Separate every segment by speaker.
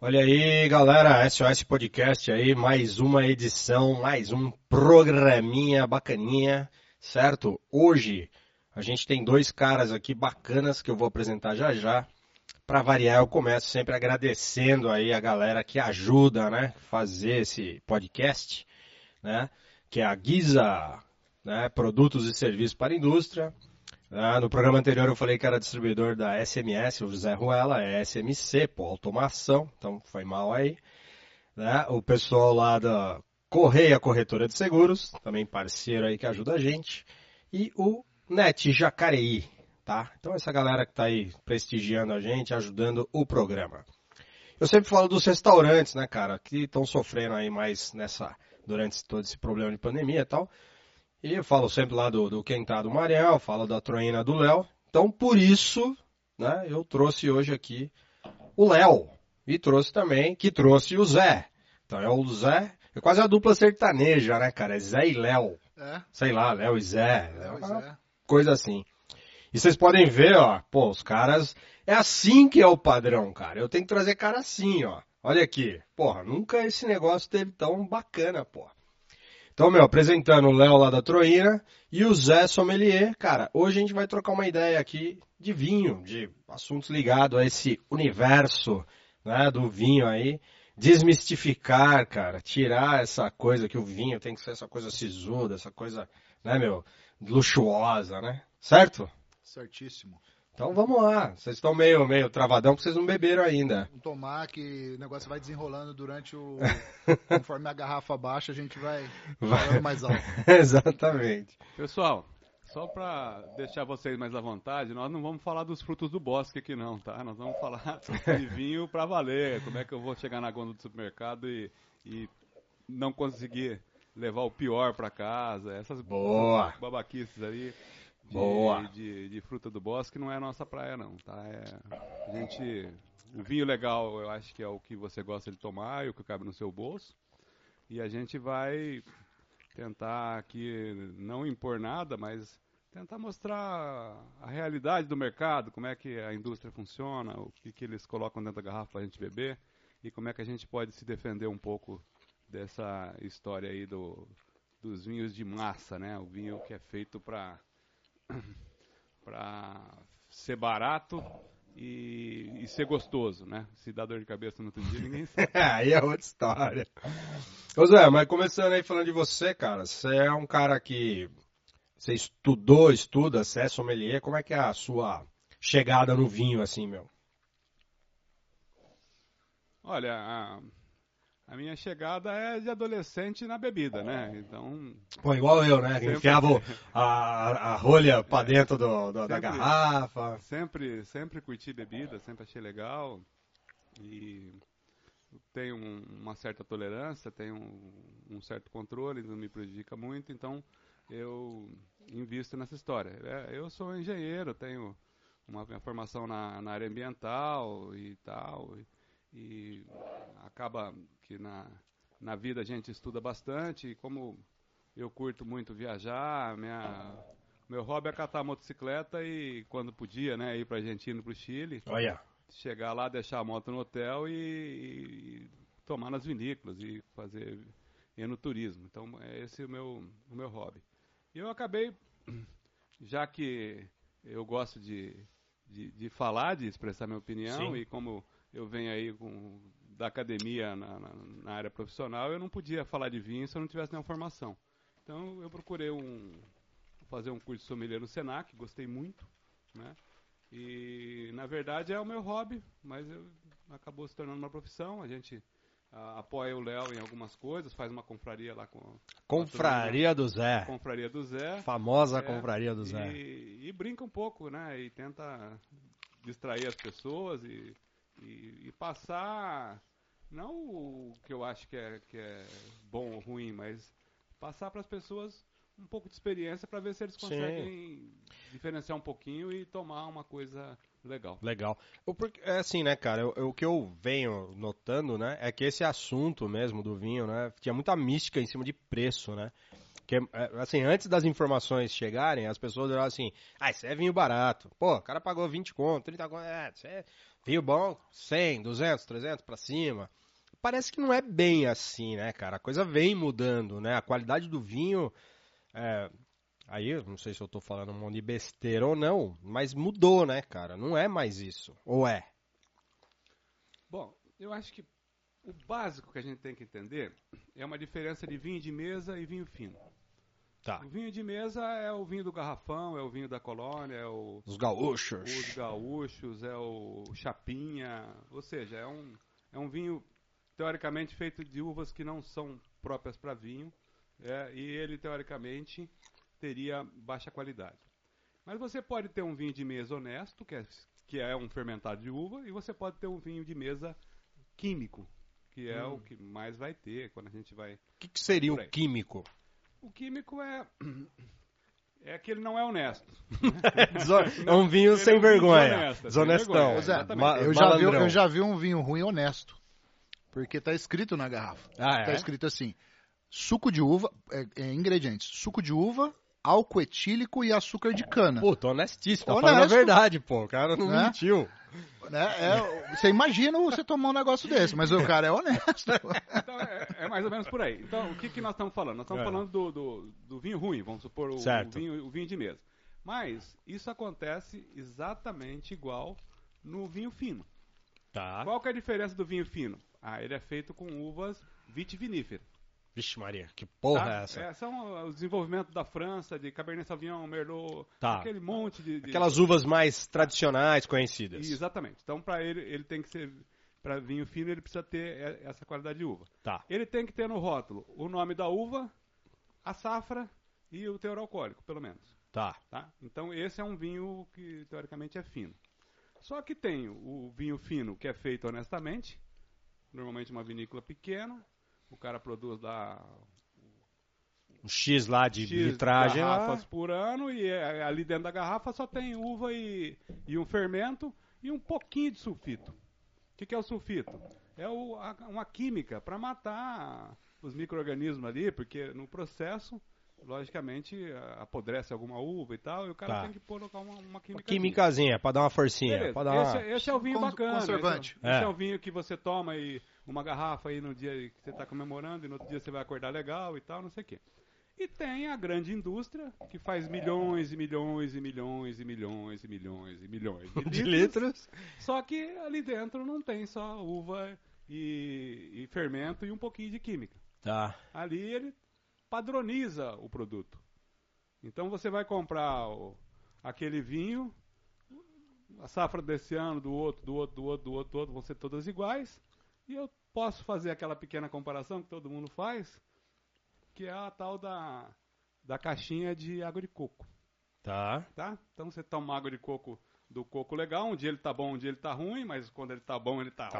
Speaker 1: Olha aí, galera, SOS Podcast aí, mais uma edição, mais um programinha bacaninha, certo? Hoje a gente tem dois caras aqui bacanas que eu vou apresentar já já. Para variar, eu começo sempre agradecendo aí a galera que ajuda, né, fazer esse podcast, né, que é a Guisa, né, produtos e serviços para a indústria. Ah, no programa anterior eu falei que era distribuidor da SMS, o José Ruela, é SMC, pô, automação, então foi mal aí. Né? O pessoal lá da Correia Corretora de Seguros, também parceiro aí que ajuda a gente. E o Net Jacareí, tá? Então essa galera que tá aí prestigiando a gente, ajudando o programa. Eu sempre falo dos restaurantes, né, cara, que estão sofrendo aí mais nessa, durante todo esse problema de pandemia e tal. E eu falo sempre lá do, Tá do Quentado Mariel, falo da Troina do Léo. Então, por isso, né, eu trouxe hoje aqui o Léo. E trouxe também, que trouxe o Zé. Então é o Zé, é quase a dupla sertaneja, né, cara? É Zé e Léo.
Speaker 2: É,
Speaker 1: Sei lá, Léo e Zé. é
Speaker 2: pois
Speaker 1: uma
Speaker 2: é.
Speaker 1: Coisa assim. E vocês podem ver, ó, pô, os caras. É assim que é o padrão, cara. Eu tenho que trazer cara assim, ó. Olha aqui. Porra, nunca esse negócio teve tão bacana, porra. Então, meu, apresentando o Léo lá da Troina e o Zé Sommelier, cara, hoje a gente vai trocar uma ideia aqui de vinho, de assuntos ligados a esse universo, né, do vinho aí. Desmistificar, cara, tirar essa coisa que o vinho tem que ser essa coisa sisuda, essa coisa, né, meu, luxuosa, né? Certo?
Speaker 2: Certíssimo.
Speaker 1: Então vamos lá. Vocês estão meio, meio travadão porque vocês não beberam ainda.
Speaker 2: Vamos tomar que o negócio vai desenrolando durante o. Conforme a garrafa baixa, a gente vai falando mais alto.
Speaker 1: Exatamente.
Speaker 3: Pessoal, só pra deixar vocês mais à vontade, nós não vamos falar dos frutos do bosque aqui não, tá? Nós vamos falar de vinho pra valer. Como é que eu vou chegar na gôndola do supermercado e, e não conseguir levar o pior pra casa? Essas
Speaker 1: Boa.
Speaker 3: babaquices aí. De,
Speaker 1: Boa.
Speaker 3: De, de fruta do bosque não é a nossa praia não, tá? É, a gente, o vinho legal eu acho que é o que você gosta de tomar e o que cabe no seu bolso. E a gente vai tentar aqui não impor nada, mas tentar mostrar a realidade do mercado, como é que a indústria funciona, o que, que eles colocam dentro da garrafa para a gente beber e como é que a gente pode se defender um pouco dessa história aí do, dos vinhos de massa, né? O vinho que é feito para para ser barato e, e ser gostoso, né? Se dá dor de cabeça no outro dia, ninguém sabe.
Speaker 1: Aí é outra história. Ô Zé, mas começando aí falando de você, cara, você é um cara que você estudou, estuda, você é sommelier, como é que é a sua chegada no vinho, assim, meu?
Speaker 3: Olha, a, a minha chegada é de adolescente na bebida, né? Então,
Speaker 1: Pô, igual eu, né? Que
Speaker 3: Sempre. É.
Speaker 1: enfiava o- a, a rolha pra dentro do- do- da
Speaker 3: Sempre.
Speaker 1: garrafa.
Speaker 3: sempre, sempre curti bebida, sempre achei legal. E tenho um- uma certa tolerância, tenho um, um certo controle, não me prejudica muito, então eu invisto nessa história. É, Eu sou engenheiro, tenho uma minha formação na, na área ambiental e tal, e, e acaba que na, na vida a gente estuda bastante, e como eu curto muito viajar, minha, meu hobby é catar motocicleta e quando podia, né, ir para Argentina, para o Chile,
Speaker 1: Olha,
Speaker 3: chegar lá, deixar a moto no hotel e, e tomar nas vinícolas e fazer ir no turismo. Então é esse o meu o meu hobby. E eu acabei já que eu gosto de, de, de falar, de expressar minha opinião
Speaker 1: Sim.
Speaker 3: e como eu venho aí com, da academia na, na, na área profissional, eu não podia falar de vinho se eu não tivesse nenhuma formação. Então eu procurei um fazer um curso de sommelier no Senac, gostei muito, né? E na verdade é o meu hobby, mas eu, acabou se tornando uma profissão. A gente ah, apoia o Léo em algumas coisas, faz uma confraria lá com
Speaker 1: confraria do
Speaker 3: a
Speaker 1: Zé.
Speaker 3: confraria do Zé.
Speaker 1: Famosa
Speaker 3: É,
Speaker 1: confraria É. do Zé.
Speaker 3: E, e brinca um pouco, né? E tenta distrair as pessoas e, e- e passar não o que eu acho que é, que é bom ou ruim, mas passar para as pessoas um pouco de experiência para ver se eles
Speaker 1: Sim.
Speaker 3: conseguem diferenciar um pouquinho e tomar uma coisa legal.
Speaker 1: Legal. O por- É assim, né, cara? eu- eu- o que eu venho notando, né, é que esse assunto mesmo do vinho, né, tinha muita mística em cima de preço, né? Que, é, assim, antes das informações chegarem, as pessoas olhavam assim, ah, isso é vinho barato. Pô, o cara pagou 20 conto, 30 conto, é, isso é Vinho bom, 100, 200, 300 para cima. Parece que não é bem assim, né, cara? A coisa vem mudando, né? A qualidade do vinho. É... Aí, eu não sei se eu tô falando um monte de besteira ou não, mas mudou, né, cara? Não é mais isso. Ou é?
Speaker 3: Bom, eu acho que o básico que a gente tem que entender é uma diferença de vinho de mesa e vinho fino.
Speaker 1: Tá.
Speaker 3: O vinho de mesa é o vinho do garrafão, é o vinho da colônia, é o.
Speaker 1: Os gaúchos.
Speaker 3: Os gaúchos, é o chapinha. Ou seja, é um, é um vinho teoricamente feito de uvas que não são próprias para vinho. É, e ele, teoricamente, teria baixa qualidade. Mas você pode ter um vinho de mesa honesto, que é, que é um fermentado de uva, e você pode ter um vinho de mesa químico, que é o que mais vai ter quando a gente vai.
Speaker 1: O que, que seria
Speaker 3: Por
Speaker 1: o
Speaker 3: aí.
Speaker 1: químico?
Speaker 3: O químico é. É que ele não é honesto.
Speaker 1: é um vinho
Speaker 3: Ele é
Speaker 1: sem
Speaker 3: um vinho
Speaker 1: vergonha.
Speaker 3: desonesto, sem
Speaker 1: Desonestão.
Speaker 3: vergonha,
Speaker 2: Ô, Zé,
Speaker 3: exatamente.
Speaker 1: Ma-
Speaker 2: eu, já vi,
Speaker 1: malandrão.
Speaker 2: eu já vi um vinho ruim honesto. Porque tá escrito na garrafa.
Speaker 1: Ah,
Speaker 2: Tá
Speaker 1: é?
Speaker 2: escrito assim: suco de uva, é, é, ingredientes: suco de uva, álcool etílico e açúcar de cana.
Speaker 1: Puta, honestíssimo. Tá
Speaker 2: Honesto.
Speaker 1: falando a verdade, pô. O cara não
Speaker 2: Né?
Speaker 1: mentiu.
Speaker 2: Né? É, você imagina você tomar um negócio desse, mas o cara é honesto.
Speaker 3: Então, é, é mais ou menos por aí. Então, o que, que nós estamos falando? Nós estamos
Speaker 1: É.
Speaker 3: falando do, do, do vinho ruim, vamos supor, o, o,
Speaker 1: Certo.
Speaker 3: vinho, o vinho de mesa. Mas isso acontece exatamente igual no vinho fino.
Speaker 1: Tá.
Speaker 3: Qual que é a diferença do vinho fino? Ah, ele é feito com uvas vitiviníferas.
Speaker 1: Vixe, Maria, que porra
Speaker 3: tá?
Speaker 1: é essa?
Speaker 3: É, são os desenvolvimentos da França, de Cabernet Sauvignon, Merlot,
Speaker 1: Tá.
Speaker 3: aquele monte de... de-
Speaker 1: Aquelas uvas mais tradicionais conhecidas.
Speaker 3: Exatamente. Então, para ele, ele tem que ser... Para vinho fino, ele precisa ter eh, essa qualidade de uva.
Speaker 1: Tá.
Speaker 3: Ele tem que ter no rótulo o nome da uva, a safra e o teor alcoólico, pelo menos.
Speaker 1: Tá.
Speaker 3: Tá? Então esse é um vinho que teoricamente é fino. Só que tem o vinho fino que é feito honestamente, normalmente uma vinícola pequena, o cara produz lá
Speaker 1: Um X lá de
Speaker 3: X
Speaker 1: litragem. lá.
Speaker 3: garrafas por ano e é- ali dentro da garrafa só tem uva e, e um fermento e um pouquinho de sulfito. O que, que é o sulfito? É o- a- uma química para matar os micro-organismos ali, porque no processo, logicamente, a- apodrece alguma uva e tal, e o cara
Speaker 1: Tá.
Speaker 3: tem que colocar uma, uma
Speaker 1: Uma
Speaker 3: química.
Speaker 1: químicazinha, pra dar uma forcinha.
Speaker 3: Beleza.
Speaker 1: Pra dar uma...
Speaker 3: Esse, é- esse é o vinho
Speaker 2: Con-
Speaker 3: bacana. esse é-
Speaker 2: conservante.
Speaker 3: Esse é.
Speaker 1: É.
Speaker 3: o vinho que você toma aí uma garrafa aí no dia que você está comemorando e no outro dia você vai acordar legal e tal, não sei o quê. E tem a grande indústria que faz milhões e milhões e milhões e milhões e milhões e milhões de,
Speaker 1: De
Speaker 3: litros.
Speaker 1: litros.
Speaker 3: Só que ali dentro não tem só uva e, e fermento e um pouquinho de química.
Speaker 1: Tá.
Speaker 3: Ali ele padroniza o produto. Então você vai comprar o- aquele vinho, a safra desse ano, do outro, do outro, do outro, do outro, do outro, vão ser todas iguais. E eu posso fazer aquela pequena comparação que todo mundo faz, que é a tal da, da caixinha de água de coco
Speaker 1: Tá.
Speaker 3: tá? Então você toma água de coco do coco legal, um dia ele tá bom, um dia ele tá ruim, mas quando ele tá bom, ele tá,
Speaker 1: Tá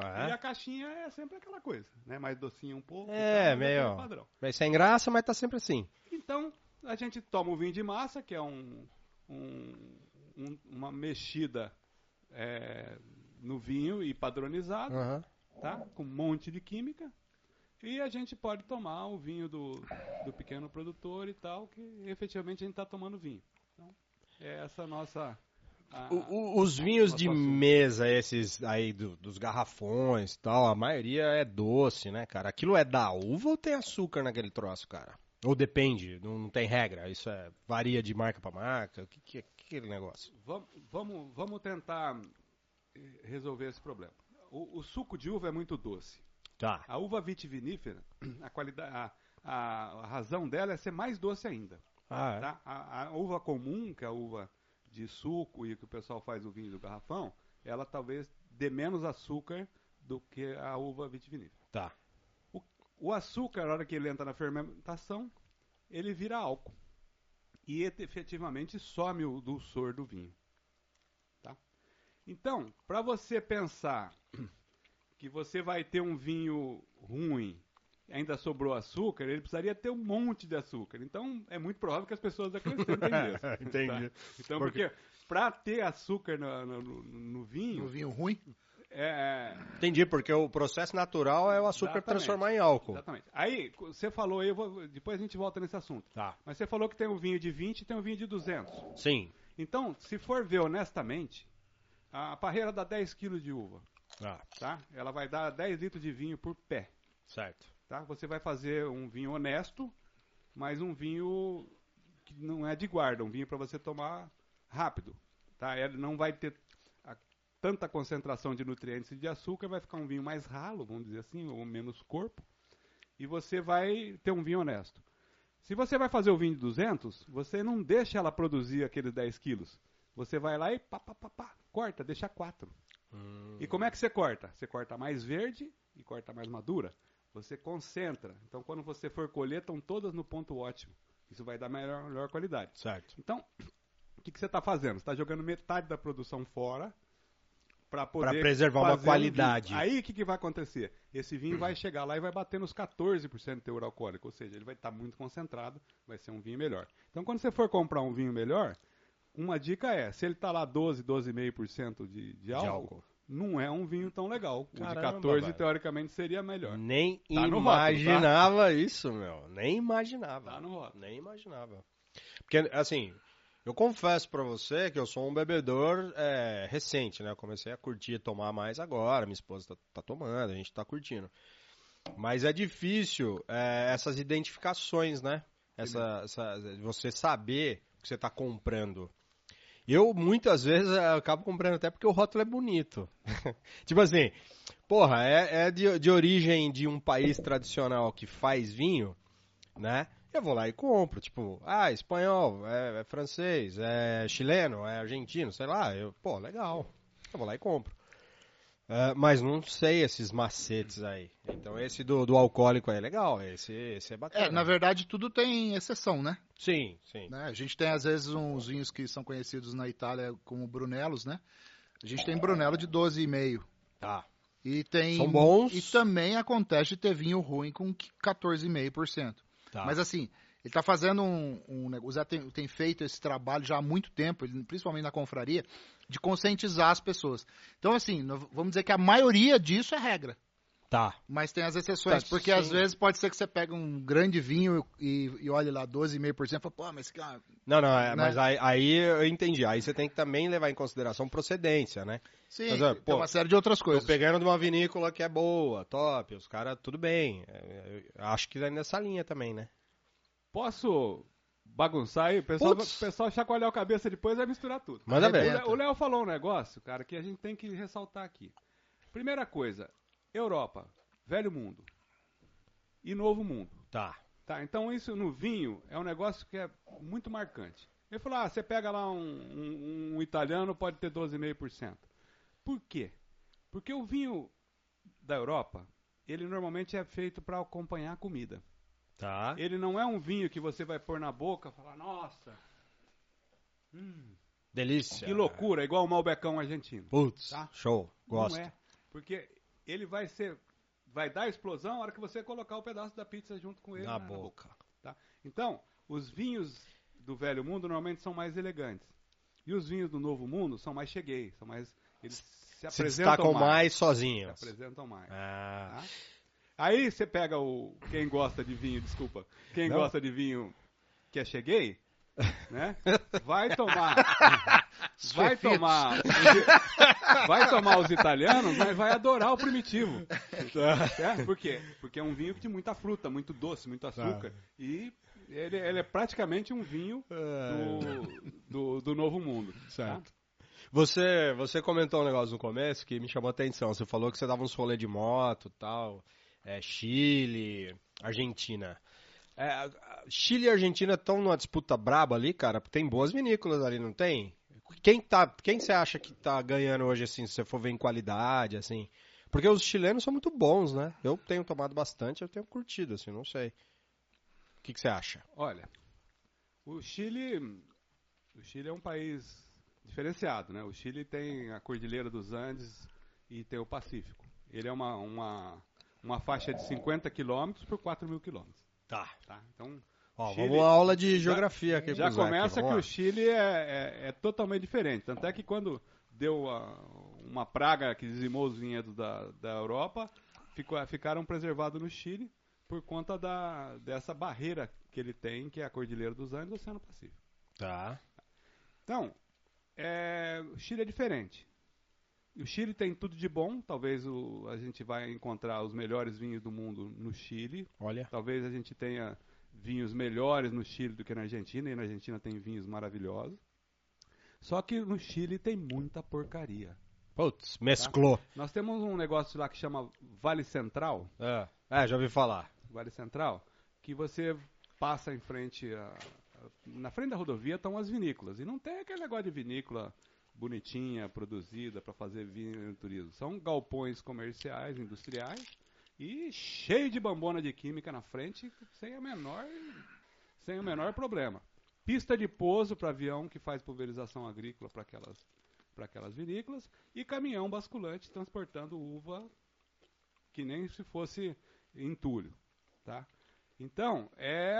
Speaker 1: bom, é.
Speaker 3: E a caixinha é sempre aquela coisa, né? Mais docinho um pouco.
Speaker 1: É,
Speaker 3: tá? Mas aquele
Speaker 1: meio-
Speaker 3: padrão.
Speaker 1: Vai sem graça, mas tá sempre assim.
Speaker 3: Então, a gente toma um vinho de massa, que é um, um- um- uma mexida é, no vinho e padronizado
Speaker 1: Aham.
Speaker 3: tá? Com um monte de química. E a gente pode tomar o vinho do, do pequeno produtor e tal, que efetivamente a gente está tomando vinho. Então, é essa a nossa. a-
Speaker 1: O- o- os vinhos de
Speaker 3: Posso-
Speaker 1: mesa, esses aí do- dos garrafões e tal, a maioria é doce, né, cara? Aquilo é da uva ou tem açúcar naquele troço, cara? Ou depende, não, não tem regra, isso é, varia de marca pra marca, o que, que, que é aquele negócio?
Speaker 3: Vam- Vamos, vamos tentar eh, resolver esse problema. O, o suco de uva é muito doce.
Speaker 1: Tá,
Speaker 3: A uva vitivinífera, a, qualidade, a, a- a razão dela é ser mais doce ainda.
Speaker 1: ah, é.
Speaker 3: tá? A, a uva comum, que é a uva de suco e que o pessoal faz o vinho do garrafão, ela talvez dê menos açúcar do que a uva vitivinífera.
Speaker 1: tá,
Speaker 3: O açúcar, na hora que ele entra na fermentação, ele vira álcool. E ete- efetivamente some o dulçor do vinho. Tá? Então, para você pensar que você vai ter um vinho ruim, ainda sobrou açúcar, ele precisaria ter um monte de açúcar. Então, é muito provável que as pessoas acrescentem isso. tá?
Speaker 1: Entendi.
Speaker 3: Então,
Speaker 1: Porque-
Speaker 3: porque para ter açúcar no, no- no- no
Speaker 2: Um
Speaker 3: vinho,
Speaker 2: vinho ruim.
Speaker 3: é,
Speaker 1: Entendi, porque o processo natural é o açúcar
Speaker 3: Exatamente.
Speaker 1: transformar em álcool.
Speaker 3: Exatamente. Aí, co- você falou aí, eu vou- depois a gente volta nesse assunto.
Speaker 1: Tá,
Speaker 3: Mas você falou que tem um vinho de 20 e tem um vinho de 200.
Speaker 1: sim,
Speaker 3: Então, se for ver honestamente, A parreira dá 10 kg de uva,
Speaker 1: Ah,
Speaker 3: tá? Ela vai dar 10 litros de vinho por pé,
Speaker 1: certo.
Speaker 3: tá? Você vai fazer um vinho honesto, mas um vinho que não é de guarda, um vinho para você tomar rápido, tá? Ele não vai ter a- tanta concentração de nutrientes e de açúcar, vai ficar um vinho mais ralo, vamos dizer assim, ou menos corpo, e você vai ter um vinho honesto. Se você vai fazer o vinho de 200, você não deixa ela produzir aqueles 10 quilos. Você vai lá e pá, pá, pá, pá, corta, deixa 4.
Speaker 1: Hum.
Speaker 3: E como é que você corta? Você corta mais verde e corta mais madura. Você concentra. Então, quando você for colher, estão todas no ponto ótimo. Isso vai dar melhor, melhor qualidade.
Speaker 1: Certo.
Speaker 3: Então, o que, que você está fazendo? Você está jogando metade da produção fora para poder.
Speaker 1: Pra preservar uma
Speaker 3: fazer um vinho.
Speaker 1: qualidade. Uhum.
Speaker 3: Aí o que, que vai acontecer? Esse vinho vai chegar lá e vai bater nos 14% de teor alcoólico, ou seja, ele vai estar muito concentrado, vai ser um vinho melhor. Então, quando você for comprar um vinho melhor, uma dica é: se ele está lá 12, 12,5% de, de, álcool,
Speaker 1: álcool.
Speaker 3: não é um vinho tão legal.
Speaker 1: Caramba,
Speaker 3: o de 14,
Speaker 1: velho. Hum.
Speaker 3: teoricamente, seria melhor.
Speaker 1: Nem
Speaker 3: Tá no rótulo, tá?
Speaker 1: imaginava isso, meu. Nem imaginava.
Speaker 3: Tá no rótulo.
Speaker 1: Nem imaginava. Porque, assim, eu confesso pra você que eu sou um bebedor é, recente, né? Eu comecei a curtir, tomar mais agora. Minha esposa tá, tá tomando, a gente tá curtindo. Mas é difícil é, essas identificações, né?
Speaker 3: Uhum.
Speaker 1: Essa, essa- você saber o que você tá comprando. Eu, muitas vezes, eh, acabo comprando até porque o rótulo é bonito. tipo assim, porra, é, é de, de origem de um país tradicional que faz vinho, né? Eu vou lá e compro, tipo, ah, espanhol, é, é francês, é chileno, é argentino, sei lá. Eu, pô, legal. Eu vou lá e compro. Eh, mas não sei esses macetes aí. Então esse do, do alcoólico aí é legal, esse, esse é bacana.
Speaker 2: É, na verdade, tudo tem exceção, né?
Speaker 1: Sim, sim.
Speaker 2: né? A gente tem, às vezes, uns vinhos que são conhecidos na Itália como Brunelos, né? A gente tem Brunello de 12,5.
Speaker 1: Tá.
Speaker 2: E tem.
Speaker 1: São bons.
Speaker 2: E também acontece de ter vinho ruim com 14,5%.
Speaker 1: Tá.
Speaker 2: Mas assim, ele tá fazendo um, um negócio. O Zé tem, tem feito esse trabalho já há muito tempo, ele- principalmente na confraria, de conscientizar as pessoas. Então, assim, nós vamos dizer que a maioria disso é regra.
Speaker 1: Tá.
Speaker 2: Mas tem as exceções,
Speaker 1: Tá,
Speaker 2: porque
Speaker 1: sim.
Speaker 2: às vezes pode ser que você pegue um grande vinho e, e olhe lá 12,5% e fala, pô, mas esse cara
Speaker 1: Não, não, é,
Speaker 2: Né?
Speaker 1: mas aí, aí eu entendi. Aí você tem que também levar em consideração procedência, né?
Speaker 2: Sim,
Speaker 1: Mas, ó,
Speaker 2: tem
Speaker 1: pô,
Speaker 2: uma série de outras
Speaker 1: Tô
Speaker 2: coisas.
Speaker 1: pegando de uma vinícola que é boa, top, os caras, tudo bem. É, eu Acho que é nessa linha também, né?
Speaker 3: Posso bagunçar aí? O pessoal, vai-
Speaker 1: Putz.
Speaker 3: o pessoal chacoalhar a cabeça depois vai misturar tudo.
Speaker 1: Manda
Speaker 3: O
Speaker 1: ver.
Speaker 2: Arrebenta.
Speaker 3: Le- O Léo falou um negócio, cara, que a gente tem que ressaltar aqui. Primeira coisa, Europa, velho mundo e novo mundo.
Speaker 1: Tá.
Speaker 3: Tá, então isso no vinho é um negócio que é muito marcante. Ele falou, ah, você pega lá um, um- um italiano, pode ter 12,5%. Por quê? Porque o vinho da Europa, ele normalmente é feito para acompanhar a comida.
Speaker 1: Tá.
Speaker 3: Ele não é um vinho que você vai pôr na boca e falar, nossa,
Speaker 1: Delícia. É.
Speaker 3: que loucura, igual o Malbecão argentino.
Speaker 1: Putz,
Speaker 3: Tá.
Speaker 1: show, gosto.
Speaker 3: Não é, porque ele vai ser, vai dar explosão na hora que você colocar o pedaço da pizza junto com ele
Speaker 1: Na
Speaker 3: na, na boca.
Speaker 1: boca.
Speaker 3: tá? Então, os vinhos do velho mundo normalmente são mais elegantes. E os vinhos do novo mundo são mais cheguei, são mais eles se
Speaker 1: Se
Speaker 3: apresentam
Speaker 1: destacam
Speaker 3: mais,
Speaker 1: mais sozinhos.
Speaker 3: se apresentam mais.
Speaker 1: Ah,
Speaker 3: Aí você pega o quem gosta de vinho, desculpa, quem
Speaker 1: Não.
Speaker 3: gosta de vinho que é cheguei, né? Vai tomar, vai tomar, vai tomar os italianos, mas vai adorar o primitivo. Certo? Por quê? Porque é um vinho que tem muita fruta, muito doce, muito açúcar. E ele, ele é praticamente um vinho do, do, do novo mundo. tá?
Speaker 1: Certo. Você, você comentou um negócio no começo que me chamou a atenção. Você falou que você dava uns rolê de moto tal. É, Chile, Argentina. É, a- a- Chile e Argentina estão numa disputa braba ali, cara. porque Tem boas vinícolas ali, não tem? Quem tá, quem você acha que tá ganhando hoje, assim, se você for ver em qualidade, assim? Porque os chilenos são muito bons, né? Eu tenho tomado bastante, eu tenho curtido, assim, não sei. O que, que você acha?
Speaker 3: Olha, o Chile, o Chile é um país diferenciado, né? O Chile tem a Cordilheira dos Andes e tem o Pacífico. Ele é uma, uma, uma faixa de 50 quilômetros por 4 mil quilômetros,
Speaker 1: Tá.
Speaker 3: tá? Então,
Speaker 1: Ó,
Speaker 3: Chile-
Speaker 1: vamos a aula de geografia aqui
Speaker 3: já
Speaker 1: pro Zé aqui,
Speaker 3: começa
Speaker 1: vamos
Speaker 3: que
Speaker 1: lá.
Speaker 3: o Chile é, é- é totalmente diferente. Tanto é que quando deu a- uma praga que dizimou os vinhedos da, da Europa, ficou- ficaram preservados no Chile por conta da, dessa barreira que ele tem, que é a Cordilheira dos Andes e o Oceano Pacífico.
Speaker 1: Tá.
Speaker 3: Então, é, o Chile é diferente. O Chile tem tudo de bom, talvez o- a gente vai encontrar os melhores vinhos do mundo no Chile,
Speaker 1: Olha.
Speaker 3: talvez a gente tenha vinhos melhores no Chile do que na Argentina, e na Argentina tem vinhos maravilhosos. Só que no Chile tem muita porcaria.
Speaker 1: Putz, mesclou.
Speaker 3: Nós temos um negócio lá que chama Vale Central,
Speaker 1: Ah, é, já ouvi falar.
Speaker 3: Vale Central, que você passa em frente a, a- na frente da rodovia estão as vinícolas e não tem aquele negócio de vinícola bonitinha produzida para fazer vinho no turismo. São galpões comerciais, industriais e cheio de bambona de química na frente sem a menor sem o menor problema. Pista de pouso para avião que faz pulverização agrícola para aquelas para aquelas vinícolas e caminhão basculante transportando uva que nem se fosse entulho, tá? Então, é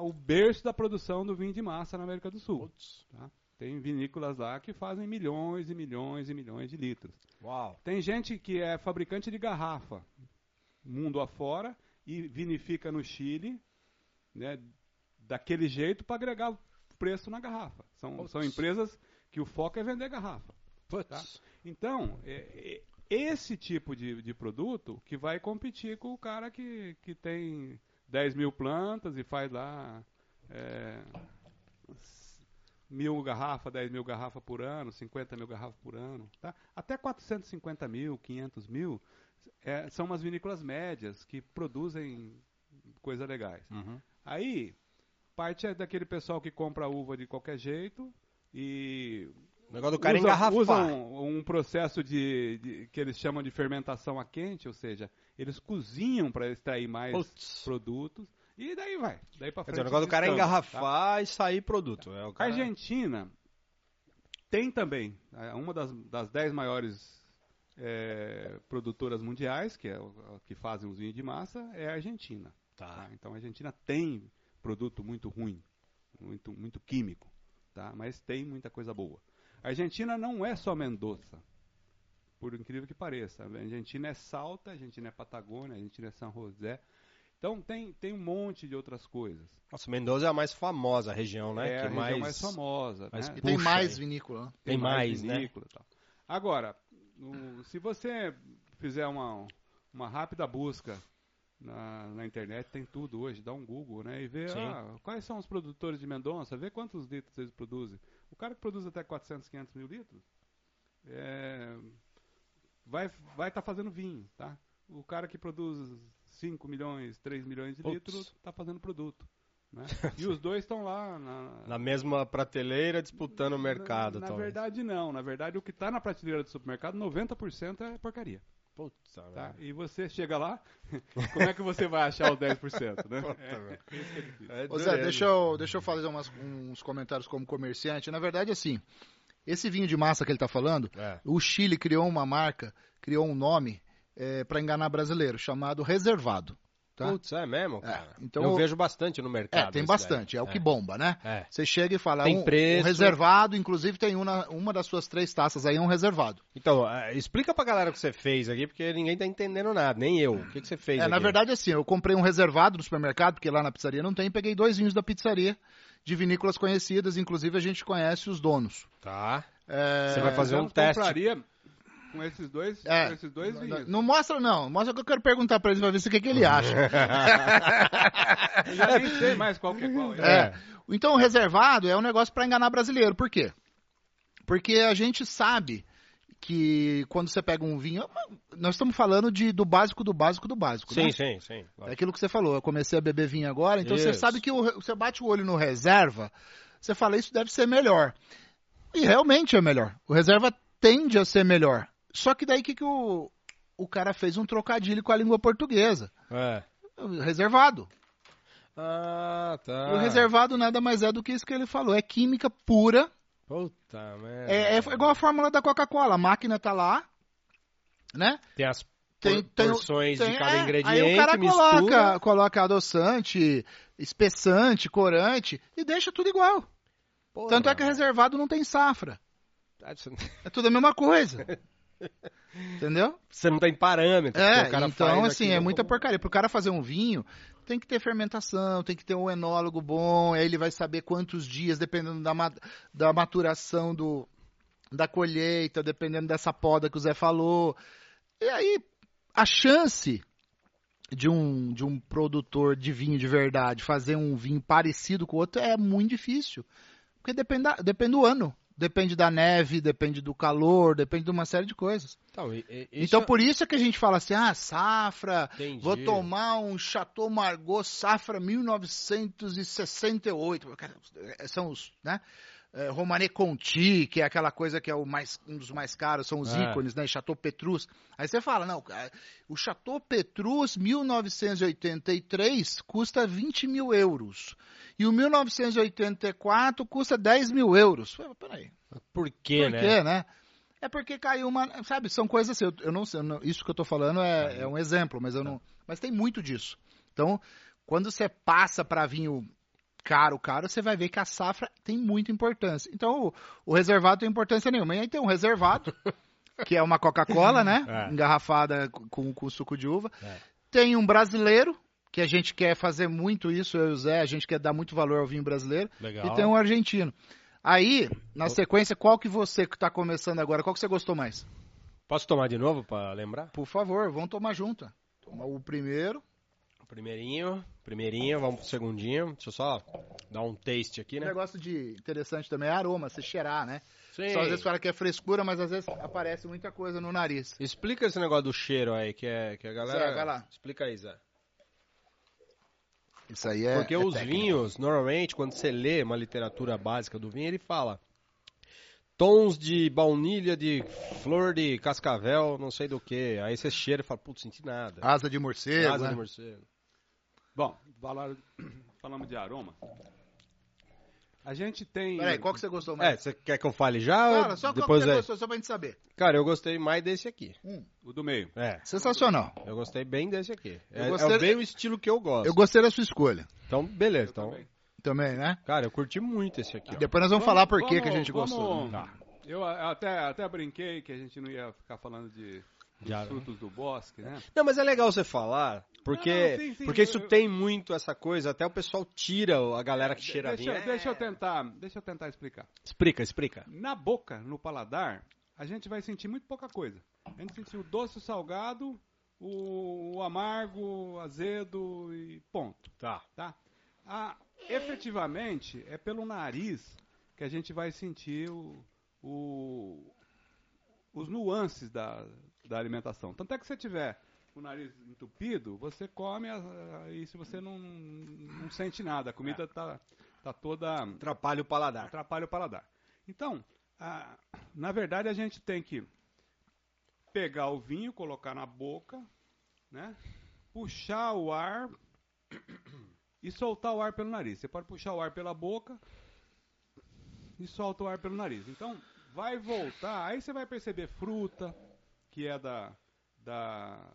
Speaker 3: o berço da produção do vinho de massa na América do Sul. Tá? Tem vinícolas lá que fazem milhões e milhões e milhões de litros.
Speaker 1: Uau.
Speaker 3: Tem gente que é fabricante de garrafa, mundo afora, e vinifica no Chile, né, daquele jeito para agregar preço na garrafa. São,
Speaker 1: Putz.
Speaker 3: são empresas que o foco é vender garrafa.
Speaker 1: Putz.
Speaker 3: Então, é- é- esse tipo de, de produto que vai competir com o cara que, que tem 10 mil plantas e faz lá é, s- mil garrafas, 10 mil garrafas por ano, 50 mil garrafas por ano. Tá? Até 450 mil, 500 mil é, são umas vinícolas médias que produzem coisas legais.
Speaker 1: Uhum.
Speaker 3: Aí, parte é daquele pessoal que compra uva de qualquer jeito e
Speaker 1: O negócio do cara
Speaker 3: usa,
Speaker 1: engarrafar.
Speaker 3: usa um, um processo de, de- que eles chamam de fermentação a quente, ou seja, eles cozinham para extrair mais
Speaker 1: Putz.
Speaker 3: produtos e daí vai, daí para
Speaker 1: Quer
Speaker 3: frente.
Speaker 1: dizer, o negócio do cara é
Speaker 3: descamba, tá?
Speaker 1: engarrafar e sair produto. É, o
Speaker 3: A
Speaker 1: cara...
Speaker 3: Argentina tem também é, uma das, das dez maiores é, produtoras mundiais, que é o- a que fazem os vinhos de massa, é a Argentina.
Speaker 1: Tá.
Speaker 3: tá? Então a Argentina tem produto muito ruim, muito, muito químico, tá? mas tem muita coisa boa. A Argentina não é só Mendoza, por incrível que pareça. A Argentina é Salta, a Argentina é Patagônia, a Argentina é São José. Então tem, tem um monte de outras coisas.
Speaker 1: Nossa, Mendoza é a mais famosa região, né?
Speaker 3: é
Speaker 1: que
Speaker 3: a região
Speaker 1: mais...
Speaker 3: mais, famosa.
Speaker 1: mais
Speaker 3: né?
Speaker 2: E tem
Speaker 1: Puxa
Speaker 2: mais
Speaker 1: aí.
Speaker 2: vinícola. né?
Speaker 1: Tem mais, né?
Speaker 3: vinícola e tal. Agora, o- se você fizer uma, uma rápida busca na, na internet, tem tudo hoje, dá um Google, né? E vê
Speaker 1: Sim.
Speaker 3: ah, quais são os produtores de Mendonça, vê quantos litros eles produzem. O cara que produz até 400, 500 mil litros, é, vai estar vai tá fazendo vinho, tá? O cara que produz 5 milhões, 3 milhões de
Speaker 1: Putz.
Speaker 3: litros, está fazendo produto. Né? E os dois estão lá na,
Speaker 1: Na mesma prateleira disputando o mercado.
Speaker 3: na, na
Speaker 1: talvez.
Speaker 3: verdade, não. Na verdade, o que está na prateleira do supermercado, 90% é porcaria.
Speaker 1: Puta,
Speaker 3: Tá?
Speaker 2: É.
Speaker 1: merda.
Speaker 3: E você chega lá, como é que você vai achar o 10%? Né?
Speaker 1: Puta,
Speaker 3: É,
Speaker 1: velho.
Speaker 3: isso que é difícil.
Speaker 1: Tá. É
Speaker 2: Ô Zé,
Speaker 1: dureza.
Speaker 2: deixa eu, deixa eu fazer umas- uns comentários como comerciante. Na verdade, assim, esse vinho de massa que ele tá falando,
Speaker 1: É.
Speaker 2: o Chile criou uma marca, criou um nome para enganar brasileiro, chamado Reservado. Tá?
Speaker 1: Putz, é mesmo, cara?
Speaker 2: então
Speaker 1: eu
Speaker 2: eu-
Speaker 1: vejo bastante no
Speaker 2: É,
Speaker 1: mercado.
Speaker 2: tem
Speaker 1: esse
Speaker 2: bastante, é o
Speaker 1: daí.
Speaker 2: que bomba, né?
Speaker 1: Ah, É. É.
Speaker 2: Você chega e fala,
Speaker 1: Tem
Speaker 2: um, um
Speaker 1: preço.
Speaker 2: reservado, inclusive tem uma, uma das suas três taças aí, é um reservado.
Speaker 1: Então, é, explica pra galera o que você fez aqui, porque ninguém tá entendendo nada, nem eu. O que, que você fez
Speaker 2: É, na
Speaker 1: aqui?
Speaker 2: verdade, assim, eu comprei um reservado no supermercado, porque lá na pizzaria não tem, peguei dois vinhos da pizzaria de vinícolas conhecidas, inclusive a gente conhece os donos.
Speaker 1: Tá.
Speaker 2: É,
Speaker 1: Você vai fazer
Speaker 3: Eu
Speaker 1: um teste.
Speaker 3: Então, compraria com esses dois,
Speaker 2: É.
Speaker 3: com esses dois
Speaker 2: Não,
Speaker 3: vinhos.
Speaker 2: não mostra, não. Mostra que eu quero perguntar pra eles pra ver se o que, que ele acha.
Speaker 3: Eu já nem sei mais qual que é qual.
Speaker 1: É.
Speaker 2: Então, o reservado é um negócio pra enganar brasileiro. Por quê? Porque a gente sabe que quando você pega um vinho. Nós estamos falando de, do básico, do básico, do básico. né?
Speaker 1: Sim, sim, sim.
Speaker 2: É aquilo que você falou, eu comecei a beber vinho agora, então você
Speaker 1: Isso.
Speaker 2: sabe que o re- você bate o olho no reserva, você fala, isso deve ser melhor. E realmente é melhor. O reserva tende a ser melhor. Só que daí que, que o, o cara fez um trocadilho com a língua portuguesa.
Speaker 1: É.
Speaker 2: Reservado.
Speaker 1: Ah, tá.
Speaker 2: E o reservado nada mais é do que isso que ele falou. É química pura.
Speaker 1: Puta merda.
Speaker 2: É, é igual a fórmula da Coca-Cola. A máquina tá lá, né?
Speaker 1: Tem as por-
Speaker 2: Tem- tem o-
Speaker 1: porções
Speaker 2: Tem,
Speaker 1: de cada
Speaker 2: é,
Speaker 1: ingrediente,
Speaker 2: Aí o cara
Speaker 1: mistura.
Speaker 2: coloca, coloca adoçante, espessante, corante e deixa tudo igual.
Speaker 1: Porra,
Speaker 2: Tanto é que reservado não tem safra.
Speaker 1: velho.
Speaker 2: É tudo a mesma coisa. Entendeu?
Speaker 1: Você não tem parâmetro. porque
Speaker 2: É,
Speaker 1: o cara
Speaker 2: então
Speaker 1: faz
Speaker 2: assim,
Speaker 1: aquilo-
Speaker 2: é muita porcaria. Pro cara fazer um vinho, tem que ter fermentação, tem que ter um enólogo bom, aí ele vai saber quantos dias, dependendo da, ma- da maturação do, da colheita, dependendo dessa poda que o Zé falou. E aí, a chance de um, de um produtor de vinho de verdade fazer um vinho parecido com o outro é muito difícil. Porque depende, da- depende do ano. Depende da neve, depende do calor, depende de uma série de coisas.
Speaker 1: Então, e- e-
Speaker 2: então,
Speaker 1: isso-
Speaker 2: por isso é que a gente fala assim: ah, safra,
Speaker 1: Entendi.
Speaker 2: vou tomar um Chateau Margot Safra 1968. Cara, São os, né? É, Romané Conti, que é aquela coisa que é o mais, um dos mais caros, são os
Speaker 1: É.
Speaker 2: ícones, né? Chateau Petrus. Aí você fala, não, cara, o Chateau Petrus 1983 custa 20 mil euros. E o 1984 custa 10 mil euros. Pô, Peraí,
Speaker 1: Por quê,
Speaker 2: por
Speaker 1: né?
Speaker 2: quê, né? É porque caiu uma. Sabe, são coisas assim. Eu, eu não sei. eu não- isso que eu tô falando é, é um exemplo, mas eu
Speaker 1: Tá.
Speaker 2: não. Mas tem muito disso. Então, quando você passa para vinho caro, caro, você vai ver que a safra tem muita importância. Então, o, o reservado tem importância nenhuma. E aí tem um reservado, que é uma Coca-Cola, né?
Speaker 1: É.
Speaker 2: Engarrafada com, com suco de uva.
Speaker 1: É.
Speaker 2: Tem um brasileiro, que a gente quer fazer muito isso, eu e o Zé, a gente quer dar muito valor ao vinho brasileiro.
Speaker 1: Legal.
Speaker 2: E tem um argentino. Aí, na sequência, qual que você que tá começando agora, qual que você gostou mais?
Speaker 1: Posso tomar de novo pra lembrar?
Speaker 2: Por favor, vamos tomar junto. Toma o primeiro.
Speaker 1: Primeirinho, primeirinho, vamos pro segundinho. Deixa eu só dar um taste aqui,
Speaker 2: Um
Speaker 1: né?
Speaker 2: negócio de interessante também é aroma, você cheirar, né?
Speaker 1: Sim.
Speaker 2: Só às vezes fala que é frescura, mas às vezes aparece muita coisa no nariz.
Speaker 1: Explica esse negócio do cheiro aí, que, é, que a galera...
Speaker 2: Zé, vai lá.
Speaker 1: Explica aí, Zé.
Speaker 2: Isso aí é.
Speaker 1: Porque
Speaker 2: é
Speaker 1: os
Speaker 2: técnica.
Speaker 1: vinhos, normalmente, quando você lê uma literatura básica do vinho, ele fala tons de baunilha, de flor de cascavel, não sei do que. Aí você cheira e fala, putz, senti nada.
Speaker 2: Asa de morcego.
Speaker 1: Asa
Speaker 2: Ah, né?
Speaker 1: de morcego.
Speaker 3: Bom, falaram- falamos de aroma. A gente tem.
Speaker 2: Peraí, qual que você gostou
Speaker 1: É,
Speaker 2: mais?
Speaker 1: você quer que eu fale já? ou
Speaker 2: Fala, só qual que
Speaker 1: depois
Speaker 2: você
Speaker 1: é...
Speaker 2: gostou, só pra gente saber.
Speaker 1: Cara, eu gostei mais desse aqui.
Speaker 3: O do meio.
Speaker 1: É,
Speaker 2: Sensacional.
Speaker 1: eu gostei bem desse aqui.
Speaker 2: Eu
Speaker 1: É,
Speaker 2: gostei-
Speaker 1: é bem o estilo que eu gosto.
Speaker 2: Eu gostei da sua escolha
Speaker 1: Então, beleza. Então,
Speaker 3: também.
Speaker 2: também, né?
Speaker 1: cara, eu curti muito esse aqui. ó.
Speaker 2: Depois nós vamos, falar por que que a gente
Speaker 3: vamos-
Speaker 2: gostou. né?
Speaker 1: Tá.
Speaker 3: Eu a- até, até brinquei que a gente não ia ficar falando de dos
Speaker 1: Já, né?
Speaker 3: frutos do bosque, né?
Speaker 1: Não, mas é legal você falar, porque,
Speaker 3: Não, não, sim, sim,
Speaker 1: porque
Speaker 3: eu-
Speaker 1: isso
Speaker 3: eu-
Speaker 1: tem muito essa coisa, até o pessoal tira a galera que cheira
Speaker 3: deixa,
Speaker 1: vinho. É.
Speaker 3: deixa eu tentar, deixa eu tentar explicar.
Speaker 1: Explica, explica.
Speaker 3: Na boca, no paladar, a gente vai sentir muito pouca coisa. A gente sentiu o doce, o salgado, o, o amargo, o azedo e ponto,
Speaker 1: Tá.
Speaker 3: tá? Ah, efetivamente, é pelo nariz que a gente vai sentir o, o- os nuances da, da alimentação. Tanto é que se você tiver o nariz entupido, você come ah, e se você não, não sente nada, a comida
Speaker 1: É.
Speaker 3: está tá toda
Speaker 1: Atrapalha o paladar.
Speaker 3: atrapalha o paladar. Então, a- na verdade, a gente tem que pegar o vinho, colocar na boca, né? Puxar o ar e soltar o ar pelo nariz. Você pode puxar o ar pela boca e solta o ar pelo nariz. Então, vai voltar, aí você vai perceber fruta, que é da, da,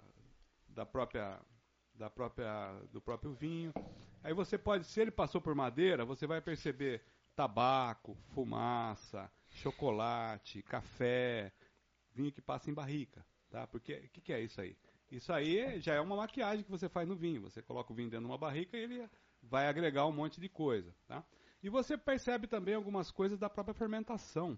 Speaker 3: da própria da própria do próprio vinho. Aí você pode, se ele passou por madeira, você vai perceber tabaco, fumaça, chocolate, café, vinho que passa em barrica, tá? Porque o que, que é isso aí? Isso aí já é uma maquiagem que você faz no vinho. Você coloca o vinho dentro de uma barrica e ele vai agregar um monte de coisa, tá? E você percebe também algumas coisas da própria fermentação,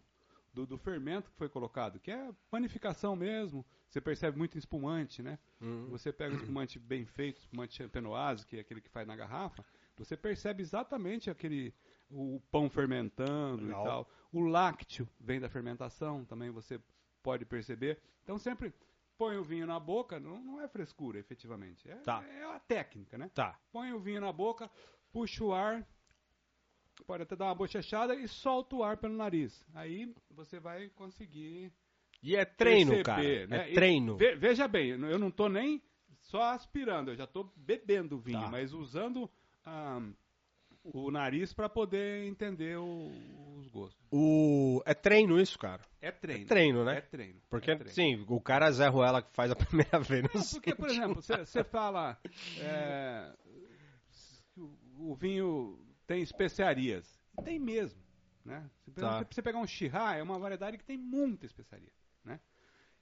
Speaker 3: do, do fermento que foi colocado, que é panificação mesmo. Você percebe muito em espumante, né?
Speaker 1: Hum.
Speaker 3: Você pega o espumante bem feito, espumante champenoise, que é aquele que faz na garrafa, você percebe exatamente aquele o pão fermentando
Speaker 1: Legal.
Speaker 3: e tal. O lácteo vem da fermentação, também você pode perceber. Então sempre põe o vinho na boca, não, não é frescura, efetivamente. É,
Speaker 1: Tá.
Speaker 3: é a técnica, né?
Speaker 1: Tá.
Speaker 3: Põe o vinho na boca, puxa o ar, pode até dar uma bochechada e solta o ar pelo nariz. Aí você vai conseguir
Speaker 1: E é treino, cara.
Speaker 3: perceber, né?
Speaker 1: É
Speaker 3: E
Speaker 1: treino.
Speaker 3: ve- veja bem, eu não- eu não tô nem só aspirando, eu já tô bebendo vinho,
Speaker 1: Tá.
Speaker 3: mas usando ah, o nariz para poder entender o- os gostos.
Speaker 1: O... É treino isso, cara.
Speaker 3: É treino.
Speaker 1: É treino, né?
Speaker 3: É treino.
Speaker 1: Porque,
Speaker 3: é treino.
Speaker 1: sim, o cara Zé Ruela que faz a primeira vez.
Speaker 3: Não,
Speaker 1: Não
Speaker 3: É, porque, por
Speaker 1: sente
Speaker 3: exemplo, você fala é, que o, o vinho tem especiarias. E Tem mesmo. Né? Você,
Speaker 1: Tá.
Speaker 3: você pegar um Shiraz, é uma variedade que tem muita especiaria. Né?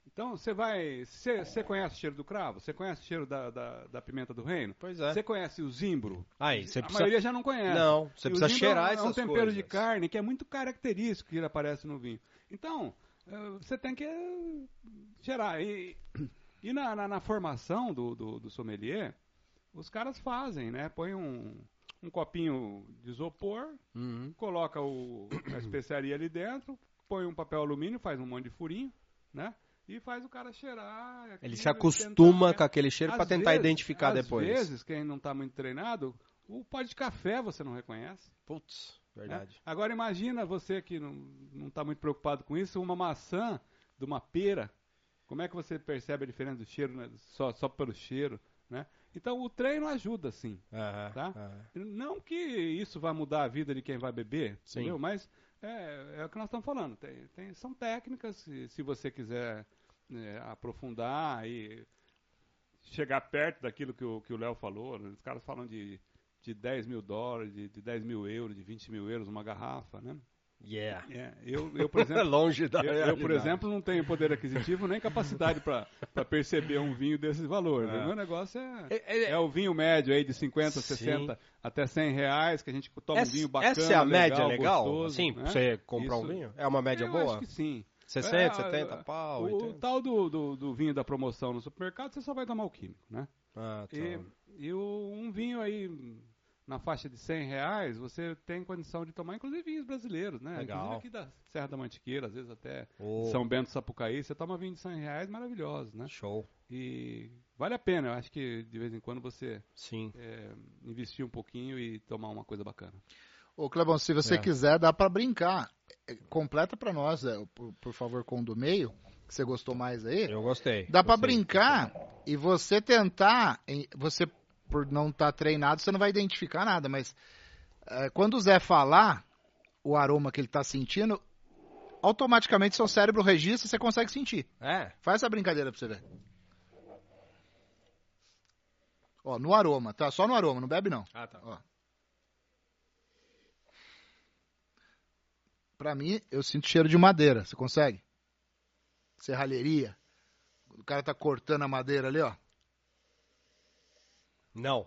Speaker 3: Então você vai. Você você conhece o cheiro do cravo? Você conhece o cheiro da, da, da pimenta do reino?
Speaker 1: Pois é.
Speaker 3: Você conhece o zimbro?
Speaker 1: Aí, você
Speaker 3: a
Speaker 1: precisa.
Speaker 3: maioria já não conhece.
Speaker 1: Não, você
Speaker 3: E o
Speaker 1: precisa
Speaker 3: zimbro
Speaker 1: cheirar
Speaker 3: é um, é um
Speaker 1: essas
Speaker 3: tempero de
Speaker 1: coisas.
Speaker 3: carne que é muito característico que ele aparece no vinho. Então, eh, você tem que eh, cheirar. E, e na, na- na formação do, do, do sommelier, os caras fazem, né? Põe um, um copinho de isopor,
Speaker 1: Uhum.
Speaker 3: coloca o- a especiaria ali dentro, põe um papel alumínio, faz um monte de furinho, né? E faz o cara cheirar.
Speaker 1: Ele
Speaker 3: aquilo,
Speaker 1: se acostuma
Speaker 3: tentar-
Speaker 1: com aquele cheiro pra
Speaker 3: né? Às
Speaker 1: tentar
Speaker 3: vezes-
Speaker 1: identificar depois.
Speaker 3: Às vezes, quem não tá muito treinado, o pó de café você não reconhece.
Speaker 1: Putz,
Speaker 3: né?
Speaker 1: verdade.
Speaker 3: Agora imagina você que não, não tá muito preocupado com isso, uma maçã de uma pera. Como é que você percebe a diferença do cheiro, né? só, só pelo cheiro, né? Então o treino ajuda, sim.
Speaker 1: Aham,
Speaker 3: Tá?
Speaker 1: aham.
Speaker 3: Não que isso vá mudar a vida de quem vai beber,
Speaker 1: Sim.
Speaker 3: entendeu? Mas é, é o que nós estamos falando. Tem- tem- são técnicas, se, se você quiser né, aprofundar e chegar perto daquilo que o que o Léo falou, né? os caras falam de, de 10 mil dólares, de, de 10 mil euros, de 20 mil euros uma garrafa, né?
Speaker 1: Yeah.
Speaker 3: É, eu, eu, por exemplo,
Speaker 1: longe da
Speaker 3: eu, eu, por
Speaker 1: realidade.
Speaker 3: exemplo, não tenho poder aquisitivo nem capacidade para perceber um vinho desses valores.
Speaker 1: É.
Speaker 3: O meu negócio é...
Speaker 1: É- é-
Speaker 3: É o vinho médio aí de 50,
Speaker 1: Sim.
Speaker 3: 60 até 100 reais, que a gente toma um
Speaker 1: essa,
Speaker 3: vinho bacana.
Speaker 1: essa é a média
Speaker 3: legal,
Speaker 1: legal?
Speaker 3: gostoso,
Speaker 1: Sim,
Speaker 3: né?
Speaker 1: você comprar um
Speaker 3: Isso-
Speaker 1: vinho? É uma média
Speaker 3: Eu
Speaker 1: boa? Ah,
Speaker 3: Acho que sim.
Speaker 1: 60,
Speaker 3: É,
Speaker 1: 70 pau?
Speaker 3: o
Speaker 1: 80?
Speaker 3: tal do, do, do vinho da promoção no supermercado, você só vai tomar o químico, né?
Speaker 1: Ah, tá.
Speaker 3: E, e o- um vinho aí na faixa de 100 reais, você tem condição de tomar, inclusive vinhos brasileiros, né?
Speaker 1: Legal.
Speaker 3: Inclusive aqui da Serra da Mantiqueira, às vezes até
Speaker 1: Oh,
Speaker 3: São Bento do Sapucaí, você toma vinho de 100 reais maravilhoso, né?
Speaker 1: Show.
Speaker 3: E vale a pena, eu acho que de vez em quando você
Speaker 1: Sim.
Speaker 3: é, investir um pouquinho e tomar uma coisa bacana.
Speaker 2: Ô, Clebão, se você
Speaker 1: É.
Speaker 2: quiser, dá pra brincar. É, Completa pra nós, é, por, por favor, com o do meio, que você gostou mais aí.
Speaker 1: Eu gostei.
Speaker 2: Dá pra
Speaker 1: gostei.
Speaker 2: brincar e você tentar, em- você por não estar treinado, você não vai identificar nada, mas eh, quando o Zé falar o aroma que ele tá sentindo, automaticamente seu cérebro registra e você consegue sentir.
Speaker 1: É.
Speaker 2: Faz essa brincadeira pra você ver. Ó, no aroma, tá? Só no aroma, não bebe não.
Speaker 1: Ah, tá.
Speaker 2: Ó. Pra mim, eu sinto cheiro de madeira. Você consegue? Serralheria. O cara tá cortando a madeira ali, ó.
Speaker 1: Não.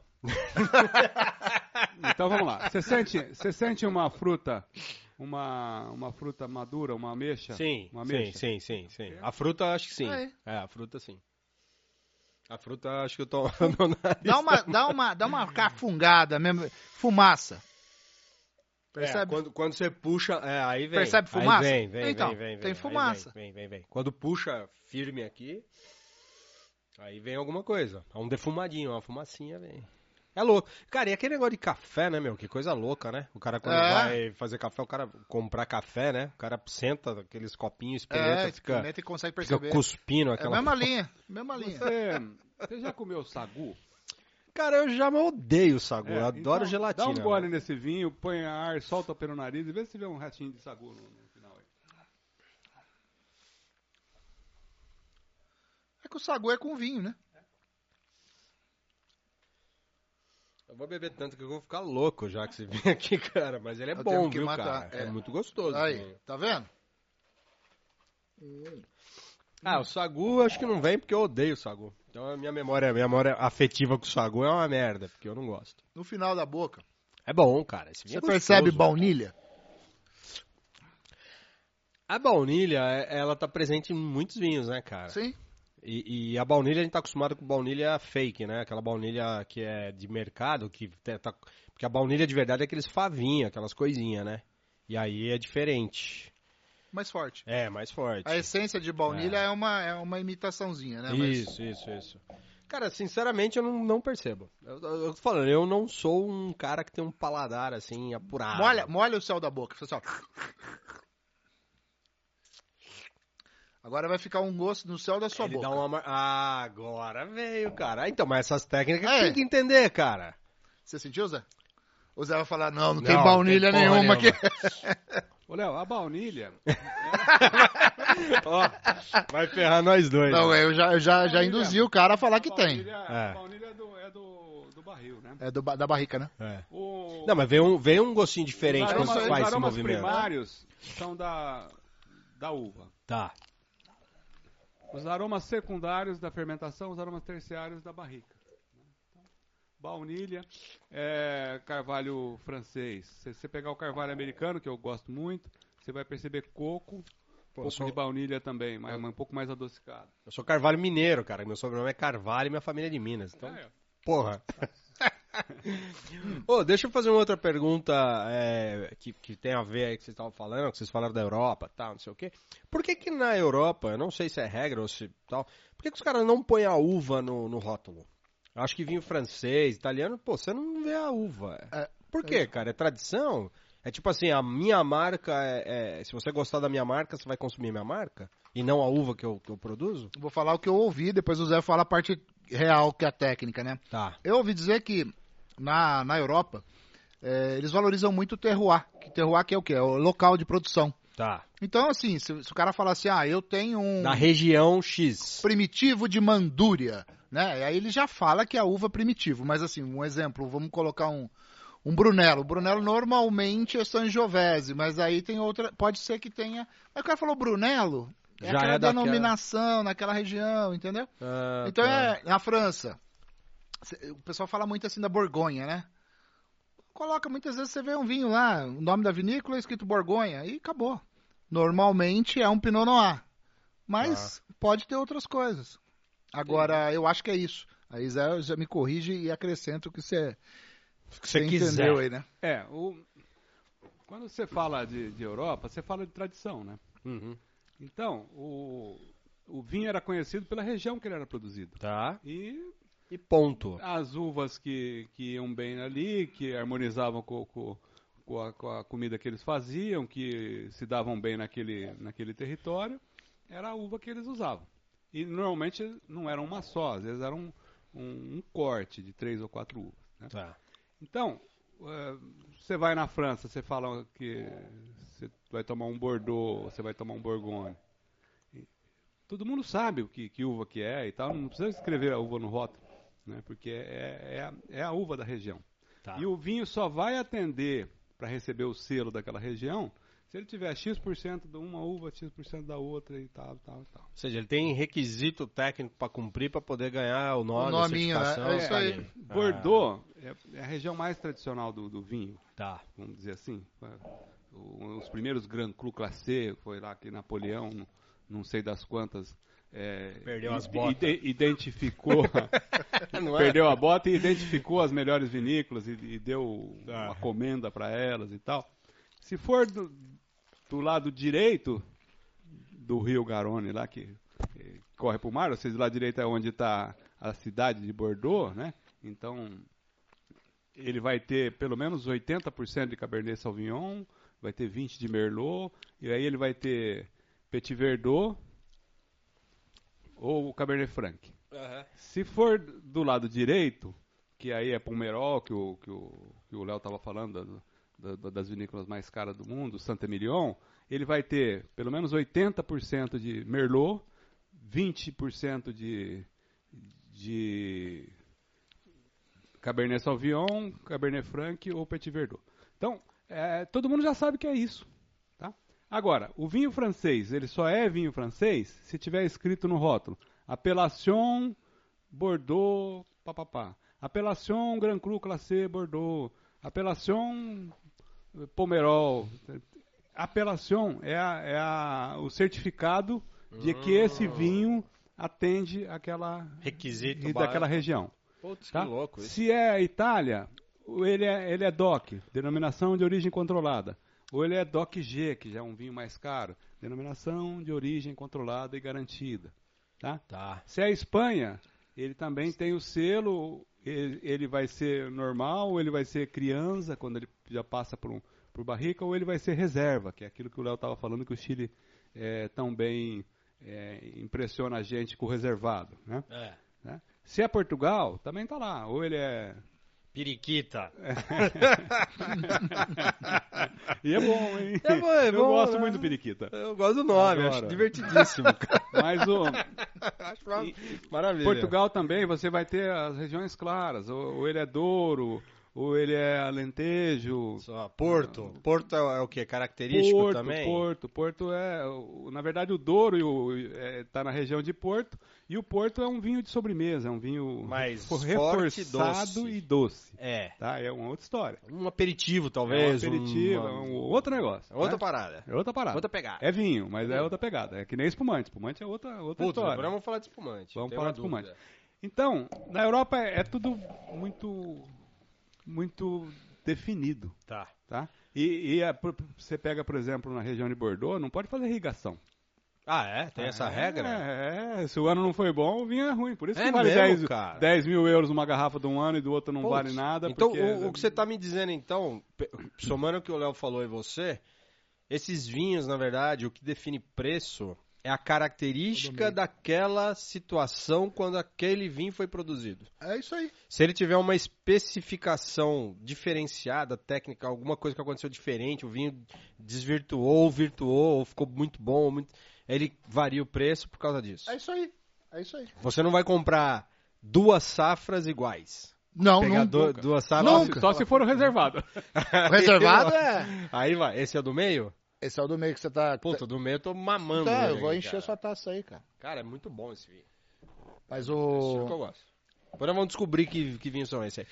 Speaker 3: Então vamos lá. Você sente, você sente uma fruta, uma, uma fruta madura, uma ameixa?
Speaker 1: Sim,
Speaker 3: Tá. Uma
Speaker 1: sim,
Speaker 3: ameixa?
Speaker 1: sim, sim, sim. A fruta acho que sim.
Speaker 2: Ah, é?
Speaker 1: É, a fruta sim. A fruta acho que eu tô no nariz.
Speaker 2: Dá uma, dá uma, dá uma cafungada mesmo. Fumaça.
Speaker 1: É,
Speaker 2: Percebe?
Speaker 1: quando, quando você puxa, é, aí vem.
Speaker 2: Percebe
Speaker 1: Aí
Speaker 2: fumaça?
Speaker 1: vem, vem,
Speaker 2: Então,
Speaker 1: vem, vem, vem,
Speaker 2: tem
Speaker 1: aí
Speaker 2: fumaça.
Speaker 1: Vem, vem, vem, vem. Quando puxa firme aqui, aí vem alguma coisa. É um defumadinho, uma fumacinha vem. É louco. Cara, e aquele negócio de café, né, meu? Que coisa louca, né? O cara quando
Speaker 2: É.
Speaker 1: vai fazer café, o cara comprar café, né? O cara senta aqueles copinhos, experimenta,
Speaker 2: é,
Speaker 1: fica,
Speaker 2: experimenta e consegue
Speaker 1: fica
Speaker 2: perceber.
Speaker 1: cuspindo
Speaker 2: É a
Speaker 1: aquela
Speaker 2: mesma linha. Mesma linha.
Speaker 3: Você, você já comeu sagu?
Speaker 1: Cara, eu já odeio sagu,
Speaker 2: É,
Speaker 1: eu adoro
Speaker 3: então,
Speaker 1: gelatina. né?
Speaker 3: Dá um gole nesse vinho, põe ar, solta pelo nariz e vê se tiver um ratinho de sagu no, no final. aí.
Speaker 2: É que o sagu é com vinho, né?
Speaker 1: Eu vou beber tanto que eu vou ficar louco já que você vem aqui, cara. Mas ele é
Speaker 2: Eu
Speaker 1: bom,
Speaker 2: tenho que
Speaker 1: viu,
Speaker 2: matar,
Speaker 1: cara? É.
Speaker 2: é.
Speaker 1: muito gostoso. assim. né?
Speaker 2: Aí,
Speaker 1: também.
Speaker 2: tá vendo?
Speaker 1: Ah, o sagu acho que não vem porque eu odeio o sagu. Então a minha memória, a minha memória afetiva com o sagu é uma merda, porque eu não gosto.
Speaker 2: No final da boca.
Speaker 1: É bom, cara. Esse vinho
Speaker 2: Você
Speaker 1: é gostoso.
Speaker 2: percebe baunilha?
Speaker 1: A baunilha, é- ela tá presente em muitos vinhos, né, cara?
Speaker 2: Sim.
Speaker 1: E, e a baunilha, a gente tá acostumado com baunilha fake, né? Aquela baunilha que é de mercado, que te- tá... Porque a baunilha de verdade é aqueles favinhos, aquelas coisinhas, né? E aí é diferente.
Speaker 2: Mais forte.
Speaker 1: É, mais forte.
Speaker 2: A essência de baunilha é, uma, é uma imitaçãozinha, né? Mas-
Speaker 1: Isso, isso, isso. Cara, sinceramente, eu não, não percebo. Eu, eu- eu tô falando, eu não sou um cara que tem um paladar assim apurado.
Speaker 2: Molha, molha o céu da boca. faz assim, ó. Agora vai ficar um gosto no céu da sua
Speaker 1: Ele
Speaker 2: boca.
Speaker 1: dá uma. mar- Ah, agora veio, cara. Ah, Então, mas essas técnicas
Speaker 2: É.
Speaker 1: tem que entender, cara.
Speaker 2: Você sentiu, Zé? O Zé vai falar, não, não,
Speaker 1: Não,
Speaker 2: tem
Speaker 1: não
Speaker 2: baunilha
Speaker 1: tem porra
Speaker 2: nenhuma aqui.
Speaker 3: Ô, Léo, a baunilha,
Speaker 1: Ó, vai ferrar nós dois.
Speaker 2: Não, é. eu já, eu já, já
Speaker 3: Baunilha.
Speaker 2: induzi o cara a falar que
Speaker 3: a
Speaker 2: tem.
Speaker 3: baunilha,
Speaker 1: É.
Speaker 3: a baunilha é, do, é do, do barril, né?
Speaker 2: É do ba- da barrica, né?
Speaker 1: É.
Speaker 3: O-
Speaker 1: Não, mas vem um, vem um gostinho
Speaker 3: os
Speaker 1: diferente quando
Speaker 3: aromas,
Speaker 1: você
Speaker 3: os
Speaker 1: faz esse
Speaker 3: aromas
Speaker 1: movimento.
Speaker 3: primários são da, da uva.
Speaker 1: Tá.
Speaker 3: Os aromas secundários da fermentação, os aromas terciários da barrica. né? Então, baunilha, é, carvalho francês. Se você pegar o carvalho americano, que eu gosto muito, você vai perceber
Speaker 1: Pô, É.
Speaker 3: coco,
Speaker 1: eu,
Speaker 3: pouco
Speaker 1: sou,
Speaker 3: de baunilha também, mas um pouco mais adocicado.
Speaker 1: eu sou Carvalho Mineiro, cara. Meu sobrenome é Carvalho e minha família é de Minas. Então,
Speaker 3: Ah, é.
Speaker 1: Porra. Ô, deixa eu fazer uma outra pergunta é, que, que tem a ver aí que vocês estavam falando, que vocês falaram da Europa tal, não sei o quê. Por que que na Europa, eu não sei se é regra ou se tal, por que que os caras não põem a uva no, no rótulo? Eu acho que vinho francês, italiano, pô, você não vê a uva.
Speaker 2: É,
Speaker 1: por quê, cara? É tradição? É tipo assim, a minha marca, é, é- se você gostar da minha marca, você vai consumir minha marca? E não a uva que eu, que eu produzo?
Speaker 2: Vou falar o que eu ouvi, depois o Zé fala a parte real, que é a técnica, né?
Speaker 1: Tá.
Speaker 2: Eu ouvi dizer que na, na Europa eh, eles valorizam muito o terroir. Que terroir que é o quê? É o local de produção.
Speaker 1: Tá.
Speaker 2: Então, assim, se, se o cara falar assim, ah, eu tenho um
Speaker 1: Da região X.
Speaker 2: primitivo de Mandúria, né? E aí ele já fala que é a uva primitivo. Mas, assim, um exemplo, vamos colocar um, um Brunello. O Brunello normalmente é Sangiovese, mas aí tem outra, pode ser que tenha... Aí o cara falou Brunello, é
Speaker 1: Já
Speaker 2: aquela
Speaker 1: é daquela.
Speaker 2: denominação naquela região, entendeu?
Speaker 1: Ah,
Speaker 2: Então
Speaker 1: tá.
Speaker 2: é na França. cê- O pessoal fala muito assim da Borgonha, né? Coloca, muitas vezes você vê um vinho lá, o nome da vinícola é escrito Borgonha e acabou. Normalmente é um Pinot Noir. Mas
Speaker 1: Tá.
Speaker 2: pode ter outras coisas. Agora, eu acho que é isso. Aí Zé já me corrige e acrescenta o que você
Speaker 1: que você quiser.
Speaker 2: entendeu aí, né?
Speaker 3: É, o- quando você fala de, de Europa, você fala de tradição, né?
Speaker 1: Uhum.
Speaker 3: Então, o, o vinho era conhecido pela região que ele era produzido.
Speaker 1: Tá.
Speaker 3: E
Speaker 1: E ponto.
Speaker 3: as uvas que, que iam bem ali, que harmonizavam com, com- com a, com a comida que eles faziam, que se davam bem naquele, naquele território, era a uva que eles usavam. E normalmente não era uma só, às vezes era um, um- um corte de três ou quatro uvas. né?
Speaker 1: Tá.
Speaker 3: Então, eh, você vai na França, você fala que você vai tomar um Bordeaux, você vai tomar um Borgonha. E Todo mundo sabe o que, que uva que é e tal, não precisa escrever a uva no rótulo, né? Porque é, é, a, é a uva da região.
Speaker 1: Tá.
Speaker 3: E o vinho só vai atender para receber o selo daquela região se ele tiver X% de uma uva, X% da outra e tal, tal, tal.
Speaker 1: Ou seja, ele tem requisito técnico pra cumprir pra poder ganhar o nome,
Speaker 2: O nominho,
Speaker 1: a certificação.
Speaker 2: é- é isso aí.
Speaker 1: tá ali.
Speaker 3: Bordeaux é, é a região mais tradicional do- do vinho.
Speaker 1: Ah, tá.
Speaker 3: vamos dizer assim. eh, o- Os primeiros Grand Cru Classé, foi lá que Napoleão, não- não sei das quantas, eh,
Speaker 1: Perdeu as
Speaker 3: ide-
Speaker 1: botas.
Speaker 3: ide- identificou,
Speaker 1: Não é?
Speaker 3: perdeu a bota e identificou as melhores vinícolas e, e deu
Speaker 1: Tá.
Speaker 3: uma comenda para elas e tal. Se for do, do lado direito do Rio Garone, lá que eh, corre para o mar, ou seja, do lado direito é onde está a cidade de Bordeaux, né? Então, ele vai ter pelo menos 80% de Cabernet Sauvignon, vai ter 20% de Merlot, e aí ele vai ter Petit Verdot ou o Cabernet Franc. Se for do lado direito, que aí é Pomerol, que o que o que o Léo estava falando, da- da- das vinícolas mais caras do mundo, Santa Emilion, ele vai ter pelo menos 80% de Merlot, 20% de, de Cabernet Sauvignon, Cabernet Franc ou Petit Verdot. Então, é, todo mundo já sabe que é isso. Tá? Agora, o vinho francês, ele só é vinho francês se tiver escrito no rótulo Appellation Bordeaux, papapá. Appellation Grand Cru Classé Bordeaux. Appellation eh, Pomerol. Appellation é, a- é a- o certificado de que esse vinho atende aquela
Speaker 1: Requisito
Speaker 3: e daquela região.
Speaker 1: Putz,
Speaker 3: Tá?
Speaker 1: que louco isso.
Speaker 3: Se é Itália, ou ele é, ele é DOC, denominação de origem controlada. Ou ele é DOC G, que já é um vinho mais caro, denominação de origem controlada e garantida. Tá?
Speaker 1: Tá.
Speaker 3: Se é Espanha, ele também tem o selo, ele, ele vai ser normal, ou ele vai ser criança, quando ele já passa por, um, por barrica, ou ele vai ser reserva, que é aquilo que o Léo estava falando, que o Chile eh, tão bem eh, impressiona a gente com o reservado. Né?
Speaker 1: É.
Speaker 3: né? Se é Portugal, também está lá. Ou ele é.
Speaker 1: Periquita.
Speaker 3: E é bom, hein?
Speaker 1: É bom, é
Speaker 3: Eu
Speaker 1: bom,
Speaker 3: gosto
Speaker 1: né?
Speaker 3: muito do periquita.
Speaker 1: Eu gosto do nome,
Speaker 3: Adoro.
Speaker 1: acho divertidíssimo. cara.
Speaker 3: Mas o
Speaker 1: acho uma... Maravilha.
Speaker 3: Portugal também, você vai ter as regiões claras. Ou, ou ele é Douro, ou ele é alentejo.
Speaker 1: Só Porto. Porto é o que? Característico
Speaker 3: Porto,
Speaker 1: também?
Speaker 3: Porto, Porto é, o- na verdade o Douro e o- é, tá na região de Porto e o Porto é um vinho de sobremesa, é um vinho
Speaker 1: Mais
Speaker 3: fo-
Speaker 1: forte e
Speaker 3: reforçado
Speaker 1: doce.
Speaker 3: e doce,
Speaker 1: É.
Speaker 3: tá? É uma outra história.
Speaker 1: Um aperitivo,
Speaker 3: É um
Speaker 1: talvez.
Speaker 3: aperitivo,
Speaker 1: uma-
Speaker 3: é um outro negócio.
Speaker 1: É outra
Speaker 3: né?
Speaker 1: parada.
Speaker 3: É outra parada.
Speaker 1: Outra pegada.
Speaker 3: É vinho, mas é outra pegada. É que nem espumante. Espumante é outra, outra
Speaker 1: Puta,
Speaker 3: história.
Speaker 1: agora um- vamos falar de espumante.
Speaker 3: Vamos
Speaker 1: tem
Speaker 3: falar
Speaker 1: uma
Speaker 3: de espumante.
Speaker 1: dúvida.
Speaker 3: Então, na Europa é é tudo muito, muito definido,
Speaker 1: Tá.
Speaker 3: tá? E, e a- por- você pega, por exemplo, na região de Bordeaux, não pode fazer irrigação.
Speaker 1: Ah, é? Tem essa
Speaker 3: É,
Speaker 1: regra?
Speaker 3: É, se o ano não foi bom, o vinho é ruim. Por isso
Speaker 1: É
Speaker 3: que vale
Speaker 1: mesmo,
Speaker 3: 10,
Speaker 1: cara?
Speaker 3: 10 mil euros uma garrafa de um ano e do outro não
Speaker 1: Putz,
Speaker 3: vale nada.
Speaker 1: Então,
Speaker 3: porque-
Speaker 1: o, o que você tá me dizendo, então, pe- somando o que o Léo falou e você, esses vinhos, na verdade, o que define preço é a característica daquela situação quando aquele vinho foi produzido.
Speaker 2: É isso aí.
Speaker 1: Se ele tiver uma especificação diferenciada, técnica, alguma coisa que aconteceu diferente, o vinho desvirtuou, ou virtuou, ou ficou muito bom, ou muito... ele varia o preço por causa disso.
Speaker 2: É isso aí. É isso aí.
Speaker 1: Você não vai comprar duas safras iguais.
Speaker 2: Não,
Speaker 1: Pegar
Speaker 2: não.
Speaker 1: du-
Speaker 3: nunca.
Speaker 1: duas safras.
Speaker 3: Só se-
Speaker 2: Nunca.
Speaker 3: Só se for o reservado.
Speaker 1: Aí
Speaker 2: Reservado
Speaker 1: vai.
Speaker 2: é.
Speaker 1: Aí vai, esse é do meio?
Speaker 2: Esse é o do meio que você tá.
Speaker 1: Puta, o do meio eu tô mamando.
Speaker 2: tá,
Speaker 1: hoje
Speaker 2: eu vou
Speaker 1: aqui,
Speaker 2: encher
Speaker 1: cara.
Speaker 2: sua taça aí, cara.
Speaker 1: Cara, é muito bom esse vinho.
Speaker 2: Mas
Speaker 1: Esse é o que eu
Speaker 2: o.
Speaker 1: gosto. Agora vamos descobrir que, que vinho são esses aí.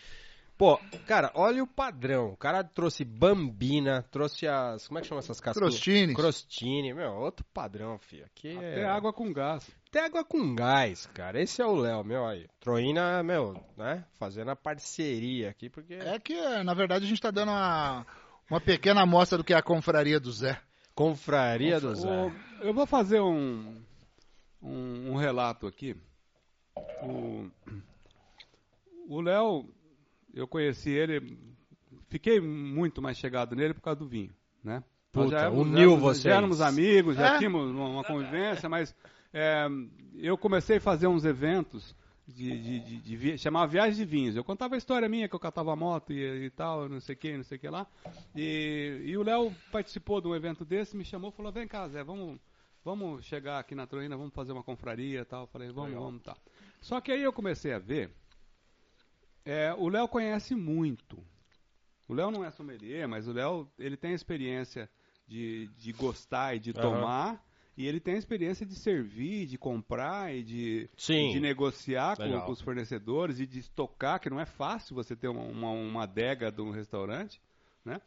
Speaker 1: Pô, cara, olha o padrão. O cara trouxe bambina, trouxe as. Como é que chama essas cascas?
Speaker 2: Crostines.
Speaker 1: Crostine, meu, outro padrão, filho. Aqui
Speaker 3: É.
Speaker 1: é.
Speaker 3: água com gás.
Speaker 1: Até água com gás, cara. Esse é o Léo, meu aí. Troína, meu, né? Fazendo a parceria aqui, porque.
Speaker 2: É que, na verdade, a gente tá dando uma, uma pequena amostra do que é a confraria do Zé.
Speaker 1: Confraria do Zé.
Speaker 3: O- eu vou fazer um, um, um relato aqui. O o Léo, eu conheci ele, fiquei muito mais chegado nele por causa do vinho, né? Nós
Speaker 1: Puta,
Speaker 3: já éramos-
Speaker 1: uniu
Speaker 3: já éramos-
Speaker 1: vocês.
Speaker 3: Já éramos amigos, já
Speaker 2: É?
Speaker 3: tínhamos uma uma convivência, mas é, eu comecei a fazer uns eventos de, de, de, de vi- chamava Viagem de Vinhos. Eu contava a história minha, que eu catava moto e, e tal, não sei o que, não sei o que lá. E, e o Léo participou de um evento desse, me chamou e falou, vem cá, Zé, vamos, vamos chegar aqui na Troina, vamos fazer uma confraria e tal. Eu Falei, vamos, vamos, tá. Só que aí eu comecei a ver, é, o Léo conhece muito. O Léo não é sommelier, mas o Léo, ele tem a experiência de, de gostar e de
Speaker 1: Aham.
Speaker 3: tomar, e ele tem a experiência de servir, de comprar e de
Speaker 1: Sim.
Speaker 3: de negociar com,
Speaker 1: Legal.
Speaker 3: com os fornecedores e de estocar, que não é fácil você ter uma, uma, uma adega de um restaurante, né?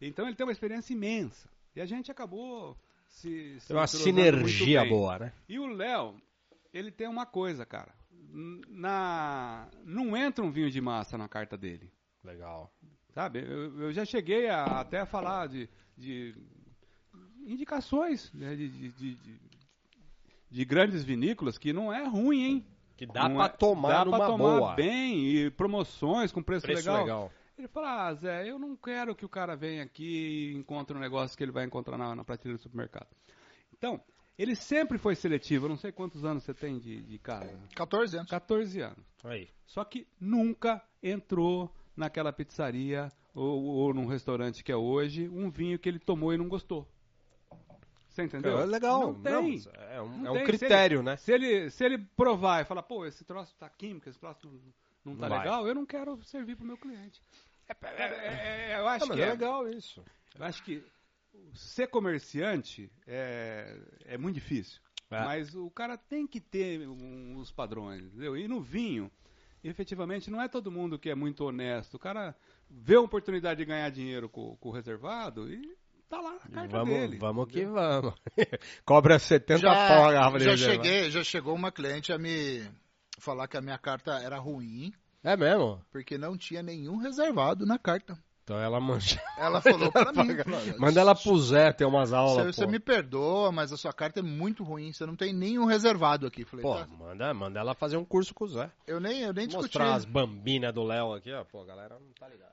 Speaker 3: Então ele tem uma experiência imensa. E a gente acabou se, se
Speaker 1: Tem uma
Speaker 3: entrosando
Speaker 1: sinergia
Speaker 3: muito bem.
Speaker 1: boa, né?
Speaker 3: E o Léo, ele tem uma coisa, cara. N- Na, não entra um vinho de massa na carta dele.
Speaker 1: Legal.
Speaker 3: Sabe, eu, eu já cheguei a, até a falar de, de indicações né, de, de- de- de- de grandes vinícolas que não é ruim, hein?
Speaker 1: Que dá
Speaker 3: Não
Speaker 1: pra
Speaker 3: é-
Speaker 1: tomar
Speaker 3: dá
Speaker 1: numa
Speaker 3: pra tomar
Speaker 1: boa.
Speaker 3: bem e promoções com preço,
Speaker 1: Preço
Speaker 3: legal.
Speaker 1: legal.
Speaker 3: Ele fala, ah, Zé, eu não quero que o cara venha aqui e encontre um negócio que ele vai encontrar na, na prateleira do supermercado. Então, ele sempre foi seletivo. Eu não sei quantos anos você tem de, de casa.
Speaker 2: 14 anos.
Speaker 3: 14 anos.
Speaker 1: Aí.
Speaker 3: Só que nunca entrou naquela pizzaria ou, ou num restaurante que é hoje um vinho que ele tomou e não gostou. Você entendeu?
Speaker 1: É legal.
Speaker 3: Não tem.
Speaker 1: Não, é um,
Speaker 3: Não
Speaker 1: é um
Speaker 3: tem.
Speaker 1: critério, né?
Speaker 3: Se ele, se ele provar e falar, pô, esse troço tá químico, esse troço não, não tá
Speaker 1: Vai.
Speaker 3: legal, eu não quero servir pro meu cliente. É, é, é, eu acho
Speaker 1: Ah, mas
Speaker 3: que
Speaker 1: é
Speaker 3: é.
Speaker 1: legal isso.
Speaker 3: Eu acho que ser comerciante é, é muito difícil.
Speaker 1: É.
Speaker 3: Mas o cara tem que ter um- uns padrões, entendeu? E no vinho, efetivamente, não é todo mundo que é muito honesto. O cara vê uma oportunidade de ganhar dinheiro com, com o reservado e tá lá na carta
Speaker 1: vamos,
Speaker 3: dele.
Speaker 1: vamos que vamos. Cobra 70 pau a garrafa de
Speaker 2: já
Speaker 1: reserva.
Speaker 2: cheguei, já chegou uma cliente a me falar que a minha carta era ruim,
Speaker 1: É mesmo?
Speaker 2: porque não tinha nenhum reservado na carta.
Speaker 1: Então ela manja.
Speaker 2: Ela falou pra mim. falou,
Speaker 1: Manda ela pro Zé ter umas
Speaker 2: Você,
Speaker 1: aulas.
Speaker 2: você
Speaker 1: pô.
Speaker 2: me perdoa, mas a sua carta é muito ruim. Você não tem nenhum reservado aqui. Falei,
Speaker 1: Pô,
Speaker 2: tá,
Speaker 1: manda, manda ela fazer um curso com o Zé.
Speaker 2: eu nem, eu nem discuti.
Speaker 1: Mostrar as bambinas do Léo aqui, ó. Pô, a galera não tá ligada.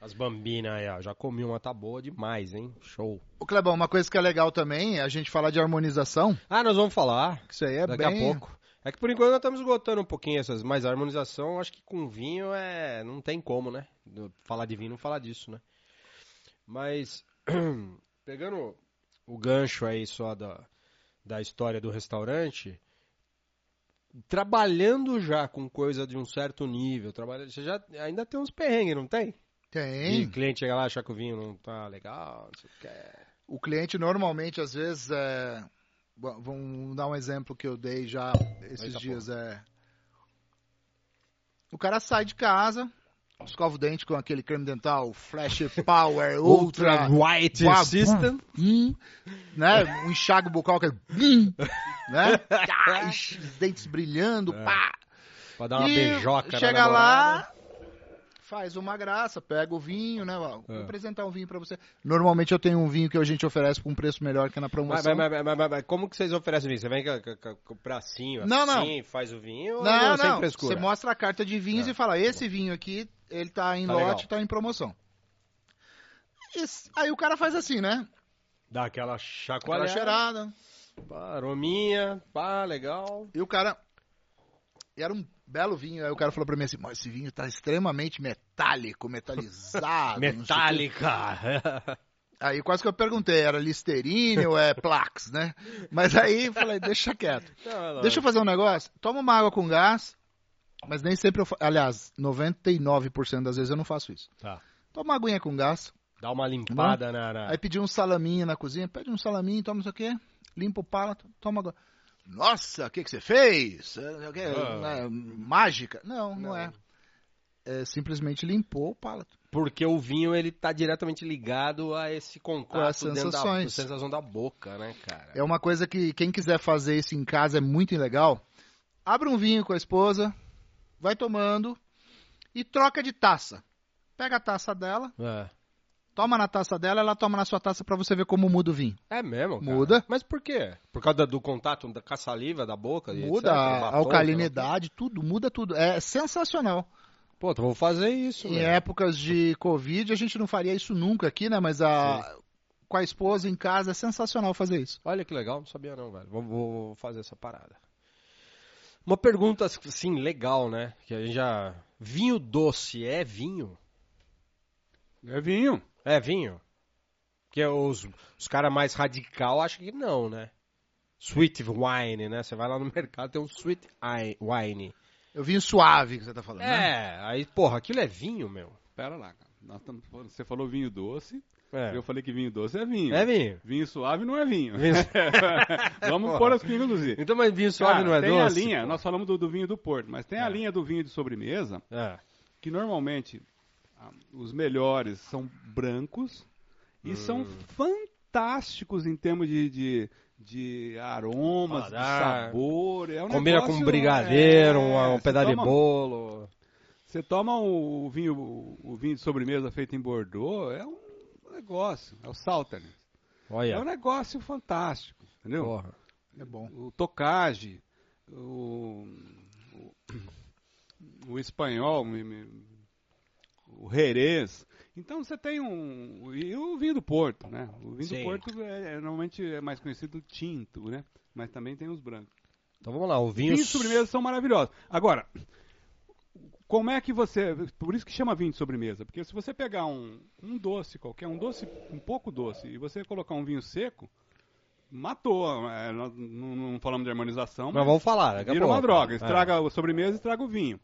Speaker 1: As bambinas aí, ó. Já comi uma, tá boa demais, hein? Show.
Speaker 2: Ô, Clebão, uma coisa que é legal também é a gente falar de harmonização.
Speaker 1: Ah, nós vamos falar.
Speaker 2: Que isso aí é
Speaker 1: daqui
Speaker 2: bem...
Speaker 1: a pouco. É que por enquanto nós estamos esgotando um pouquinho essas, mas a harmonização, acho que com vinho é, não tem como, né? Do- Falar de vinho, não falar disso, né? Mas pegando o gancho aí só da, da história do restaurante, trabalhando já com coisa de um certo nível, trabalha, você já ainda tem uns perrengues, não tem? E o
Speaker 2: Tem.
Speaker 1: cliente chega lá e achar que o vinho não tá legal, não sei o que. é.
Speaker 2: O cliente normalmente, às vezes, é... bom, vamos dar um exemplo que eu dei já esses
Speaker 1: Eita
Speaker 2: dias. É... O cara sai de casa, escova o dente com aquele creme dental Flash Power Ultra,
Speaker 1: White
Speaker 2: Uau,
Speaker 1: System.
Speaker 2: hum, né? Um enxago bucal que é, hum, né? Ah, ixi, os dentes brilhando,
Speaker 1: É.
Speaker 2: pá.
Speaker 1: Pra dar uma
Speaker 2: E
Speaker 1: beijoca na
Speaker 2: Chega
Speaker 1: namorada.
Speaker 2: lá, faz uma graça, pega o vinho, né? ó,
Speaker 1: É.
Speaker 2: Vou apresentar um vinho pra você. Normalmente eu tenho um vinho que a gente oferece por um preço melhor que na
Speaker 1: Mas,
Speaker 2: promoção.
Speaker 1: mas, mas, mas, mas- mas como que vocês oferecem vinho? Você vem com, com- com- com o bracinho
Speaker 2: Não, não.
Speaker 1: assim, faz o vinho ou
Speaker 2: não,
Speaker 1: sem
Speaker 2: não.
Speaker 1: frescura?
Speaker 2: Você mostra a carta de vinhos
Speaker 1: É.
Speaker 2: e fala: esse vinho aqui, ele tá em
Speaker 1: Tá
Speaker 2: lote,
Speaker 1: legal.
Speaker 2: tá em promoção. E s- aí o cara faz assim, né?
Speaker 1: Dá aquela
Speaker 2: Com a
Speaker 1: chacoalhada.
Speaker 2: cheirada.
Speaker 1: Pá, Arominha, pá, legal.
Speaker 2: E o cara. E era um belo vinho. Aí o cara falou pra mim assim: "Mas esse vinho tá extremamente metálico, metalizado. Ah, não sei o quê."
Speaker 1: Metálica.
Speaker 2: Aí quase que eu perguntei, era Listerine ou é Plax, né? Mas aí eu falei, deixa quieto. Deixa eu fazer um negócio. Toma uma água com gás, mas nem sempre eu fa... Aliás, 99% das vezes eu não faço isso.
Speaker 1: Tá. É.
Speaker 2: Toma uma aguinha com gás,
Speaker 1: Dá uma limpada na... na-
Speaker 2: aí pedi um salaminho na cozinha, pede um salaminho, toma não sei o quê, limpa o palato, toma água. Nossa, o que, que você fez? É, não sei o quê,
Speaker 1: Ah.
Speaker 2: né, Mágica? Não, não,
Speaker 1: Não.
Speaker 2: é. é. Simplesmente limpou o palato.
Speaker 1: Porque o vinho, ele tá diretamente ligado a esse
Speaker 2: Com
Speaker 1: contato
Speaker 2: as
Speaker 1: dentro da
Speaker 2: sensações.
Speaker 1: sensação da boca, né, cara?
Speaker 2: É uma coisa que quem quiser fazer isso em casa é muito legal. Abre um vinho com a esposa, vai tomando e troca de taça. Pega a taça dela,
Speaker 1: É.
Speaker 2: toma na taça dela, ela toma na sua taça pra você ver como muda o vinho.
Speaker 1: É mesmo, cara?
Speaker 2: Muda.
Speaker 1: Mas por quê? Por causa do contato da, com a saliva, da boca? e
Speaker 2: Muda
Speaker 1: etc,
Speaker 2: a
Speaker 1: batom,
Speaker 2: alcalinidade, tudo, muda tudo. É sensacional.
Speaker 1: sei lá. Pô, então vou fazer isso,
Speaker 2: Em
Speaker 1: velho.
Speaker 2: épocas de Covid, a gente não faria isso nunca aqui, né? Mas a- com a esposa em casa é sensacional fazer isso.
Speaker 1: Olha que legal, não sabia não, velho. Vou, vou- vou fazer essa parada. Uma pergunta, assim, legal, né? Que a gente já... Vinho doce é vinho?
Speaker 3: É vinho.
Speaker 1: É vinho? Porque os, os caras mais radical acham que não, né? Sweet wine, né? Você vai lá no mercado tem um sweet ai- wine.
Speaker 2: Eu É vinho suave que você tá falando, né?
Speaker 1: É, aí, porra, aquilo é vinho, meu.
Speaker 3: Pera lá, cara. Nós tamo falando- você falou vinho doce.
Speaker 1: É,
Speaker 3: Eu falei que vinho doce é vinho.
Speaker 1: é vinho.
Speaker 3: Vinho suave não é vinho.
Speaker 1: Vinho-
Speaker 3: Vamos
Speaker 1: Porra.
Speaker 3: pôr as pingas nos i.
Speaker 1: Então, mas vinho suave
Speaker 3: Cara,
Speaker 1: não é
Speaker 3: tem
Speaker 1: doce?
Speaker 3: a linha, nós falamos do, do vinho do Porto, mas tem a
Speaker 1: É.
Speaker 3: linha do vinho de sobremesa,
Speaker 1: É.
Speaker 3: que normalmente ah, os melhores são brancos e
Speaker 1: Hum.
Speaker 3: são fantásticos em termos de, de, de aromas, de
Speaker 1: Paladar.
Speaker 3: sabor. É um
Speaker 1: Combina com
Speaker 3: negócio-
Speaker 1: um brigadeiro,
Speaker 3: é,
Speaker 1: um, um
Speaker 3: você
Speaker 1: pedaço de
Speaker 3: toma-
Speaker 1: bolo.
Speaker 3: Você toma o vinho, o vinho de sobremesa feito em Bordeaux, é um negócio, é o Saltern. É um
Speaker 1: Olha,
Speaker 3: negócio fantástico, entendeu?
Speaker 1: porra.
Speaker 2: É bom.
Speaker 3: o Tocage, o, o, o espanhol, me- me- o Jerez. Então você tem um. E o vinho do Porto, né? O vinho
Speaker 1: Sim.
Speaker 3: do Porto é, é- normalmente é mais conhecido tinto, né? Mas também tem os brancos.
Speaker 1: Então vamos lá, o vinho...
Speaker 3: Vinhos de sobremesa são maravilhosos. Agora, como é que você. Por isso que chama vinho de sobremesa. Porque se você pegar um, um doce qualquer, um doce um pouco doce, e você colocar um vinho seco, matou. É, nós não, não falamos de harmonização,
Speaker 1: Mas vamos falar, daqui a
Speaker 3: Vira uma
Speaker 1: pouco.
Speaker 3: droga,
Speaker 1: É.
Speaker 3: estraga a sobremesa e estraga o vinho.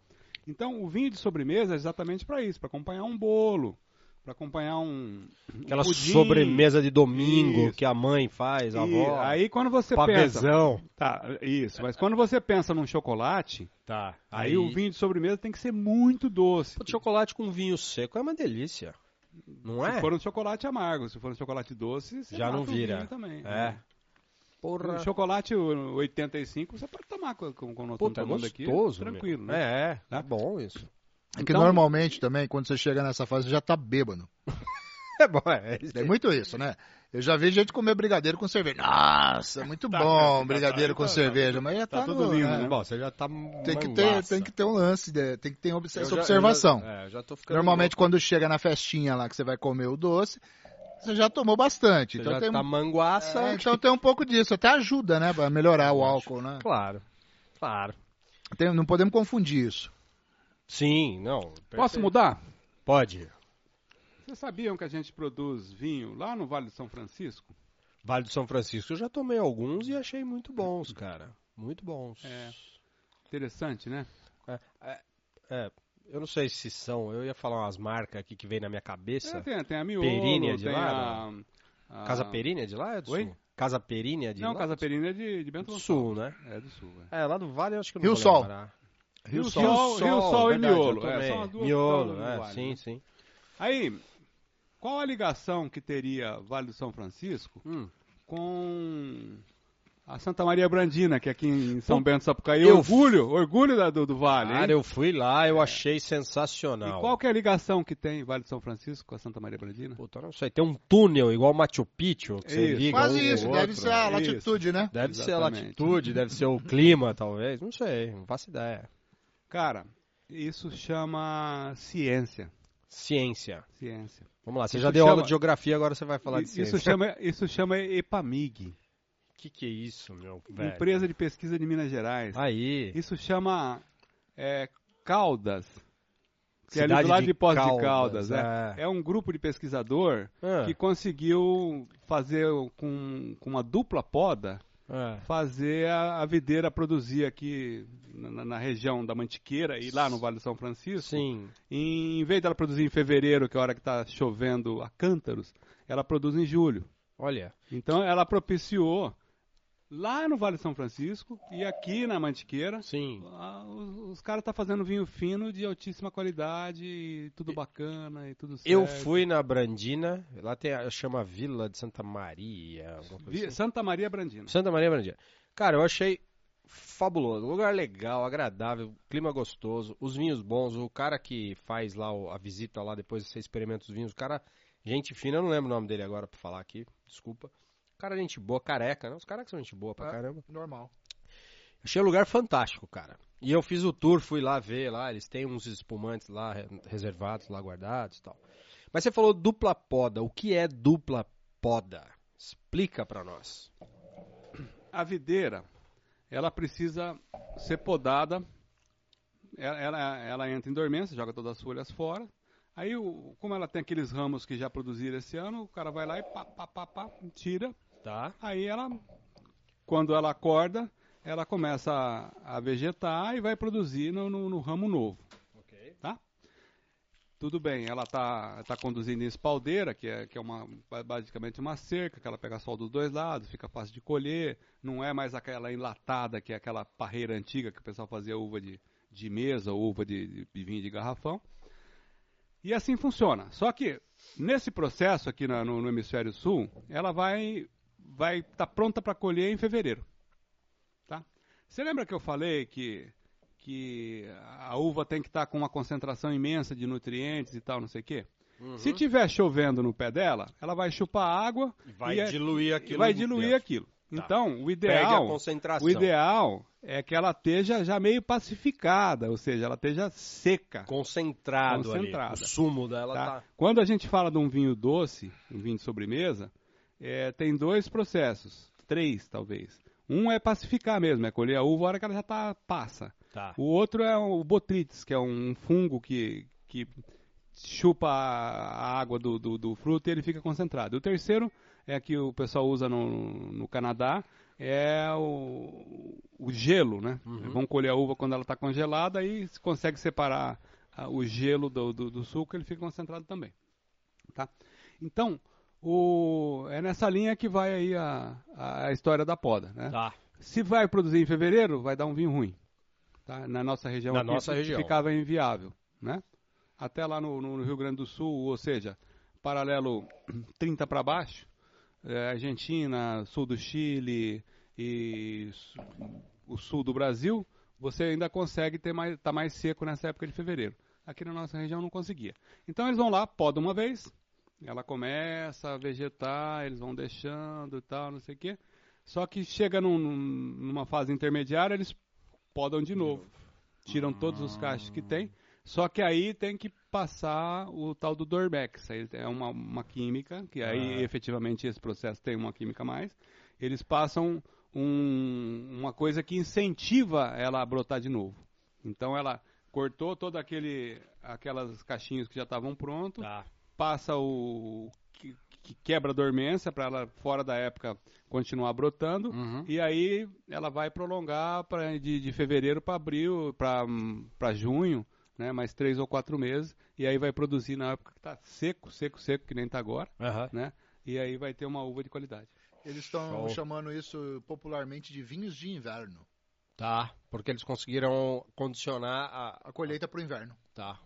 Speaker 3: Então, o vinho de sobremesa é exatamente para isso, para acompanhar um bolo, para acompanhar um um
Speaker 1: Aquela
Speaker 3: pudim.
Speaker 1: sobremesa de domingo
Speaker 3: Isso.
Speaker 1: que a mãe faz, a
Speaker 3: E
Speaker 1: avó.
Speaker 3: aí quando você pensa,
Speaker 1: pavezão.
Speaker 3: tá, isso, mas quando você pensa num chocolate,
Speaker 1: Tá.
Speaker 3: aí, o vinho de sobremesa tem que ser muito doce.
Speaker 1: Pô, de chocolate com vinho seco é uma delícia. Não
Speaker 3: Se
Speaker 1: é?
Speaker 3: for um chocolate amargo, se for um chocolate doce, você
Speaker 1: Já
Speaker 3: mata
Speaker 1: não
Speaker 3: o
Speaker 1: vira.
Speaker 3: vinho também. né?
Speaker 1: É.
Speaker 3: Um chocolate 85 você pode tomar com, com, com nós
Speaker 1: Puta, é
Speaker 3: estamos tomando
Speaker 1: gostoso.
Speaker 3: aqui, tranquilo,
Speaker 1: meu.
Speaker 3: né?
Speaker 1: É, é.
Speaker 3: Tá?
Speaker 1: É bom isso.
Speaker 2: É que
Speaker 3: Então-
Speaker 2: normalmente também, quando você chega nessa fase, já tá bêbado.
Speaker 1: É bom, é.
Speaker 2: Tem muito isso, né? Eu já vi gente comer brigadeiro com cerveja. Nossa, é muito
Speaker 3: Tá,
Speaker 2: bom
Speaker 3: tá,
Speaker 2: brigadeiro
Speaker 3: tá,
Speaker 2: com
Speaker 3: tá,
Speaker 2: cerveja, mas já tá,
Speaker 3: tá tudo
Speaker 2: no-
Speaker 3: lindo,
Speaker 2: né?
Speaker 3: né?
Speaker 1: Bom, você já tá
Speaker 2: Tem que, ter, tem que ter um lance, né? tem que ter obs- essa
Speaker 1: Eu
Speaker 2: observação.
Speaker 1: já, é, eu já tô ficando
Speaker 2: Normalmente,
Speaker 1: louco.
Speaker 2: quando chega na festinha lá que você vai comer o doce, você já tomou bastante.
Speaker 1: Você
Speaker 2: Então
Speaker 1: já
Speaker 2: tem,
Speaker 1: tá
Speaker 2: um-
Speaker 1: manguaça.
Speaker 2: é, então tem um pouco disso. Até ajuda, né? Pra melhorar o álcool, né?
Speaker 1: Claro. Claro.
Speaker 2: Tem- não podemos confundir isso.
Speaker 1: Sim, não.
Speaker 3: Posso
Speaker 1: perfeito.
Speaker 3: mudar?
Speaker 1: Pode.
Speaker 3: Vocês sabiam que a gente produz vinho lá no Vale de São Francisco?
Speaker 1: Vale do São Francisco, eu já tomei alguns e achei muito bons, cara. Muito bons.
Speaker 3: É. Interessante, né?
Speaker 1: É, eu não sei se são, eu ia falar umas marcas aqui que vem na minha cabeça.
Speaker 3: É, tem, tem a Miolo,
Speaker 1: Perini é de
Speaker 3: tem
Speaker 1: lá,
Speaker 3: a, a-
Speaker 1: Casa Perini é de lá? É do
Speaker 3: Oi?
Speaker 1: Sul? Casa Perini é de
Speaker 3: Não,
Speaker 1: lá?
Speaker 3: Casa Perini é de, de Bento
Speaker 1: do
Speaker 3: Gonçalves.
Speaker 1: Sul, né?
Speaker 3: É do Sul, é.
Speaker 1: É, lá do Vale eu acho que eu não
Speaker 2: Rio
Speaker 1: vou
Speaker 2: Sol.
Speaker 1: lembrar.
Speaker 3: Rio
Speaker 1: Rio
Speaker 3: Sol,
Speaker 1: Sol,
Speaker 3: Rio Sol e
Speaker 1: verdade, eu
Speaker 3: Miolo, é,
Speaker 1: tomei.
Speaker 3: são as duas
Speaker 1: Miolo,
Speaker 3: que estão
Speaker 1: é,
Speaker 3: no Vale,
Speaker 1: sim,
Speaker 3: né?
Speaker 1: sim.
Speaker 3: Aí, qual a ligação que teria Vale do São Francisco
Speaker 1: Hum.
Speaker 3: com a Santa Maria Brandina, que é aqui em São
Speaker 1: Pô,
Speaker 3: Bento do Sapucaí?
Speaker 1: eu-
Speaker 3: Orgulho, orgulho da- do, do Vale, hein?
Speaker 1: Cara, eu fui lá, eu achei
Speaker 3: É. E
Speaker 1: sensacional.
Speaker 3: qual que é a ligação que tem Vale do São Francisco com a Santa Maria Brandina?
Speaker 1: Puta, não sei, tem um túnel igual Machu Picchu, que você
Speaker 3: Isso.
Speaker 1: liga
Speaker 2: Quase
Speaker 1: um ao
Speaker 2: isso,
Speaker 1: outro.
Speaker 2: deve ser a
Speaker 3: isso.
Speaker 2: latitude, né?
Speaker 1: Deve ser a
Speaker 3: Exatamente.
Speaker 1: latitude, deve ser o clima, talvez, não sei, não faço ideia.
Speaker 3: Cara, isso chama ciência.
Speaker 1: Ciência.
Speaker 3: Ciência.
Speaker 1: Vamos lá, você
Speaker 3: Isso
Speaker 1: já deu aula
Speaker 3: chama-
Speaker 1: de geografia, agora você vai falar de
Speaker 3: I-
Speaker 1: ciência.
Speaker 3: isso, chama, isso chama EPAMIG,
Speaker 1: Que que é isso, meu velho?
Speaker 3: Empresa de Pesquisa de Minas Gerais.
Speaker 1: Aí,
Speaker 3: Isso chama é, Caldas, que é ali
Speaker 1: Cidade
Speaker 3: do lado
Speaker 1: de
Speaker 3: de Poços de
Speaker 1: Caldas,
Speaker 3: Caldas. né?
Speaker 1: é.
Speaker 3: É. um grupo de pesquisador
Speaker 1: Ah,
Speaker 3: que conseguiu fazer com, com uma dupla poda,
Speaker 1: ah.
Speaker 3: fazer a, a videira produzir aqui na, na- na região da Mantiqueira e lá no Vale do São Francisco.
Speaker 1: sim,
Speaker 3: Em, em vez dela produzir em fevereiro, que é a hora que está chovendo a cântaros, ela produz em julho.
Speaker 1: olha,
Speaker 3: Então ela propiciou lá no Vale de São Francisco e aqui na Mantiqueira.
Speaker 1: sim.
Speaker 3: ah, Os, os caras tá fazendo vinho fino de altíssima qualidade, e tudo bacana e tudo certo.
Speaker 1: Eu fui na Brandina, lá tem a, chama Vila de Santa Maria, alguma coisa
Speaker 3: Vi-
Speaker 1: assim.
Speaker 3: Santa Maria Brandina.
Speaker 1: Santa Maria Brandina. Cara, eu achei fabuloso. Lugar legal, agradável, clima gostoso, os vinhos bons. O cara que faz lá o- a visita lá, depois você experimenta os vinhos. O cara, gente fina, eu não lembro o nome dele agora pra falar aqui, desculpa. O cara, gente boa, careca, né? Os caras que são gente boa pra
Speaker 2: É.
Speaker 1: caramba.
Speaker 2: Normal.
Speaker 1: Achei o lugar fantástico, cara. E eu fiz o tour, fui lá ver lá, eles têm uns espumantes lá re- reservados, lá guardados e tal. Mas você falou dupla poda. O que é dupla poda? Explica pra nós.
Speaker 3: A videira, ela precisa ser podada. Ela, ela- ela entra em dormência, joga todas as folhas fora. Aí, o- como ela tem aqueles ramos que já produziram esse ano, o cara vai lá e pá, pá, pá, pá, tira.
Speaker 1: Tá?
Speaker 3: Aí ela, quando ela acorda, ela começa a, a vegetar e vai produzir no, no- no ramo novo.
Speaker 1: Ok.
Speaker 3: Tudo bem, ela está tá conduzindo em espaldeira, que é, que é uma, ba- basicamente uma cerca, que ela pega sol dos dois lados, fica fácil de colher, não é mais aquela enlatada, que é aquela parreira antiga que o pessoal fazia uva de, de mesa, ou uva de, de, de vinho de garrafão. E assim funciona. Só que nesse processo aqui na- no, no hemisfério sul, ela vai vai estar pronta para colher em fevereiro. Tá? Você lembra que eu falei que que a uva tem que estar com uma concentração imensa de nutrientes e tal, não sei o quê? Se
Speaker 1: Uhum.
Speaker 3: tiver chovendo no pé dela, ela vai chupar água
Speaker 1: Vai
Speaker 3: e é-
Speaker 1: diluir
Speaker 3: e
Speaker 1: aquilo.
Speaker 3: vai diluir
Speaker 1: dentro.
Speaker 3: aquilo.
Speaker 1: Tá.
Speaker 3: Então, o
Speaker 1: Perde a
Speaker 3: ideal,
Speaker 1: concentração.
Speaker 3: o ideal é que ela esteja já meio pacificada, ou seja, ela esteja seca.
Speaker 1: Concentrado,
Speaker 3: Concentrada.
Speaker 1: ali. O sumo dela
Speaker 3: tá?
Speaker 1: tá.
Speaker 3: Quando a gente fala de um vinho doce, um vinho de sobremesa, é, tem dois processos, três talvez. Um é pacificar mesmo, é colher a uva a hora que ela já tá passa.
Speaker 1: Tá.
Speaker 3: O outro é o botrites, que é um fungo que, que chupa a água do, do, do fruto e ele fica concentrado. O terceiro é que o pessoal usa no, no Canadá, é o, o gelo, né?
Speaker 1: Uhum.
Speaker 3: Vão colher a uva quando ela está congelada e se consegue separar ah, o gelo do, do, do suco, ele fica concentrado também. Tá? Então, o, é nessa linha que vai aí a, a história da poda, né?
Speaker 1: Tá.
Speaker 3: Se vai produzir em fevereiro, vai dar um vinho ruim. tá? Na nossa região
Speaker 1: Na
Speaker 3: aqui,
Speaker 1: nossa
Speaker 3: fi-
Speaker 1: região.
Speaker 3: ficava inviável. Né? Até lá no, no- no Rio Grande do Sul, ou seja, paralelo 30 para baixo, eh, Argentina, sul do Chile e su- o sul do Brasil, você ainda consegue ter mais, tá mais seco nessa época de fevereiro. Aqui na nossa região não conseguia. Então eles vão lá, podam uma vez, ela começa a vegetar, eles vão deixando e tal, não sei o quê. Só que chega num- num- numa fase intermediária, eles podam de novo. Ah. Tiram todos os cachos que tem. Só que aí tem que passar o tal do Dormex. Aí é uma, uma química, que aí
Speaker 1: Ah.
Speaker 3: efetivamente esse processo tem uma química a mais. Eles passam um- uma coisa que incentiva ela a brotar de novo. Então ela cortou todo aquele aquelas caixinhas que já estavam prontos
Speaker 1: Tá.
Speaker 3: passa o qui- que quebra a dormência para ela, fora da época, continuar brotando.
Speaker 1: Uhum.
Speaker 3: E aí ela vai prolongar pra, de, de fevereiro para abril, para junho, né? Mais três ou quatro meses. E aí vai produzir na época que tá seco, seco, seco, que nem tá agora,
Speaker 1: Aham.
Speaker 3: né? E aí vai ter uma uva de qualidade.
Speaker 2: Eles estão
Speaker 1: Show.
Speaker 2: chamando isso popularmente de vinhos de inverno.
Speaker 1: Tá, porque eles conseguiram condicionar a,
Speaker 2: A colheita para o inverno.
Speaker 1: Tá.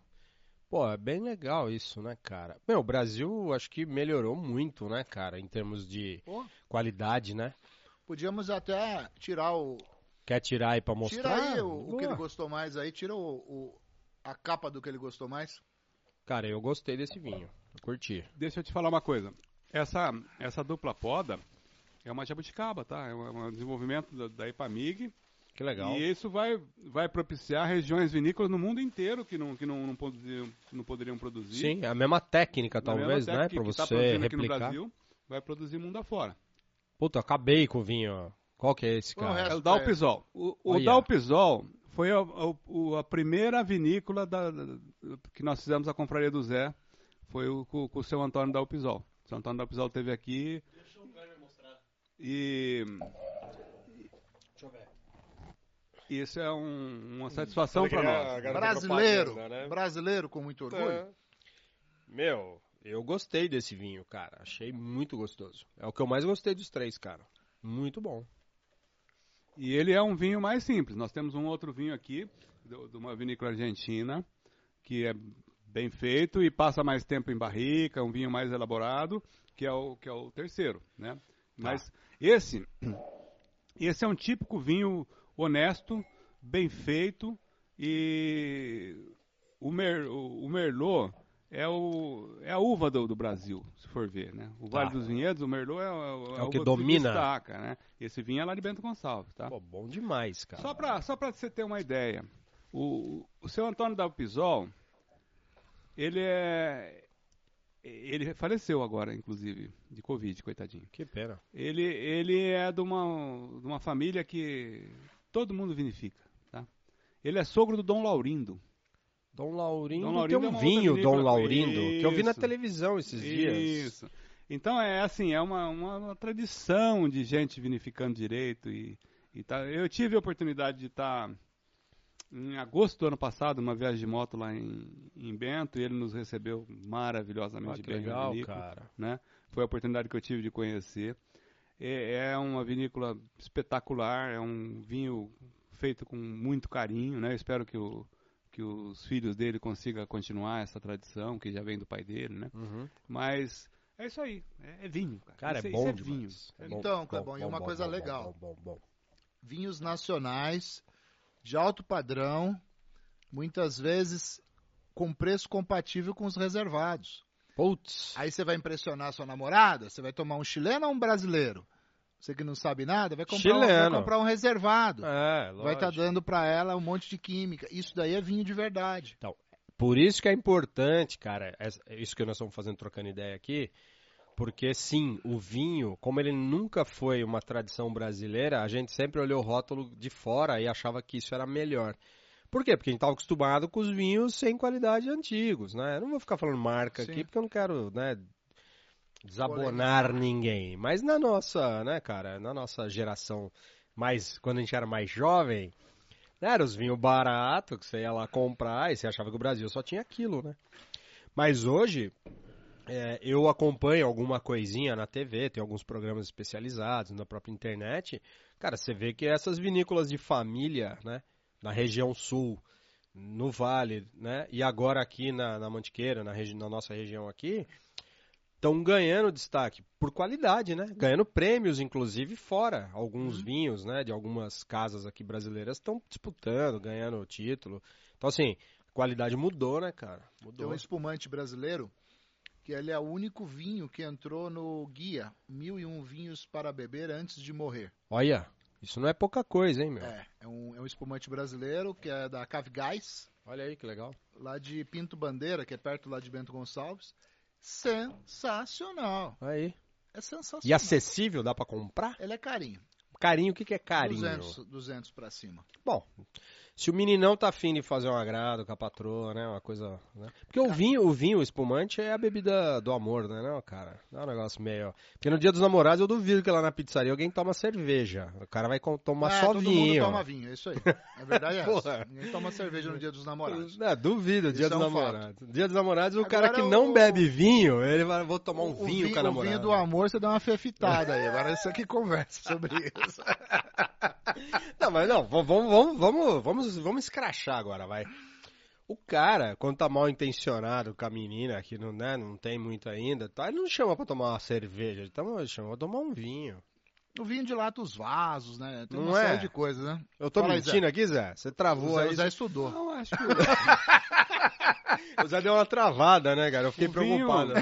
Speaker 1: Pô, é bem legal isso, né, cara? Meu, o Brasil acho que melhorou muito, né, cara, em termos de
Speaker 2: Pô.
Speaker 1: qualidade, né?
Speaker 2: Podíamos até tirar o.
Speaker 1: Quer tirar aí pra mostrar?
Speaker 2: Tira aí o, o que ele
Speaker 1: Boa.
Speaker 2: gostou mais aí, tira o, o- a capa do que ele gostou mais.
Speaker 1: Cara, eu gostei desse vinho. Eu curti.
Speaker 3: Deixa eu te falar uma coisa. Essa, essa dupla poda é uma jabuticaba, tá? É um, é um desenvolvimento da, da Ipamig.
Speaker 1: Que legal.
Speaker 3: E isso vai, vai propiciar regiões vinícolas no mundo inteiro que não, que não, não, poderiam, não poderiam produzir.
Speaker 1: Sim, a mesma técnica,
Speaker 3: Da mesma
Speaker 1: talvez, né?
Speaker 3: técnica
Speaker 1: pra
Speaker 3: que tá
Speaker 1: você
Speaker 3: produzindo aqui no
Speaker 1: replicar.
Speaker 3: Brasil, vai produzir mundo afora.
Speaker 1: Puta, acabei com o vinho. Qual que é esse,
Speaker 2: Bom,
Speaker 1: cara?
Speaker 2: resto-
Speaker 3: É o Dalpisol. O, o
Speaker 1: Olha.
Speaker 3: Dalpisol foi a, a- o- a primeira vinícola da- da- que nós fizemos a Confraria do Zé. Foi o, com, com o seu Antônio Dalpisol. O seu Antônio Dalpisol esteve aqui. Deixa o mostrar. E. Isso é um- uma satisfação para nós.
Speaker 1: tá
Speaker 2: Brasileiro!
Speaker 1: né?
Speaker 2: Brasileiro com muito orgulho.
Speaker 1: É. Meu, eu gostei desse vinho, cara. Achei muito gostoso. É o que eu mais gostei dos três, cara. Muito bom.
Speaker 3: E ele é um vinho mais simples. Nós temos um outro vinho aqui, do- de uma vinícola argentina, que é bem feito e passa mais tempo em barrica, um vinho mais elaborado, que é o, que é o terceiro, né?
Speaker 1: Tá.
Speaker 3: Mas esse, esse é um típico vinho honesto, bem feito e o, Mer- o- o Merlot é, o- é a uva do, do Brasil, se for ver, né? O
Speaker 1: Tá.
Speaker 3: Vale dos Vinhedos, o Merlot é, o
Speaker 1: É o que domina.
Speaker 3: destaca, né? Esse vinho é lá de Bento Gonçalves, tá?
Speaker 1: Pô, bom demais, cara.
Speaker 3: Só para só pra você ter uma ideia, o, o seu Antônio Dalpisol, ele é. Ele faleceu agora, inclusive, de Covid, coitadinho.
Speaker 1: Que pena.
Speaker 3: Ele, ele é de uma, de uma família que todo mundo vinifica, tá? Ele é sogro do Dom Laurindo.
Speaker 1: Dom Laurindo,
Speaker 3: Dom Laurindo
Speaker 1: tem
Speaker 3: é
Speaker 1: um
Speaker 3: uma
Speaker 1: vinho,
Speaker 3: outra
Speaker 1: Dom
Speaker 3: vinícola.
Speaker 1: Laurindo, que eu vi na
Speaker 3: Isso.
Speaker 1: televisão esses dias.
Speaker 3: Isso. Então é assim, é uma, uma, uma tradição de gente vinificando direito e, e tá. Eu tive a oportunidade de estar em agosto do ano passado, numa viagem de moto lá em, em Bento, e ele nos recebeu
Speaker 1: Ah,
Speaker 3: maravilhosamente
Speaker 1: que
Speaker 3: bem. na
Speaker 1: legal,
Speaker 3: vinícola,
Speaker 1: cara.
Speaker 3: Né? Foi a oportunidade que eu tive de conhecer. É, é uma vinícola espetacular, é um vinho feito com muito carinho, né? Eu espero que, o, que os filhos dele consigam continuar essa tradição que já vem do pai dele, né?
Speaker 1: Uhum.
Speaker 3: Mas é isso aí. É, é vinho, cara.
Speaker 1: Cara,
Speaker 3: Isso
Speaker 1: é
Speaker 3: isso
Speaker 1: bom
Speaker 3: vinho. tá
Speaker 1: demais. É bom,
Speaker 2: Então, Clebão, e uma coisa
Speaker 1: bom,
Speaker 2: legal.
Speaker 1: Bom, bom, bom.
Speaker 2: vinhos nacionais de alto padrão, muitas vezes com preço compatível com os reservados.
Speaker 1: Putz,
Speaker 2: Aí você vai impressionar sua namorada, você vai tomar um chileno ou um brasileiro? Você que não sabe nada, vai comprar, um, vai
Speaker 1: Chileno.
Speaker 2: comprar um reservado.
Speaker 1: é,
Speaker 2: vai estar
Speaker 3: tá
Speaker 1: lógico.
Speaker 2: dando para ela um monte de química. Isso daí é vinho de verdade.
Speaker 1: Por isso que é importante, cara, essa- isso que nós estamos fazendo, trocando ideia aqui, porque sim, o vinho, como ele nunca foi uma tradição brasileira, a gente sempre olhou o rótulo de fora e achava que isso era melhor. Por quê? Porque a gente estava acostumado com os vinhos sem qualidade antigos, né? Eu não vou ficar falando marca
Speaker 2: Sim.
Speaker 1: aqui, porque eu não quero, né, desabonar ninguém. Mas na nossa, né, cara, na nossa geração, mais, quando a gente era mais jovem, né, Era os vinhos baratos que você ia lá comprar e você achava que o Brasil só tinha aquilo, né? Mas hoje, é, eu acompanho alguma coisinha na TV, tem alguns programas especializados, na própria internet. Cara, você vê que essas vinícolas de família, né? Na região sul, no Vale, né? E agora aqui na, na Mantiqueira, na, regi- na nossa região aqui, estão ganhando destaque por qualidade, né? Ganhando prêmios, inclusive, fora. Alguns vinhos, né? De algumas casas aqui brasileiras estão disputando, ganhando o título. Então, assim, a qualidade mudou, né, cara?
Speaker 2: Tem
Speaker 1: Mudou.
Speaker 2: um espumante brasileiro que ele é o único vinho que entrou no guia 1001 vinhos para beber antes de morrer.
Speaker 1: Olha, isso não é pouca coisa, hein, meu?
Speaker 2: É, é um, é um espumante brasileiro que é da Cave Gás.
Speaker 1: Olha aí que legal.
Speaker 2: lá de Pinto Bandeira, que é perto lá de Bento Gonçalves. Sensacional.
Speaker 1: Aí.
Speaker 2: É sensacional.
Speaker 1: E acessível, dá pra comprar?
Speaker 2: Ele é carinho.
Speaker 1: Carinho, o que, que é carinho?
Speaker 2: 200, 200 pra cima.
Speaker 1: Bom, Se o meninão tá afim de fazer um agrado com a patroa, né? Uma coisa. né? Porque
Speaker 2: Tá.
Speaker 1: o vinho, o vinho, o espumante é a bebida do amor, né, não, cara? Dá um negócio meio. Porque no dia dos namorados eu duvido que lá na pizzaria alguém toma cerveja. O cara vai com- tomar
Speaker 2: É,
Speaker 1: só
Speaker 2: todo
Speaker 1: vinho.
Speaker 2: mundo toma vinho, é isso aí. A verdade é
Speaker 1: Porra.
Speaker 2: essa. Ninguém toma cerveja no dia dos namorados.
Speaker 1: Não, duvido, dia
Speaker 2: Isso
Speaker 1: dos
Speaker 2: é um fato.
Speaker 1: namorados. Dia dos namorados, o
Speaker 2: Agora é
Speaker 1: cara que
Speaker 2: o-
Speaker 1: não bebe vinho, ele vai, vou tomar um
Speaker 2: O
Speaker 1: vinho com a
Speaker 2: O
Speaker 1: namorada.
Speaker 2: vinho do amor, você dá uma fefitada aí. Agora isso aqui conversa sobre isso.
Speaker 1: Não, mas não, vamos, vamos, vamos, vamos, vamos escrachar agora, vai. O cara, quando tá mal intencionado com a menina, que não, né, não tem muito ainda, tá, ele não chama pra tomar uma cerveja, ele tá- ele chama pra tomar um vinho.
Speaker 2: O vinho dilata os vasos, né? Tem
Speaker 1: Não
Speaker 2: uma
Speaker 1: é?
Speaker 2: série de coisas, né?
Speaker 1: Eu tô
Speaker 2: Fala aí, Zé.
Speaker 1: mentindo aqui, Zé? Você travou
Speaker 2: O Zé,
Speaker 1: aí.
Speaker 2: o Zé estudou.
Speaker 3: Não, acho que
Speaker 1: O Zé deu uma travada, né, cara? Eu fiquei
Speaker 3: O vinho-
Speaker 1: preocupado.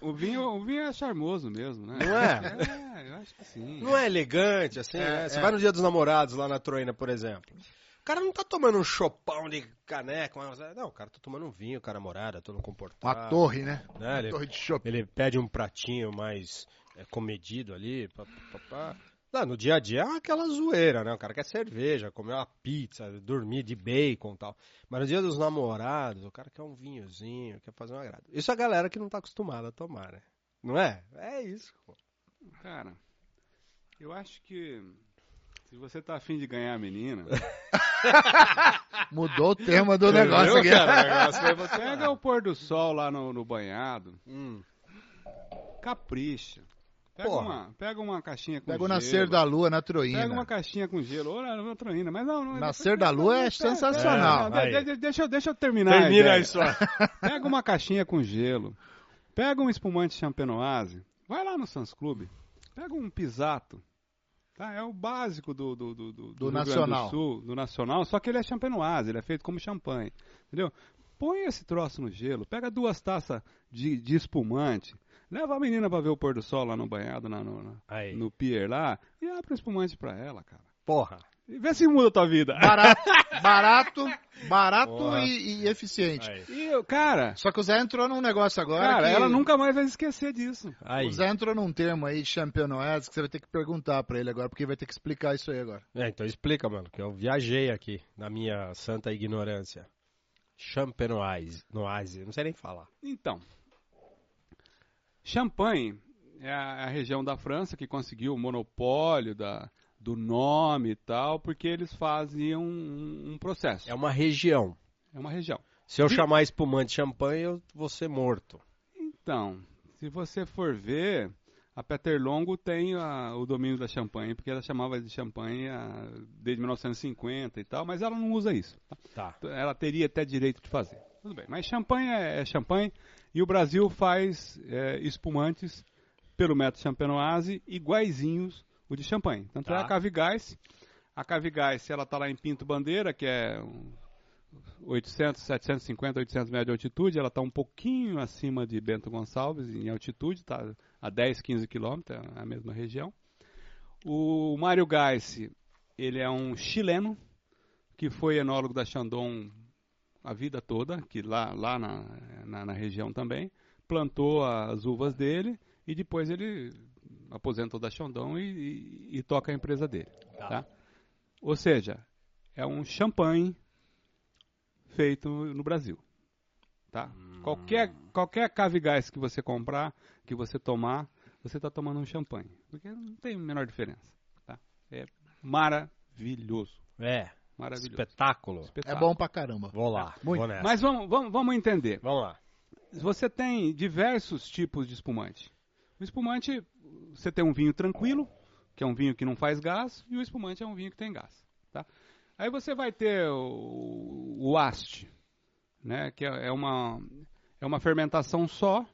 Speaker 3: o, o vinho, o vinho é charmoso mesmo, né?
Speaker 1: Não é?
Speaker 3: É, eu acho que sim.
Speaker 1: Não é elegante, assim,
Speaker 2: É,
Speaker 1: né? Você
Speaker 2: é.
Speaker 1: vai no dia dos namorados lá na Troina, por exemplo. O cara não tá tomando um chopão de caneco, mas- não, o cara tá tomando um vinho com a namorada, todo
Speaker 2: Uma
Speaker 1: comportado.
Speaker 2: torre, né?
Speaker 1: né? Ele
Speaker 2: Torre de Chopin.
Speaker 1: Ele pede um pratinho mais é, comedido ali, pá, pá, pá, pá. Não, no dia a dia é aquela zoeira, né? O cara quer cerveja, comer uma pizza, dormir de bacon e tal. Mas no dia dos namorados, o cara quer um vinhozinho, quer fazer um agrado. Isso é a galera que não tá acostumada a tomar, né? Não é? É isso. pô.
Speaker 3: Cara, eu acho que se você tá afim de ganhar a menina,
Speaker 2: Mudou o tema do negócio
Speaker 1: Viu,
Speaker 2: aqui.
Speaker 1: cara? O um negócio foi você-
Speaker 3: pega o pôr do sol lá no, no banhado,
Speaker 1: Hum.
Speaker 3: capricha. Pega,
Speaker 1: Porra.
Speaker 3: uma, pega uma caixinha com
Speaker 2: Pega o
Speaker 3: gelo.
Speaker 2: Nascer da Lua na Troina.
Speaker 3: Pega uma caixinha com gelo, ou na troina, mas não, não
Speaker 2: Nascer da Lua é sensacional.
Speaker 3: Não,
Speaker 1: Aí.
Speaker 3: de- de- deixa, eu- deixa eu terminar. a
Speaker 1: Termina
Speaker 3: ideia.
Speaker 1: isso. ó.
Speaker 3: Pega uma caixinha com gelo. Pega um espumante champenoise. Vai lá no Sans Clube. Pega um pisato. Tá? É o básico do, do, do, do, Rio Grande
Speaker 2: nacional.
Speaker 3: Do, Sul, do nacional, só que ele é champenoise, ele é feito como champanhe. Entendeu? Põe esse troço no gelo, pega duas taças de, de espumante, leva a menina pra ver o pôr do sol lá no banhado, na, no, na-
Speaker 1: Aí.
Speaker 3: no pier lá, e abre o espumante pra ela, cara.
Speaker 1: Porra.
Speaker 3: E vê se muda a tua vida.
Speaker 2: Barato, barato, barato
Speaker 1: Porra.
Speaker 2: e, e eficiente.
Speaker 1: Aí.
Speaker 3: E, o cara,
Speaker 2: Só que o Zé entrou num negócio agora.
Speaker 3: cara,
Speaker 2: que-
Speaker 3: ela nunca mais vai esquecer disso.
Speaker 1: Aí.
Speaker 2: O Zé entrou num termo aí de champenoise que você vai ter que perguntar pra ele agora, porque ele vai ter que explicar isso aí agora.
Speaker 1: É, então explica, mano, que eu viajei aqui na minha santa ignorância. Champenoise, noise, não sei nem falar.
Speaker 3: Então, Champagne é a, a região da França que conseguiu o monopólio da, do nome e tal, porque eles faziam um, um processo.
Speaker 1: É uma região.
Speaker 3: É uma região.
Speaker 1: Se eu chamar espumante champanhe, eu vou ser morto.
Speaker 3: Então, se você for ver, a Peterlongo tem a- o domínio da Champagne, porque ela chamava de Champagne a- desde 1950 e tal, mas ela não usa isso.
Speaker 1: Tá.
Speaker 3: Ela teria até direito de fazer. Tudo bem. Mas champanhe é, é champanhe e o Brasil faz é, espumantes pelo método champenoise iguaizinhos o de champanhe. Tanto é
Speaker 1: Tá.
Speaker 3: a Cavigás. A Cavigás, ela está lá em Pinto Bandeira, que é um 800, 750, 800 metros de altitude. Ela está um pouquinho acima de Bento Gonçalves em altitude, está a 10, 15 quilômetros, é a mesma região. O Mário Gais, ele é um chileno que foi enólogo da Chandon a vida toda, que lá, lá na, na, na região também, plantou as uvas dele e depois ele aposentou da Chandon e, e- e toca a empresa dele.
Speaker 1: Tá.
Speaker 3: tá? Ou seja, é um champanhe feito no Brasil. Tá? Qualquer, qualquer cavigás que você comprar, que você tomar, você está tomando um champanhe. Porque não tem a menor diferença. Tá? É maravilhoso.
Speaker 1: É,
Speaker 3: Maravilhoso.
Speaker 1: espetáculo.
Speaker 2: É
Speaker 3: Espetáculo. É.
Speaker 2: bom pra caramba.
Speaker 1: Tá. Vou lá,
Speaker 2: Muito.
Speaker 1: vou nessa.
Speaker 3: Mas vamos, vamos, vamos entender.
Speaker 1: Vamos lá.
Speaker 3: Você tem diversos tipos de espumante. O espumante, você tem um vinho tranquilo, que é um vinho que não faz gás, e o espumante é um vinho que tem gás. Tá? Aí você vai ter o, o haste, né? que é é uma, é uma fermentação só,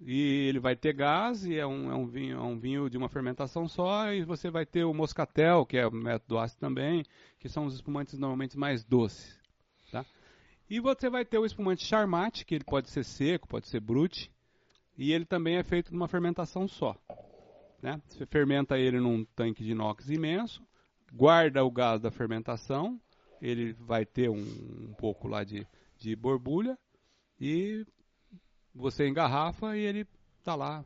Speaker 3: e ele vai ter gás, e é um, é um vinho, é um vinho de uma fermentação só, e você vai ter o moscatel, que é o método haste também, que são os espumantes normalmente mais doces. tá? E você vai ter o espumante Charmat, que ele pode ser seco, pode ser brute, e ele também é feito de uma fermentação só. Né? Você fermenta ele num tanque de inox imenso, guarda o gás da fermentação, ele vai ter um, um pouco lá de, de borbulha, e você engarrafa e ele tá lá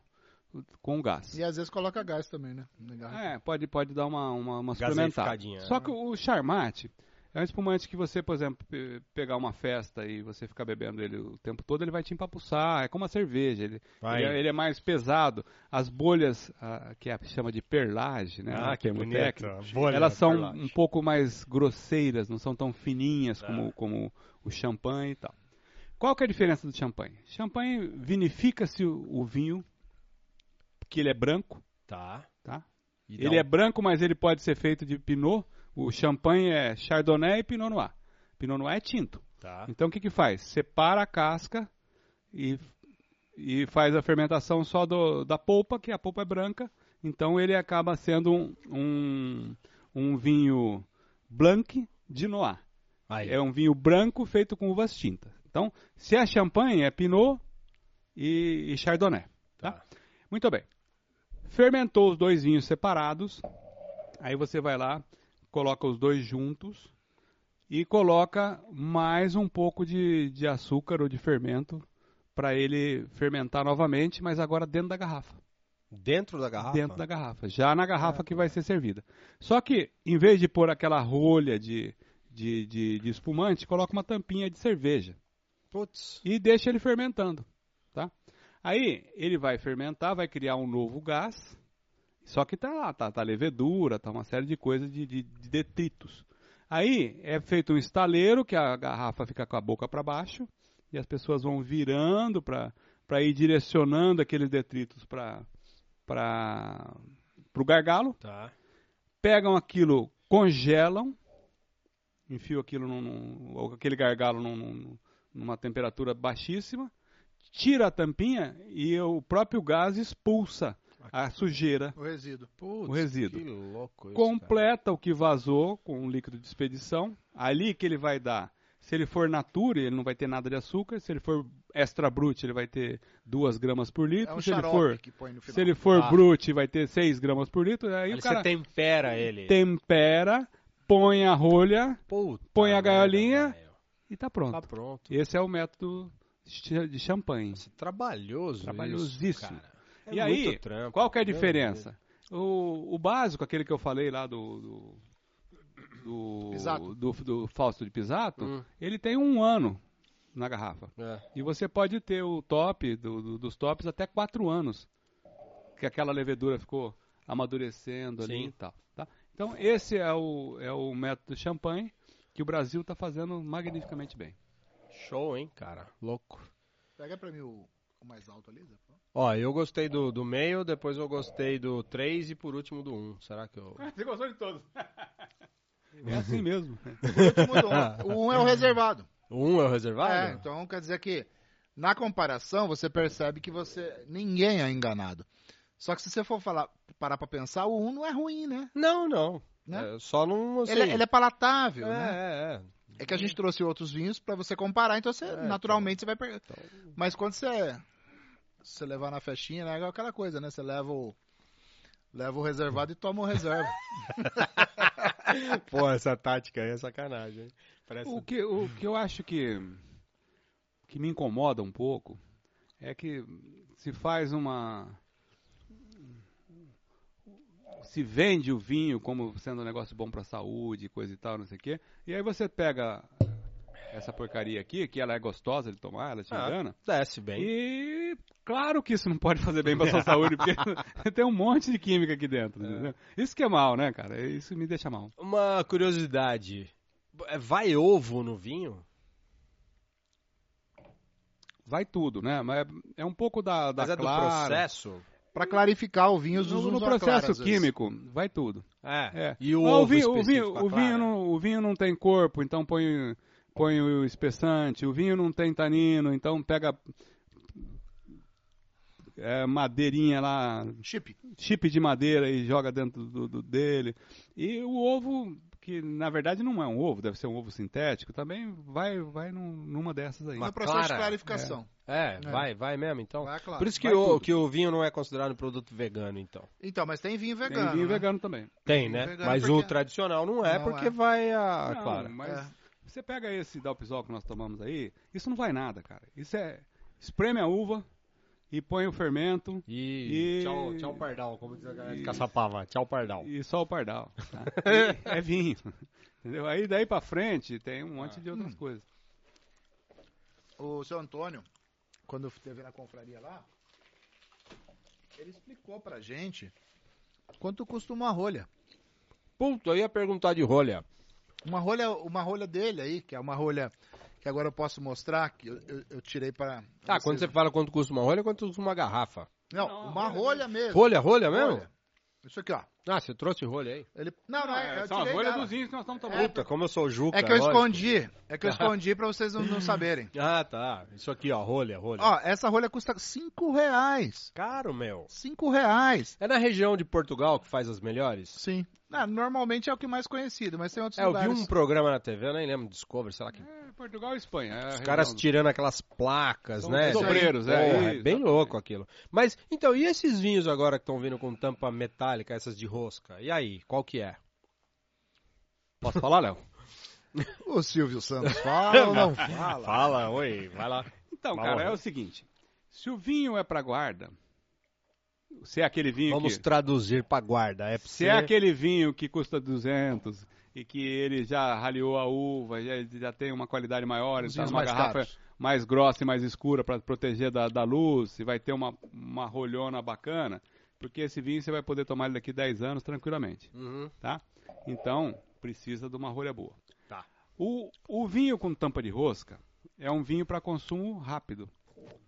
Speaker 3: com o gás.
Speaker 2: E às vezes coloca gás também, né? Legal.
Speaker 3: É, pode, pode dar uma, uma, uma
Speaker 1: Gaseificadinha,
Speaker 3: suplementada. Só
Speaker 1: né?
Speaker 3: que o Charmat, É um espumante que você, por exemplo, pe- pegar uma festa e você ficar bebendo ele o tempo todo, ele vai te empapuçar. É como a cerveja. Ele,
Speaker 1: Vai.
Speaker 3: ele é, ele é mais pesado. As bolhas, ah, que a, chama de perlage, né?
Speaker 1: Ah,
Speaker 3: o
Speaker 1: que
Speaker 3: termo
Speaker 1: bonito.
Speaker 3: técnico,
Speaker 1: Bolha,
Speaker 3: elas são
Speaker 1: perlage. Tá.
Speaker 3: um pouco mais grosseiras, não são tão fininhas como, como o champanhe e tal. Qual que é a diferença do champanhe? Champanhe vinifica-se o, o vinho, que ele é branco,
Speaker 1: Tá.
Speaker 3: tá?
Speaker 1: E dá
Speaker 3: Ele
Speaker 1: um-
Speaker 3: é branco, mas ele pode ser feito de pinot. O champanhe é chardonnay e pinot noir. Pinot noir é tinto.
Speaker 1: Tá.
Speaker 3: Então o que que faz? Separa a casca e, e faz a fermentação só do- da polpa, que a polpa é branca. Então ele acaba sendo um, um, um vinho blanc de noir.
Speaker 1: Aí.
Speaker 3: É um vinho branco feito com uvas tintas. Então, se é champanhe, é pinot e, e chardonnay. Tá?
Speaker 1: Tá.
Speaker 3: Muito bem. Fermentou os dois vinhos separados. Aí você vai lá, coloca os dois juntos e coloca mais um pouco de, de açúcar ou de fermento para ele fermentar novamente, mas agora dentro da garrafa.
Speaker 1: Dentro da garrafa?
Speaker 3: Dentro da garrafa, já na garrafa que vai ser servida. Só que, em vez de pôr aquela rolha de, de, de, de espumante, coloca uma tampinha de cerveja
Speaker 1: Putz.
Speaker 3: e deixa ele fermentando, tá? Aí ele vai fermentar, vai criar um novo gás, só que tá lá, tá, tá levedura, tá uma série de coisas de, de- de detritos. Aí é feito um estaleiro que a garrafa fica com a boca para baixo e as pessoas vão virando para para ir direcionando aqueles detritos para para o gargalo
Speaker 1: Tá.
Speaker 3: pegam aquilo, congelam, enfiam aquilo num, num- ou aquele gargalo num- num- numa temperatura baixíssima, tira a tampinha e o próprio gás expulsa a sujeira,
Speaker 2: O resíduo.
Speaker 1: Putz,
Speaker 3: o resíduo.
Speaker 1: Que louco isso, cara.
Speaker 3: completa o que vazou com o líquido de expedição, ali que ele vai dar. Se ele for nature, ele não vai ter nada de açúcar. Se ele for extra brut, ele vai ter 2 gramas por
Speaker 2: É
Speaker 3: litro.
Speaker 2: um
Speaker 3: se ele
Speaker 2: xarope
Speaker 3: for,
Speaker 2: que põe no final.
Speaker 3: se ele for
Speaker 1: Ah.
Speaker 3: brut, vai ter 6 gramas por litro. Aí
Speaker 1: Aí
Speaker 3: o cara
Speaker 1: você tempera ele.
Speaker 3: tempera, põe a rolha
Speaker 1: Puta
Speaker 3: põe a
Speaker 1: merda,
Speaker 3: gaiolinha.
Speaker 1: velho.
Speaker 3: e tá pronto.
Speaker 1: Tá pronto.
Speaker 3: Esse é o método ch- de champanhe.
Speaker 1: Nossa, trabalhoso
Speaker 3: Trabalhosíssimo.
Speaker 1: isso, cara. É
Speaker 3: E aí,
Speaker 1: muito trampo, né?
Speaker 3: Qual que é a
Speaker 1: meu
Speaker 3: diferença? O, o básico, aquele que eu falei lá do do, do,
Speaker 2: Pisato.
Speaker 3: do, do Fausto de Pisato,
Speaker 1: Hum.
Speaker 3: ele tem um ano na garrafa.
Speaker 1: Deus. É.
Speaker 3: E você pode ter o top do- do- dos tops até quatro anos, que aquela levedura ficou amadurecendo ali
Speaker 1: Sim.
Speaker 3: e tal. tá? Então esse é o, é o método champanhe que o Brasil está fazendo magnificamente bem.
Speaker 1: Show, hein, cara. Louco.
Speaker 2: Pega pra mim o, o mais alto ali, Zé. por favor.
Speaker 1: Ó, eu gostei do, do meio, depois eu gostei do 3 e por último do 1. Será que eu.
Speaker 3: Você gostou de todos. É assim mesmo.
Speaker 2: O último do- O um é o reservado.
Speaker 1: O 1 é o
Speaker 2: É,
Speaker 1: reservado?
Speaker 2: então quer dizer que na comparação você percebe que você ninguém é enganado. Só que se você for falar, parar pra pensar, o 1 não é ruim, né?
Speaker 1: Não, não.
Speaker 2: Né?
Speaker 1: É, só não. Assim,
Speaker 2: Ele, é- ele é palatável,
Speaker 1: é,
Speaker 2: né?
Speaker 1: é, é.
Speaker 2: É que a gente trouxe outros vinhos pra você comparar, então você
Speaker 1: É,
Speaker 2: naturalmente você vai per... Mas quando você você levar na festinha, né, é aquela coisa, né? Você leva o leva o reservado e toma o reserva.
Speaker 1: Pô, essa tática aí é sacanagem. hein? Parece...
Speaker 3: O que, o que eu acho que, que me incomoda um pouco é que se faz uma. Se vende o vinho como sendo um negócio bom pra saúde, coisa e tal, não sei o quê. E aí você pega essa porcaria aqui, que ela é gostosa de tomar, ela te
Speaker 1: Ah,
Speaker 3: engana.
Speaker 1: Desce bem.
Speaker 3: E claro que isso não pode fazer bem pra sua saúde, porque tem um monte de química aqui dentro. entendeu? Isso que é mal, né, cara? Isso me deixa mal.
Speaker 1: Uma curiosidade. É, Vai ovo no vinho?
Speaker 3: Vai tudo, né? Mas é um pouco da, da
Speaker 1: Mas é do
Speaker 3: clara.
Speaker 1: processo?
Speaker 2: Pra clarificar o vinho, os né?
Speaker 3: No,
Speaker 2: uns
Speaker 3: no
Speaker 2: aclaram,
Speaker 3: processo
Speaker 2: às vezes.
Speaker 3: químico, vai tudo.
Speaker 1: É.
Speaker 3: É.
Speaker 1: E o
Speaker 3: Mas
Speaker 1: ovo
Speaker 3: vinho, o, vinho,
Speaker 1: específico, Tá a
Speaker 3: o,
Speaker 1: clara?
Speaker 3: vinho não, o vinho não tem corpo, então põe, põe o espessante. O vinho não tem tanino, então pega é, madeirinha lá,
Speaker 2: Chip.
Speaker 3: chip de madeira e joga dentro do, do- dele. E o ovo, que na verdade não é um ovo, deve ser um ovo sintético, também vai, vai num- numa dessas aí.
Speaker 2: É
Speaker 1: Mas
Speaker 2: um processo
Speaker 1: clara,
Speaker 2: de clarificação.
Speaker 1: É, vai, vai mesmo, então.
Speaker 2: Vai, claro.
Speaker 1: Por isso que
Speaker 3: Vai
Speaker 1: o,
Speaker 3: tudo.
Speaker 1: que o vinho não é considerado um produto vegano, então.
Speaker 2: Então, mas tem vinho
Speaker 3: Tem
Speaker 2: vegano.
Speaker 3: vinho
Speaker 2: né?
Speaker 3: vegano também.
Speaker 1: Tem, né?
Speaker 2: Vegano
Speaker 1: Mas
Speaker 2: porque-
Speaker 1: o tradicional não é,
Speaker 2: Não
Speaker 1: porque
Speaker 2: é.
Speaker 1: vai a
Speaker 3: Não,
Speaker 1: clara.
Speaker 3: mas
Speaker 2: É.
Speaker 3: você pega esse dalpisol que nós tomamos aí, isso não vai nada, cara. Isso é espreme a uva, e põe o fermento
Speaker 1: E,
Speaker 3: E-
Speaker 1: Tchau, tchau, Pardal, como diz a galera de Caçapava. Tchau, Pardal.
Speaker 3: e só o pardal. tá? E é vinho. Entendeu? Aí daí pra frente tem um monte de
Speaker 1: Ah.
Speaker 3: outras coisas.
Speaker 2: O seu Antônio, quando esteve na confraria lá, ele explicou pra gente quanto custa uma rolha.
Speaker 1: Puta, eu ia é perguntar de rolha. Ah,
Speaker 2: Uma rolha, uma rolha dele aí, que é uma rolha que agora eu posso mostrar, que eu, eu- eu tirei para.
Speaker 1: Tá, quando você fala quanto custa uma rolha, quanto custa uma garrafa?
Speaker 2: Não,
Speaker 3: Não,
Speaker 2: uma rolha mesmo.
Speaker 1: Rolha, rolha mesmo?
Speaker 2: Rolha. Isso aqui, ó.
Speaker 1: Ah, você trouxe rolha aí?
Speaker 2: Ele... Não,
Speaker 1: Ah,
Speaker 2: não, é, eu
Speaker 3: são as
Speaker 2: tirei
Speaker 3: bolhas
Speaker 2: dela.
Speaker 3: dos vinhos que nós estamos tomando.
Speaker 1: Puta, como eu sou juca.
Speaker 2: É que eu
Speaker 1: lógico.
Speaker 2: escondi. É que eu escondi pra vocês não, não saberem.
Speaker 1: Ah, tá. Isso aqui, ó, rolha, rolha.
Speaker 2: Ó, essa rolha custa 5 reais.
Speaker 1: Caro, meu.
Speaker 2: 5 reais.
Speaker 1: É na região de Portugal que faz as melhores?
Speaker 2: Sim. Ah, normalmente é o que mais conhecido, mas tem outros
Speaker 1: É, eu vi
Speaker 2: lugares.
Speaker 1: um programa na TV, eu nem lembro, Discovery, sei lá que.
Speaker 3: É, Portugal e Espanha. é a
Speaker 1: Os
Speaker 3: região
Speaker 1: caras
Speaker 3: do-
Speaker 1: tirando aquelas placas,
Speaker 3: São
Speaker 1: né?
Speaker 3: os obreiros,
Speaker 1: Porra,
Speaker 3: é,
Speaker 1: é.
Speaker 3: isso,
Speaker 1: bem
Speaker 3: exatamente.
Speaker 1: louco aquilo. Mas, então, e esses vinhos agora que estão vindo com tampa metálica, essas de rosca? E aí, qual que é? Posso falar, Léo?
Speaker 2: O Silvio Santos fala ou não fala?
Speaker 1: Fala, oi, vai lá.
Speaker 3: Então,
Speaker 1: Vai
Speaker 3: cara,
Speaker 1: lá.
Speaker 3: é o seguinte. Se o vinho é pra guarda, se é aquele vinho
Speaker 1: Vamos
Speaker 3: que...
Speaker 1: traduzir pra guarda. É pra
Speaker 3: Se é aquele vinho que custa 200 e que ele já raleou a uva, já, já tem uma qualidade maior,
Speaker 2: Os
Speaker 3: está
Speaker 2: vinhos
Speaker 3: tá numa
Speaker 2: mais
Speaker 3: garrafa é.
Speaker 2: caros.
Speaker 3: mais grossa e mais escura para proteger da, da luz, e vai ter uma, uma rolhona bacana, porque esse vinho você vai poder tomar ele daqui 10 anos tranquilamente,
Speaker 1: Uhum.
Speaker 3: tá? Então, precisa de uma rolha boa.
Speaker 1: Tá.
Speaker 3: O, o vinho com tampa de rosca é um vinho para consumo rápido.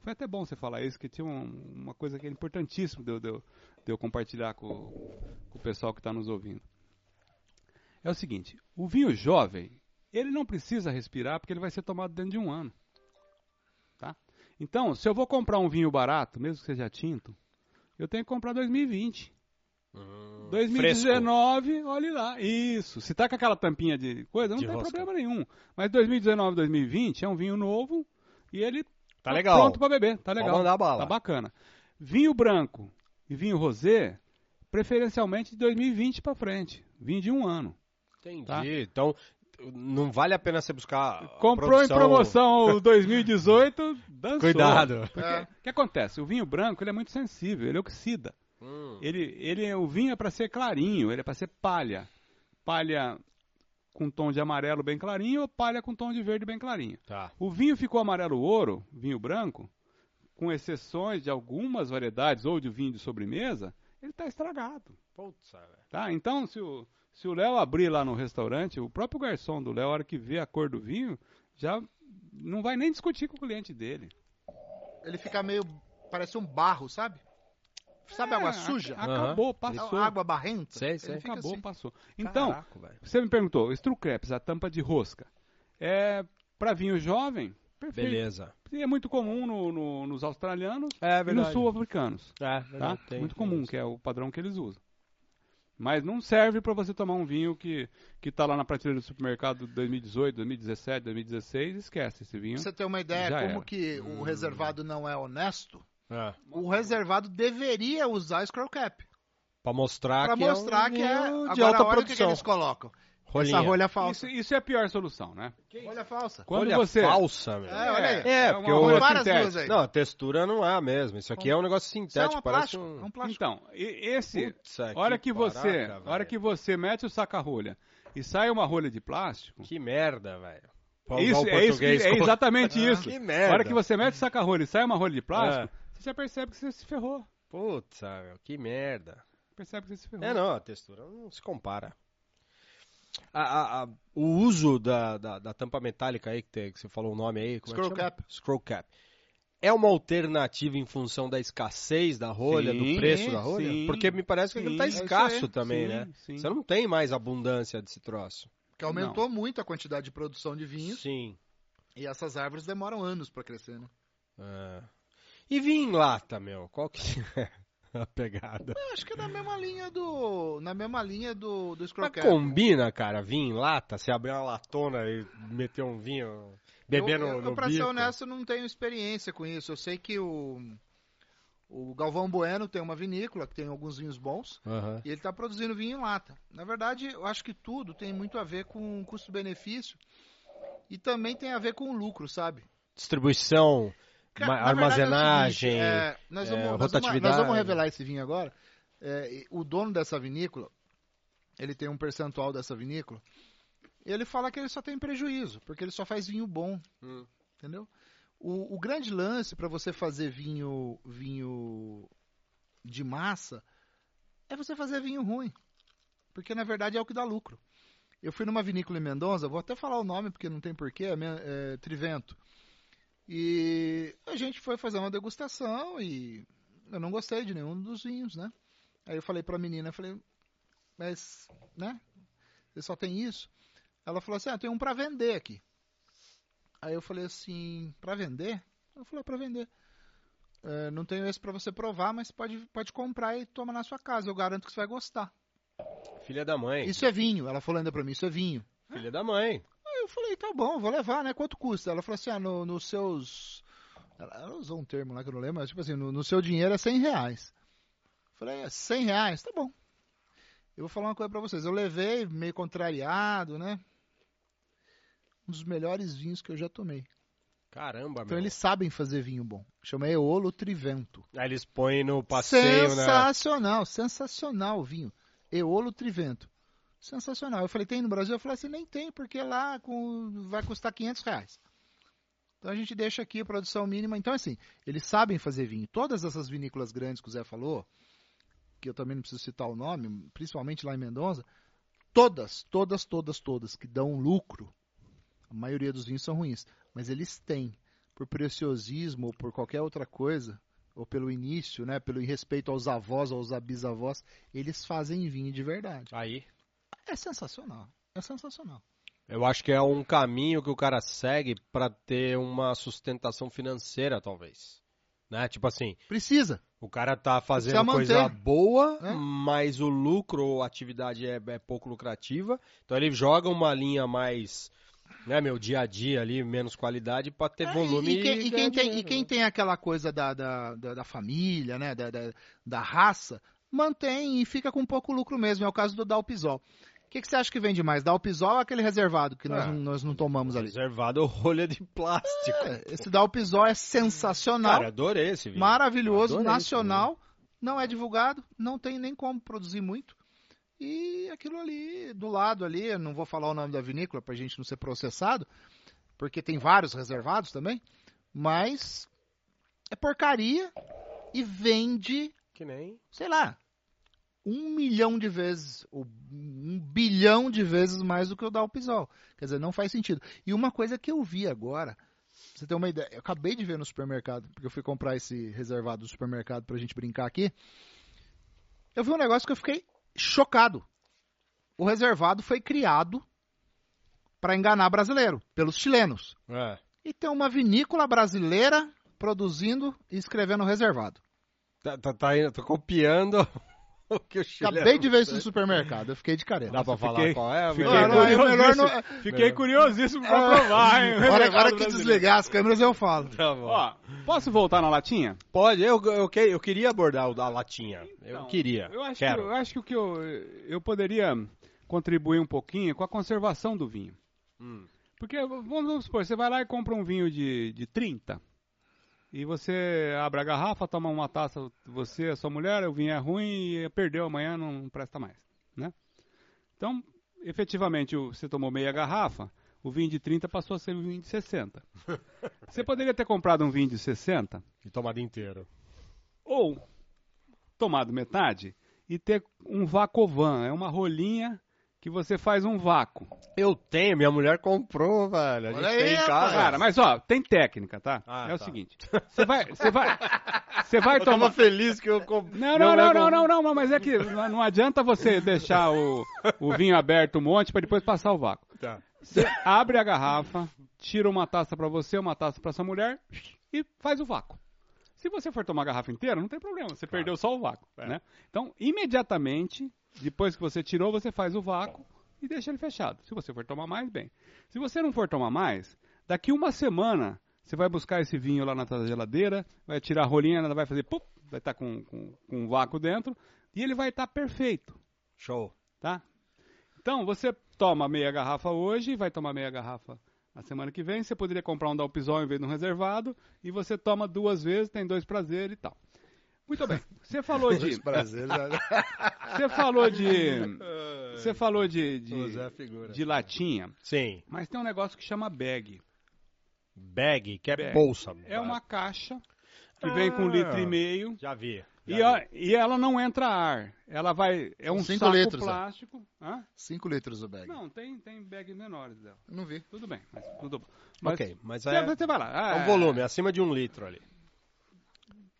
Speaker 3: Foi até bom você falar isso, que tinha um- uma coisa que é importantíssima de eu, de eu- de eu compartilhar com, com o pessoal que está nos ouvindo. É o seguinte, o vinho jovem, ele não precisa respirar porque ele vai ser tomado dentro de um ano. Tá? Então, se eu vou comprar um vinho barato, mesmo que seja tinto, eu tenho que comprar 2020. 2019, olhe lá. Isso. Se tá com aquela tampinha de coisa, não
Speaker 1: De
Speaker 3: tem
Speaker 1: rosca.
Speaker 3: problema nenhum. Mas 2019, 2020 é um vinho novo e ele
Speaker 1: Tá legal.
Speaker 3: pronto pra beber. Tá
Speaker 1: Pode
Speaker 3: legal.
Speaker 1: mandar bala.
Speaker 3: Tá bacana. Vinho branco e vinho rosé, preferencialmente de 2020 pra frente. Vinho de um ano.
Speaker 1: Entendi.
Speaker 3: Tá?
Speaker 1: Então, não vale a pena você buscar. a
Speaker 3: Comprou
Speaker 1: produção-
Speaker 3: em promoção o 2018, dançou.
Speaker 1: Cuidado.
Speaker 3: Porque
Speaker 2: É.
Speaker 3: O que acontece? O vinho branco ele é muito sensível, ele oxida.
Speaker 1: Hum.
Speaker 3: Ele, ele, o vinho é para ser clarinho, ele é para ser palha. Palha com tom de amarelo bem clarinho ou palha com tom de verde bem clarinho.
Speaker 1: Tá.
Speaker 3: O vinho ficou amarelo ouro, vinho branco, com exceções de algumas variedades ou de vinho de sobremesa, ele está estragado.
Speaker 1: Putz, velho.
Speaker 3: Tá? Então, se o se o Léo abrir lá no restaurante, o próprio garçom do Léo, a hora que vê a cor do vinho, já não vai nem discutir com o cliente dele.
Speaker 2: Ele fica meio. parece um barro, sabe? Sabe água
Speaker 3: É,
Speaker 2: suja? É
Speaker 3: ac- Acabou, passou.
Speaker 2: Água barrenta?
Speaker 1: Sei,
Speaker 2: Ele
Speaker 1: sei.
Speaker 2: fica
Speaker 3: Acabou,
Speaker 2: assim.
Speaker 3: passou. Então,
Speaker 1: Caraca, velho.
Speaker 3: Você me perguntou, Strucreps, a tampa de rosca. É para vinho jovem, perfeito.
Speaker 1: Beleza.
Speaker 3: E é muito comum no- no- nos australianos
Speaker 1: É
Speaker 3: e nos sul-africanos.
Speaker 1: É,
Speaker 3: Tá?
Speaker 1: verdade, tem-
Speaker 3: muito
Speaker 1: tem
Speaker 3: comum,
Speaker 1: isso.
Speaker 3: que é o padrão que eles usam. Mas não serve para você tomar um vinho que, que tá lá na prateleira do supermercado de 2018, 2017, 2016, esquece esse vinho.
Speaker 2: Pra você ter uma ideia
Speaker 3: Já
Speaker 2: como
Speaker 3: era.
Speaker 2: que
Speaker 1: Hum.
Speaker 2: o reservado não é honesto,
Speaker 1: É.
Speaker 2: o reservado deveria usar scroll cap.
Speaker 1: Pra mostrar
Speaker 2: Pra
Speaker 1: que é um
Speaker 2: mostrar que é.
Speaker 1: vinho
Speaker 2: Agora,
Speaker 1: de
Speaker 2: olha
Speaker 1: alta
Speaker 2: o que, que
Speaker 1: produção.
Speaker 2: eles colocam.
Speaker 1: Rolinha.
Speaker 2: Essa rolha
Speaker 3: Isso,
Speaker 2: falsa.
Speaker 3: isso é a pior solução, né?
Speaker 2: Rolha falsa.
Speaker 3: Quando
Speaker 1: Olha,
Speaker 3: você
Speaker 1: falsa, meu.
Speaker 2: É, olha aí.
Speaker 1: É,
Speaker 3: É
Speaker 1: porque
Speaker 3: uma
Speaker 1: o...
Speaker 3: rolha
Speaker 2: várias
Speaker 3: sintética.
Speaker 2: duas aí.
Speaker 1: Não, a textura não há mesmo. Isso aqui é um negócio
Speaker 2: Isso é
Speaker 1: sintético,
Speaker 2: uma
Speaker 1: parece
Speaker 2: plástico. É
Speaker 1: um...
Speaker 2: um plástico.
Speaker 3: Então, e- esse
Speaker 1: Putz,
Speaker 3: hora que
Speaker 1: baraca,
Speaker 3: você, hora
Speaker 1: velho.
Speaker 3: que você mete o saca-rolha e sai uma rolha de plástico,
Speaker 1: Que merda, velho. Pra usar
Speaker 3: isso,
Speaker 1: o
Speaker 3: é, isso que-
Speaker 1: português
Speaker 3: é
Speaker 1: como-
Speaker 3: exatamente isso.
Speaker 1: Que
Speaker 3: A
Speaker 1: merda. É.
Speaker 3: hora que você mete o saca-rolha e sai uma rolha de plástico, você já percebe que você se ferrou.
Speaker 1: Putz, meu, que merda.
Speaker 3: Percebe que você se ferrou.
Speaker 1: É, não, a textura não se compara. A- a- a- o uso da, da- da tampa metálica aí, que, te- que você falou o nome aí... Como é
Speaker 2: Scroll
Speaker 1: que chama?
Speaker 2: cap.
Speaker 1: Scroll cap. É uma alternativa em função da escassez da rolha,
Speaker 3: Sim,
Speaker 1: do preço da rolha?
Speaker 3: sim.
Speaker 1: Porque me parece que
Speaker 3: Sim,
Speaker 1: aquilo tá
Speaker 3: é isso
Speaker 1: escasso
Speaker 3: aí.
Speaker 1: também,
Speaker 3: Sim,
Speaker 1: né?
Speaker 3: sim.
Speaker 1: Você não tem mais abundância desse troço.
Speaker 2: Que aumentou muito a quantidade de produção de vinhos.
Speaker 1: Sim.
Speaker 2: E essas árvores demoram anos pra crescer, né?
Speaker 1: É. E vinho em lata, meu? Qual que é a pegada?
Speaker 2: Eu acho que é na mesma linha do. Na mesma linha do, do scroll
Speaker 1: Mas
Speaker 2: cap.
Speaker 1: combina, cara, vinho em lata? Você abrir uma latona e meter um vinho, beber
Speaker 2: eu,
Speaker 1: no,
Speaker 2: eu,
Speaker 1: no
Speaker 2: pra ser
Speaker 1: bico?
Speaker 2: honesto, eu não tenho experiência com isso. Eu sei que o, o Galvão Bueno tem uma vinícola que tem alguns vinhos bons
Speaker 1: Aham.
Speaker 2: e ele está produzindo vinho em lata. Na verdade, eu acho que tudo tem muito a ver com custo-benefício e também tem a ver com lucro, sabe?
Speaker 1: Distribuição,
Speaker 2: Ca-
Speaker 1: Ma-
Speaker 2: na verdade,
Speaker 1: armazenagem,
Speaker 2: é,
Speaker 1: é,
Speaker 2: nós vamos, nós vamos-
Speaker 1: rotatividade.
Speaker 2: Nós vamos revelar esse vinho agora. É, e o dono dessa vinícola, ele tem um percentual dessa vinícola. e Ele fala que ele só tem prejuízo, porque ele só faz vinho bom,
Speaker 3: Hum.
Speaker 2: entendeu? O, o grande lance para você fazer vinho, vinho de massa é você fazer vinho ruim, porque na verdade é o que dá lucro. Eu fui numa vinícola em Mendonça, vou até falar o nome porque não tem porquê, é, Men- é Trivento. E a gente foi fazer uma degustação e eu não gostei de nenhum dos vinhos, né? Aí eu falei pra menina, eu falei, mas, né? Você só tem isso? Ela falou assim, ah, tem um pra vender aqui. Aí eu falei assim, pra vender? Ela falou, "É pra vender. É, não tenho esse pra você provar, mas pode, pode comprar e toma na sua casa, eu garanto que você vai gostar.
Speaker 1: Filha da mãe.
Speaker 2: Isso é vinho, ela falou ainda pra mim, isso é vinho.
Speaker 1: Filha da mãe.
Speaker 2: Aí eu falei, tá bom, vou levar, né? Quanto custa? Ela falou assim, ah, no- nos seus. Ela, ela usou um termo lá que eu não lembro, mas tipo assim, no, no seu dinheiro é 100 reais. Eu falei, é 100 reais? Tá bom. Eu vou falar uma coisa pra vocês. Eu levei, meio contrariado, né? Um dos melhores vinhos que eu já tomei.
Speaker 1: Caramba,
Speaker 2: Então
Speaker 1: meu.
Speaker 2: eles sabem fazer vinho bom. Chama Eolo Trivento.
Speaker 1: Aí eles põem no passeio, né?
Speaker 2: sensacional, sensacional o vinho. Eolo Trivento. Sensacional. Eu falei, tem no Brasil? Eu falei assim, nem tem, porque lá com- vai custar 500 reais. Então a gente deixa aqui a produção mínima. Então, assim, eles sabem fazer vinho. Todas essas vinícolas grandes que o Zé falou, que eu também não preciso citar o nome, principalmente lá em Mendonça, todas, todas, todas, todas, que dão lucro, a maioria dos vinhos são ruins. Mas eles têm, por preciosismo ou por qualquer outra coisa, ou pelo início, né, pelo respeito aos avós, aos bisavós, eles fazem vinho de verdade.
Speaker 1: Aí.
Speaker 2: É sensacional. É sensacional.
Speaker 1: Eu acho que é um caminho que o cara segue pra ter uma sustentação financeira, talvez. Né? Tipo assim,
Speaker 2: Precisa.
Speaker 1: o cara tá fazendo
Speaker 2: Precisa manter.
Speaker 1: coisa boa,
Speaker 2: É.
Speaker 1: mas o lucro ou a atividade é, é pouco lucrativa. Então ele joga uma linha mais, né, meu dia a dia ali, menos qualidade pra ter
Speaker 2: É,
Speaker 1: volume.
Speaker 2: e, e quem, e
Speaker 1: ganhar
Speaker 2: quem tem, e
Speaker 1: dinheiro,
Speaker 2: quem
Speaker 1: né?
Speaker 2: tem aquela coisa da, da, da, da família, né, da, da, da raça, mantém e fica com pouco lucro mesmo. É o caso do Dalpisol. O que, que você acha que vende mais? Dalpisol ou aquele reservado que nós,
Speaker 1: Ah.
Speaker 2: não- nós não tomamos ali?
Speaker 1: Reservado rolha de plástico.
Speaker 2: É, esse Dalpisol é sensacional.
Speaker 1: Cara, adorei esse vídeo.
Speaker 2: maravilhoso,
Speaker 1: Adorei esse
Speaker 2: nacional, não é divulgado, não tem nem como produzir muito. E aquilo ali, do lado ali, eu não vou falar o nome da vinícola pra gente não ser processado, porque tem vários reservados também, mas é porcaria e vende,
Speaker 1: Que nem.
Speaker 2: sei lá, um milhão de vezes, ou um bilhão de vezes mais do que o Dalpisol. Quer dizer, não faz sentido. E uma coisa que eu vi agora, pra você ter uma ideia, eu acabei de ver no supermercado, porque eu fui comprar esse reservado do supermercado pra gente brincar aqui. Eu vi um negócio que eu fiquei chocado. O reservado foi criado pra enganar brasileiro, pelos chilenos.
Speaker 1: É.
Speaker 2: E tem uma vinícola brasileira produzindo e escrevendo reservado.
Speaker 1: Tá, tá, tá indo, tô copiando o que o Chile
Speaker 2: Acabei de ver isso no supermercado, eu fiquei de careta.
Speaker 1: Dá pra falar
Speaker 3: fiquei-
Speaker 1: qual é?
Speaker 3: fiquei
Speaker 2: Não,
Speaker 1: velho?
Speaker 2: não, é
Speaker 3: curioso
Speaker 2: melhor não-
Speaker 3: Fiquei
Speaker 1: Não. É.
Speaker 3: curiosíssimo pra provar, hein? o
Speaker 2: A hora, a
Speaker 3: reservado
Speaker 2: hora que
Speaker 3: brasileiro.
Speaker 2: desligar as câmeras eu falo.
Speaker 1: Tá bom.
Speaker 3: Ó, posso voltar na latinha?
Speaker 1: Pode, eu, eu, que- eu queria abordar o da latinha. eu
Speaker 3: Então,
Speaker 1: queria.
Speaker 3: Eu acho, Que,
Speaker 1: Quero.
Speaker 3: eu acho que o que eu, eu poderia contribuir um pouquinho com a conservação do vinho.
Speaker 1: Hum.
Speaker 3: Porque, vamos, vamos supor, você vai lá e compra um vinho de, de 30. E você abre a garrafa, toma uma taça, você, a sua mulher, o vinho é ruim e perdeu amanhã, não presta mais. Né? Então, efetivamente, o- você tomou meia garrafa, o vinho de 30 passou a ser um vinho de 60. Você poderia ter comprado um vinho de 60
Speaker 1: E tomado inteiro.
Speaker 3: ou tomado metade e ter um vacovan, é uma rolinha que você faz um vácuo.
Speaker 1: Eu tenho, minha mulher comprou, velho. A gente
Speaker 2: Olha aí,
Speaker 1: tem em casa.
Speaker 3: Cara, mas ó, tem técnica, tá?
Speaker 1: é. Ah,
Speaker 3: é o
Speaker 1: tá.
Speaker 3: seguinte, você vai, você vai, você vai
Speaker 1: eu tava
Speaker 3: tomar
Speaker 1: feliz que eu comprei.
Speaker 3: não, não, não, não, não, não, não, mas é que não não adianta você deixar o, o vinho aberto um monte pra depois passar o vácuo.
Speaker 1: Tá.
Speaker 3: Você abre a garrafa, tira uma taça pra você, uma taça pra sua mulher e faz o vácuo. Se você for tomar a garrafa inteira, não tem problema, você perdeu só o vácuo, né? Então, imediatamente, depois que você tirou, você faz o vácuo e deixa ele fechado. Se você for tomar mais, bem. Se você não for tomar mais, daqui uma semana você vai buscar esse vinho lá na tua geladeira, vai tirar a rolinha, ela vai fazer pop, vai estar com, com, com um vácuo dentro e ele vai estar perfeito,
Speaker 1: Show.
Speaker 3: tá? Então, você toma meia garrafa hoje, vai tomar meia garrafa Na semana que vem você poderia comprar um Dalpisol em vez de um reservado e você toma duas vezes, tem dois prazeres e tal. Muito bem. Você falou de.
Speaker 2: Prazer,
Speaker 1: né?
Speaker 3: Você falou de. Você falou de, de,
Speaker 1: figura.
Speaker 3: de latinha,
Speaker 1: Sim.
Speaker 3: mas tem um negócio que chama bag.
Speaker 1: Bag, que é
Speaker 3: Bag.
Speaker 1: bolsa.
Speaker 3: É uma caixa que vem com um litro e meio
Speaker 1: Já vi. Ah. já
Speaker 3: e,
Speaker 1: vi.
Speaker 3: a- e ela não entra ar. Ela vai. É um
Speaker 2: Cinco
Speaker 3: saco
Speaker 2: litros, ó.
Speaker 3: plástico. Hã?
Speaker 2: 5 litros o bag.
Speaker 3: Não, tem, tem bags menores dela.
Speaker 2: Não vi.
Speaker 3: Tudo bem, mas tudo bom. Mas
Speaker 1: Ok, mas
Speaker 3: você,
Speaker 1: é,
Speaker 3: você vai lá.
Speaker 1: é
Speaker 3: Ah,
Speaker 1: um volume, acima de um litro ali.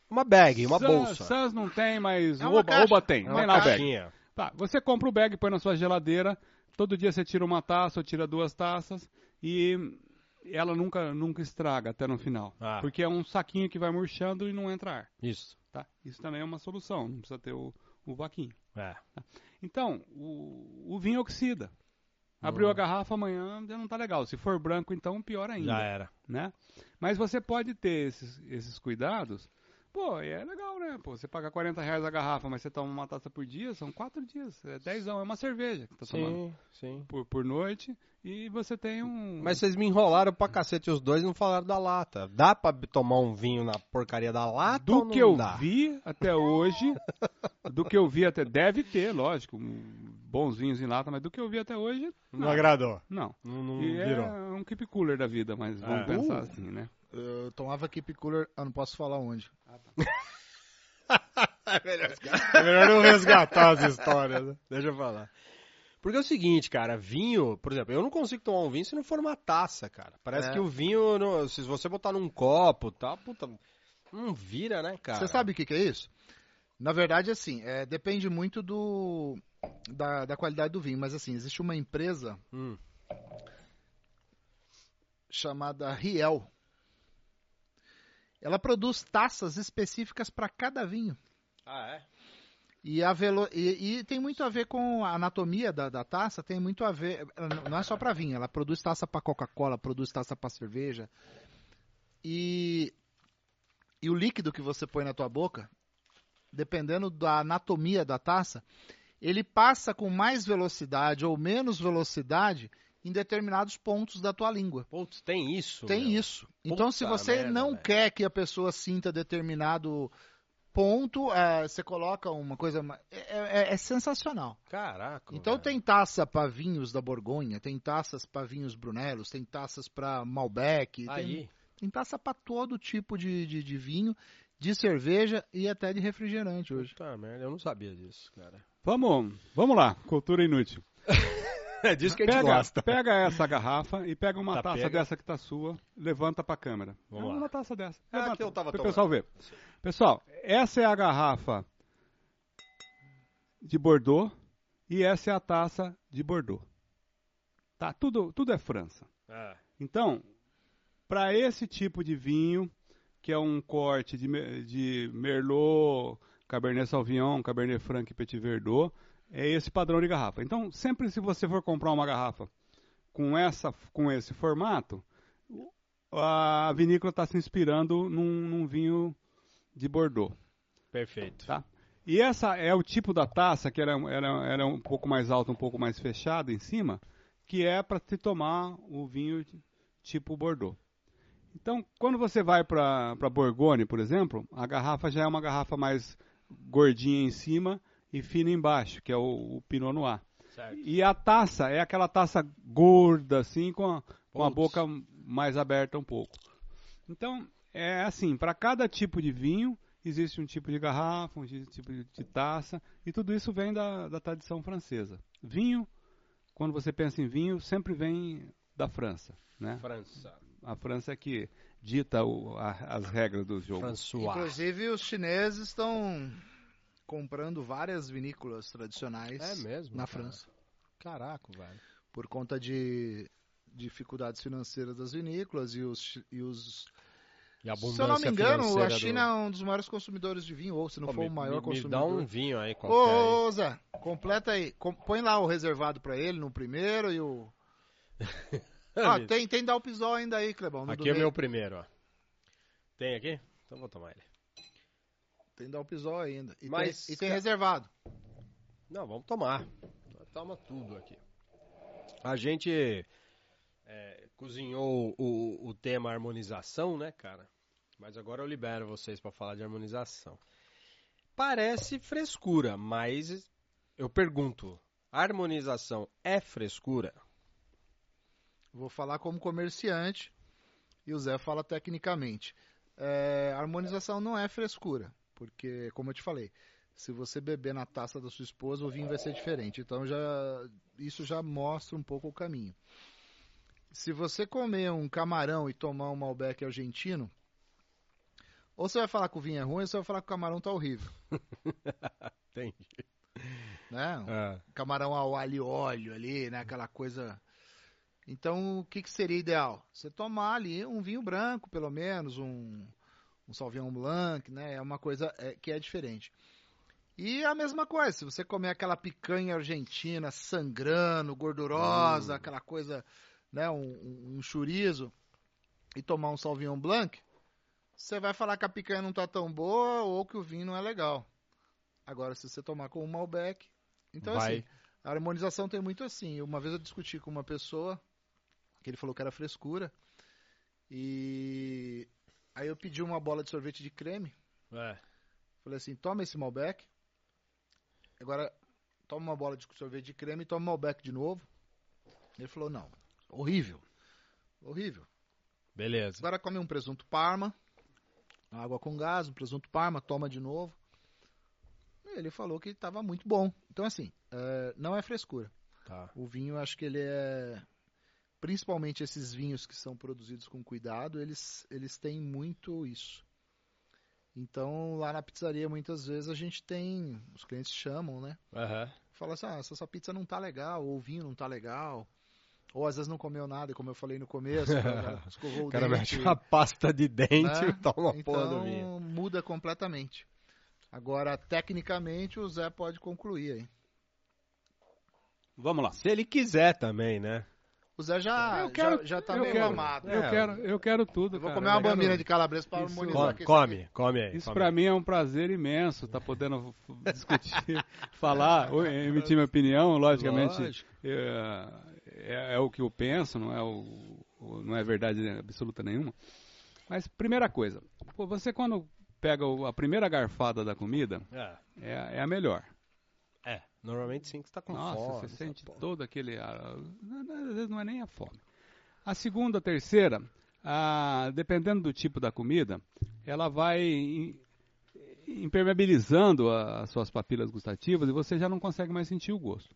Speaker 1: Uma bag, um uma
Speaker 3: Sans-
Speaker 1: bolsa.
Speaker 3: Sans não tem, mas
Speaker 2: É
Speaker 3: o
Speaker 2: uma
Speaker 3: Oba,
Speaker 2: caixa.
Speaker 3: Oba tem.
Speaker 1: É
Speaker 3: Tem
Speaker 1: uma
Speaker 3: lá o bag.
Speaker 1: caixinha.
Speaker 3: Tá, você compra o bag, põe na sua geladeira. Todo dia você tira uma taça ou tira duas taças e ela nunca, nunca estraga até no final.
Speaker 1: Ah.
Speaker 3: Porque é um saquinho que vai murchando e não entra ar.
Speaker 1: Isso.
Speaker 3: Tá? Isso também é uma solução, não precisa ter o, o vaquinho.
Speaker 1: É.
Speaker 3: Então, o, o vinho oxida. Abriu a garrafa amanhã, já não tá legal. Se for branco, então pior ainda
Speaker 1: Já era.
Speaker 3: né? Mas você pode ter esses, esses cuidados. Pô, e é legal, né? Pô, você paga 40 reais a garrafa, mas você toma uma taça por dia, são quatro dias. É dezão, é uma cerveja que tá tomando
Speaker 1: Sim, sim.
Speaker 3: por, por noite. E você tem um.
Speaker 1: Mas vocês me enrolaram pra cacete os dois e não falaram da lata. Dá pra b- tomar um vinho na porcaria da lata ou
Speaker 3: do
Speaker 1: então não
Speaker 3: que eu
Speaker 1: dá?
Speaker 3: vi até hoje, do que eu vi até. Deve ter, lógico, um- bons vinhos em lata, mas do que eu vi até hoje,
Speaker 1: Não agradou.
Speaker 3: não.
Speaker 1: Não, não
Speaker 3: E
Speaker 1: virou.
Speaker 3: é um keep cooler da vida, mas vamos
Speaker 1: É.
Speaker 3: pensar
Speaker 2: Uh.
Speaker 3: assim, né?
Speaker 2: Eu tomava Keep Cooler, eu não posso falar onde.
Speaker 1: É melhor não resgatar as histórias, né? Deixa eu falar. Porque é o seguinte, cara, vinho, por exemplo, eu não consigo tomar um vinho se não for uma taça, cara. Parece
Speaker 2: É.
Speaker 1: que o vinho, não- se você botar num copo e tal, puta, não vira, né, cara?
Speaker 2: Você sabe o que, que é isso? Na verdade, assim, é, depende muito do da, da qualidade do vinho, mas assim, existe uma empresa
Speaker 1: Hum.
Speaker 2: chamada Riel. Ela produz taças específicas para cada vinho.
Speaker 1: Ah, é?
Speaker 2: E, a velo- e- e tem muito a ver com a anatomia da, da taça, tem muito a ver. ela n- Não é só para vinho, ela produz taça para Coca-Cola, produz taça para cerveja. E, e o líquido que você põe na tua boca, dependendo da anatomia da taça, ele passa com mais velocidade ou menos velocidade em determinados pontos da tua língua.
Speaker 1: Putz, tem isso?
Speaker 2: Tem
Speaker 1: meu.
Speaker 2: isso. Então, se
Speaker 1: Puta
Speaker 2: você
Speaker 1: merda,
Speaker 2: não
Speaker 1: velho.
Speaker 2: quer que a pessoa sinta determinado ponto, eh, você coloca uma coisa. ma- É, é- é sensacional.
Speaker 1: Caraca.
Speaker 2: então,
Speaker 1: velho.
Speaker 2: tem taça para vinhos da Borgonha, tem taças para vinhos Brunelos, tem taças para Malbec, tem,
Speaker 1: Aí.
Speaker 2: tem taça para todo tipo de, de, de vinho, de cerveja e até de refrigerante hoje.
Speaker 1: Puta merda, eu não sabia disso, cara.
Speaker 3: Vamos, vamos lá, cultura inútil.
Speaker 1: É disso que a gente
Speaker 3: Pega,
Speaker 1: gosta.
Speaker 3: pega essa garrafa e pega uma
Speaker 1: Tá,
Speaker 3: taça
Speaker 1: pega.
Speaker 3: dessa que tá sua, levanta pra câmera.
Speaker 1: Vamos
Speaker 3: É
Speaker 1: lá.
Speaker 3: Uma taça dessa.
Speaker 1: É a
Speaker 3: Levanta,
Speaker 1: que eu tava
Speaker 3: pro
Speaker 1: tomando.
Speaker 3: pessoal ver. Pessoal, essa é a garrafa de Bordeaux e essa é a taça de Bordeaux. Tá, tudo, tudo é França.
Speaker 1: Ah,
Speaker 3: Então, para esse tipo de vinho, que é um corte de, me- de Merlot, Cabernet Sauvignon, Cabernet Franc e Petit Verdot, é esse padrão de garrafa. Então, sempre se você for comprar uma garrafa com, essa, com esse formato, o- a vinícola está se inspirando num, num vinho de Bordeaux.
Speaker 1: perfeito.
Speaker 3: Tá. E essa é o tipo da taça que era, era, era um pouco mais alta, um pouco mais fechada em cima, que é para se tomar o vinho de- tipo Bordeaux. Então, quando você vai para Borgone, por exemplo, a garrafa já é uma garrafa mais gordinha em cima e fina embaixo, que é o, o Pinot Noir.
Speaker 1: Certo.
Speaker 3: E a taça é aquela taça gorda, assim, com a, com a
Speaker 1: Putz.
Speaker 3: boca mais aberta um pouco. Então, é assim, para cada tipo de vinho, existe um tipo de garrafa, um gi- tipo de, de taça, e tudo isso vem da, da tradição francesa. Vinho, quando você pensa em vinho, sempre vem da França, né?
Speaker 1: França.
Speaker 3: A França é que dita o- a- as regras do jogo.
Speaker 1: François.
Speaker 2: Inclusive, os chineses estão comprando várias vinícolas tradicionais
Speaker 1: É mesmo,
Speaker 2: na
Speaker 1: cara?
Speaker 2: França.
Speaker 1: Caraca, velho.
Speaker 2: por conta de dificuldades financeiras das vinícolas e os, chi- e os
Speaker 1: E
Speaker 2: se eu não me engano a
Speaker 1: financeira do-
Speaker 2: China é um dos maiores consumidores de vinho ou se não
Speaker 1: Pô,
Speaker 2: for
Speaker 1: me-
Speaker 2: o
Speaker 1: me, me
Speaker 2: maior
Speaker 1: dá
Speaker 2: consumidor
Speaker 1: um vinho aí
Speaker 2: Ô,
Speaker 1: qualquer. aí.
Speaker 2: ô, Zé, completa aí. Com- Põe lá o reservado pra ele no primeiro e o. Ah, tem, tem Dalpisol ainda aí, Clebão. no do
Speaker 1: aqui é o
Speaker 2: meio.
Speaker 1: meu primeiro, ó. Tem aqui? Então vou tomar ele.
Speaker 2: Tem Dalpisol ainda. E,
Speaker 1: Mas,
Speaker 2: tem, e tem
Speaker 1: cara-
Speaker 2: reservado.
Speaker 1: Não, vamos tomar. Toma tudo aqui. A gente é, cozinhou o, o tema harmonização, né, cara? Mas agora eu libero vocês para falar de harmonização. Parece frescura, mas eu pergunto: harmonização é frescura?
Speaker 2: Vou falar como comerciante e o Zé fala tecnicamente. É, harmonização não é frescura, porque, como eu te falei, se você beber na taça da sua esposa, o vinho vai ser diferente. Então já isso já mostra um pouco o caminho. Se você comer um camarão e tomar um Malbec argentino, ou você vai falar que o vinho é ruim, ou você vai falar que o camarão tá horrível,
Speaker 1: Entendi.
Speaker 2: né? Um
Speaker 1: Ah,
Speaker 2: camarão ao alho e óleo ali, né? Aquela coisa. Então, o que, que seria ideal? Você tomar ali um vinho branco, pelo menos, um, um Sauvignon Blanc, né? É uma coisa é, que é diferente. E a mesma coisa, se você comer aquela picanha argentina sangrando, gordurosa,
Speaker 1: Hum.
Speaker 2: aquela coisa, né? Um, um, um chorizo, e tomar um Sauvignon Blanc, você vai falar que a picanha não tá tão boa ou que o vinho não é legal. Agora, se você tomar com um Malbec... Então,
Speaker 1: vai.
Speaker 2: assim, a harmonização tem muito assim. Uma vez eu discuti com uma pessoa que ele falou que era frescura. E aí eu pedi uma bola de sorvete de creme.
Speaker 1: É.
Speaker 2: Falei assim: toma esse Malbec. Agora, toma uma bola de sorvete de creme e toma Malbec de novo. Ele falou: não, horrível. Horrível.
Speaker 1: Beleza.
Speaker 2: Agora come um presunto parma, água com gás, um presunto parma, toma de novo. Ele falou que estava muito bom. Então, assim, eh, não é frescura.
Speaker 1: Tá.
Speaker 2: O vinho, eu acho que ele é. Principalmente esses vinhos que são produzidos com cuidado, eles, eles têm muito isso. Então, lá na pizzaria, muitas vezes a gente tem. Os clientes chamam, né?
Speaker 1: Aham.
Speaker 2: Fala assim: ah, essa, essa pizza não tá legal, ou o vinho não tá legal. Ou às vezes não comeu nada, como eu falei no começo, cara, escovou o
Speaker 1: O cara
Speaker 2: dente.
Speaker 1: mete uma pasta de dente
Speaker 2: né?
Speaker 1: e toma a porra do vinho.
Speaker 2: Então, muda completamente. Agora, tecnicamente, o Zé pode concluir aí.
Speaker 1: Vamos lá. Se ele quiser também, né?
Speaker 2: O Zé já,
Speaker 3: Eu quero-
Speaker 2: já, já tá
Speaker 3: eu
Speaker 2: meio
Speaker 3: quero.
Speaker 2: amado.
Speaker 1: É,
Speaker 3: Eu quero, eu quero tudo.
Speaker 2: Eu vou
Speaker 3: cara.
Speaker 2: comer uma
Speaker 3: Eu quero-
Speaker 2: bambina de calabresa para
Speaker 3: Isso.
Speaker 2: harmonizar
Speaker 1: Come,
Speaker 2: com esse
Speaker 1: come, come aí.
Speaker 3: Isso
Speaker 1: come.
Speaker 3: pra mim é um prazer imenso estar podendo f- discutir, falar, ou emitir minha opinião, logicamente.
Speaker 1: Lógico.
Speaker 3: é, é- é o que eu penso, não é, o, o- não é verdade absoluta nenhuma. Mas primeira coisa, pô, você quando pega o- a primeira garfada da comida,
Speaker 1: É.
Speaker 3: é, é a melhor.
Speaker 1: É, normalmente sim que você tá com
Speaker 3: Nossa,
Speaker 1: fome.
Speaker 3: você
Speaker 1: essa
Speaker 3: sente
Speaker 1: porra.
Speaker 3: todo aquele. ah, Às vezes não é nem a fome. A segunda, a terceira, ah, dependendo do tipo da comida, ela vai im- impermeabilizando a- as suas papilas gustativas e você já não consegue mais sentir o gosto.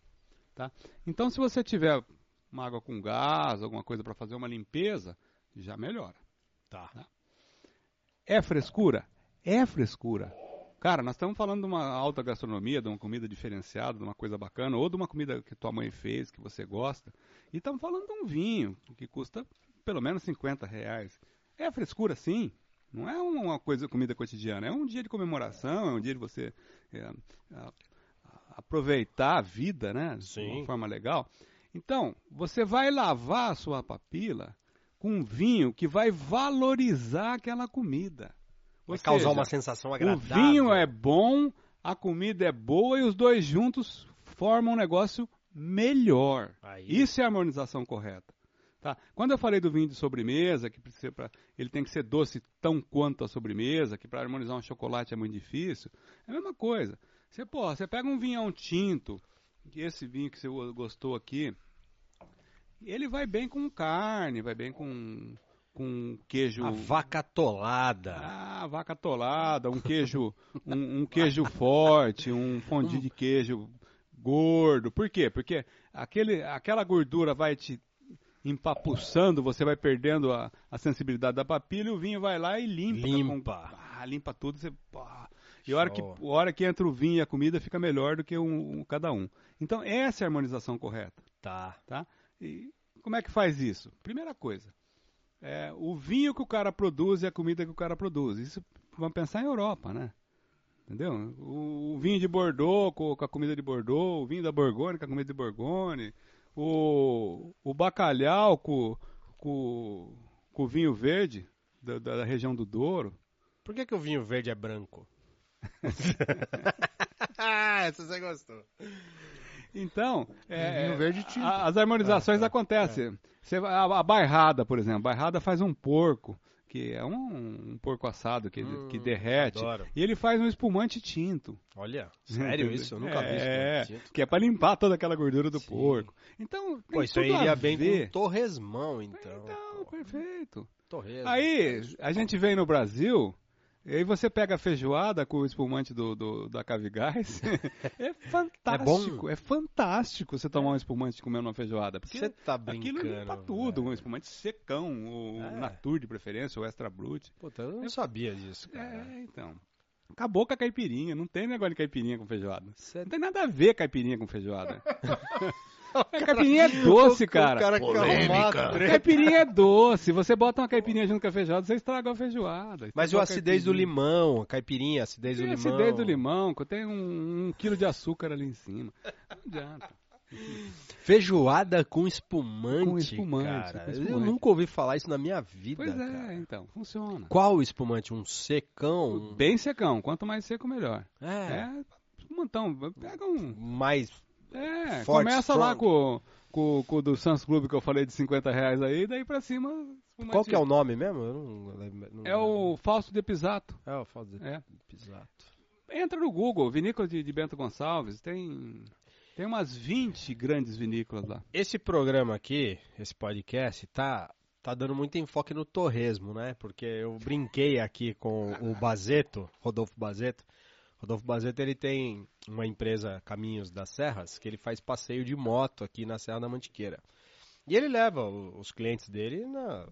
Speaker 3: Tá? Então, se você tiver uma água com gás, alguma coisa para fazer uma limpeza, já melhora.
Speaker 1: Tá.
Speaker 3: É frescura? É frescura. Cara, nós estamos falando de uma alta gastronomia, de uma comida diferenciada, de uma coisa bacana, ou de uma comida que tua mãe fez, que você gosta. E estamos falando de um vinho, que custa pelo menos 50 reais. É frescura, sim. Não é uma coisa, comida cotidiana. É um dia de comemoração, é um dia de você é, a- a- aproveitar a vida, né? De
Speaker 1: Sim.
Speaker 3: uma forma legal. Então, você vai lavar a sua papila com um vinho que vai valorizar aquela comida. Ou
Speaker 1: Vai causar
Speaker 3: seja,
Speaker 1: uma sensação
Speaker 3: o
Speaker 1: agradável.
Speaker 3: vinho é bom, a comida é boa e os dois juntos formam um negócio melhor.
Speaker 1: Aí.
Speaker 3: Isso é a harmonização correta. Tá? Quando eu falei do vinho de sobremesa, que precisa pra, ele tem que ser doce tão quanto a sobremesa, que para harmonizar um chocolate é muito difícil, é a mesma coisa. Você, pô, você pega um vinhão tinto, que esse vinho que você gostou aqui, ele vai bem com carne, vai bem com, com queijo.
Speaker 1: A vaca atolada.
Speaker 3: Ah, vaca atolada, um queijo, um, um queijo forte, um fondue de queijo gordo. Por quê? Porque aquele, aquela gordura vai te empapuçando, você vai perdendo a, a sensibilidade da papila e o vinho vai lá e limpa.
Speaker 1: Limpa.
Speaker 3: Com- ah, limpa tudo. Você, pá. E a hora, que,
Speaker 1: Show.
Speaker 3: a hora que entra o vinho e a comida fica melhor do que um, um- cada um. Então, essa é a harmonização correta.
Speaker 1: Tá.
Speaker 3: E como é que faz isso? Primeira coisa, é, o vinho que o cara produz e a comida que o cara produz. Isso vamos pensar em Europa, né? Entendeu? O, o vinho de Bordeaux co- com, a comida de Bordeaux, o vinho da Borgonha com a comida de Borgonha, o, o bacalhau com, com, com o vinho verde da, da- da região do Douro.
Speaker 1: Por que, que o vinho verde é branco?
Speaker 2: ah, essa você gostou.
Speaker 3: Então, é,
Speaker 2: Vinho verde tinto.
Speaker 3: a- as harmonizações acontecem. Você vai- a, a bairrada, por exemplo, a bairrada faz um porco, que é um, um porco assado que, que derrete,
Speaker 1: Hum, adoro.
Speaker 3: e ele faz um espumante tinto.
Speaker 1: Olha, sério isso? Eu nunca vi isso.
Speaker 3: É,
Speaker 1: cara. Tinto.
Speaker 3: que é pra limpar toda aquela gordura do
Speaker 1: Sim.
Speaker 3: porco. Então, tem
Speaker 1: Pô, isso aí
Speaker 3: tudo a
Speaker 1: iria bem
Speaker 3: ver.
Speaker 1: com torresmão, então.
Speaker 3: Então,
Speaker 1: Pô,
Speaker 3: perfeito.
Speaker 1: torresmo.
Speaker 3: Aí, a gente vem no Brasil, e aí você pega a feijoada com o espumante do, do- da Cavigás. é fantástico, é, fantástico você tomar um espumante comendo uma feijoada. Porque
Speaker 1: Você É. tá
Speaker 3: aquilo
Speaker 1: brincando. né?
Speaker 3: limpa tudo, um
Speaker 1: velho.
Speaker 3: espumante secão, ou
Speaker 1: É.
Speaker 3: Natur de preferência, ou Extra Brut.
Speaker 1: Puta, eu não sabia disso, cara.
Speaker 3: É, então. Acabou com a caipirinha, não tem negócio de caipirinha com feijoada.
Speaker 1: Cê-
Speaker 3: Não tem nada a ver caipirinha com feijoada. a caipirinha é doce, cara.
Speaker 1: O cara que arrumou a
Speaker 3: A
Speaker 1: treta.
Speaker 3: Caipirinha é doce. Você bota uma caipirinha junto com a feijoada, você estraga a feijoada.
Speaker 1: Mas o
Speaker 3: Estraga a
Speaker 1: acidez do
Speaker 3: caipirinha.
Speaker 1: limão, a caipirinha, acidez do
Speaker 3: Tem
Speaker 1: limão.
Speaker 3: acidez do limão, que tem um, um quilo de açúcar ali em cima. Não adianta.
Speaker 1: Feijoada com espumante,
Speaker 3: Com espumante,
Speaker 1: cara.
Speaker 3: com
Speaker 1: Eu
Speaker 3: espumante.
Speaker 1: nunca ouvi falar isso na minha vida,
Speaker 3: Pois é,
Speaker 1: cara.
Speaker 3: então, funciona.
Speaker 1: Qual espumante? Um secão? Um
Speaker 3: Bem secão, quanto mais seco, melhor. É,
Speaker 1: É.
Speaker 3: um montão. Pega um.
Speaker 1: Mais
Speaker 3: É,
Speaker 1: Forte,
Speaker 3: começa
Speaker 1: strong.
Speaker 3: lá com, com, com o do Sans Club que eu falei de 50 reais aí, daí pra cima. espumante.
Speaker 1: Qual que é o nome mesmo? Eu não lembro- não
Speaker 3: É o Fausto de Pisato.
Speaker 1: lembro. É o Fausto
Speaker 3: É.
Speaker 1: Pisato.
Speaker 3: Entra no Google, vinícola de, de Bento Gonçalves, tem, tem umas 20 grandes vinícolas lá.
Speaker 1: Esse programa aqui, esse podcast, tá, tá dando muito enfoque no torresmo, né? Porque eu brinquei aqui com o Bazeto, Rodolfo Bazeto. Rodolfo Bazeto, ele tem uma empresa Caminhos das Serras, que ele faz passeio de moto aqui na Serra da Mantiqueira. E ele leva o- os clientes dele na-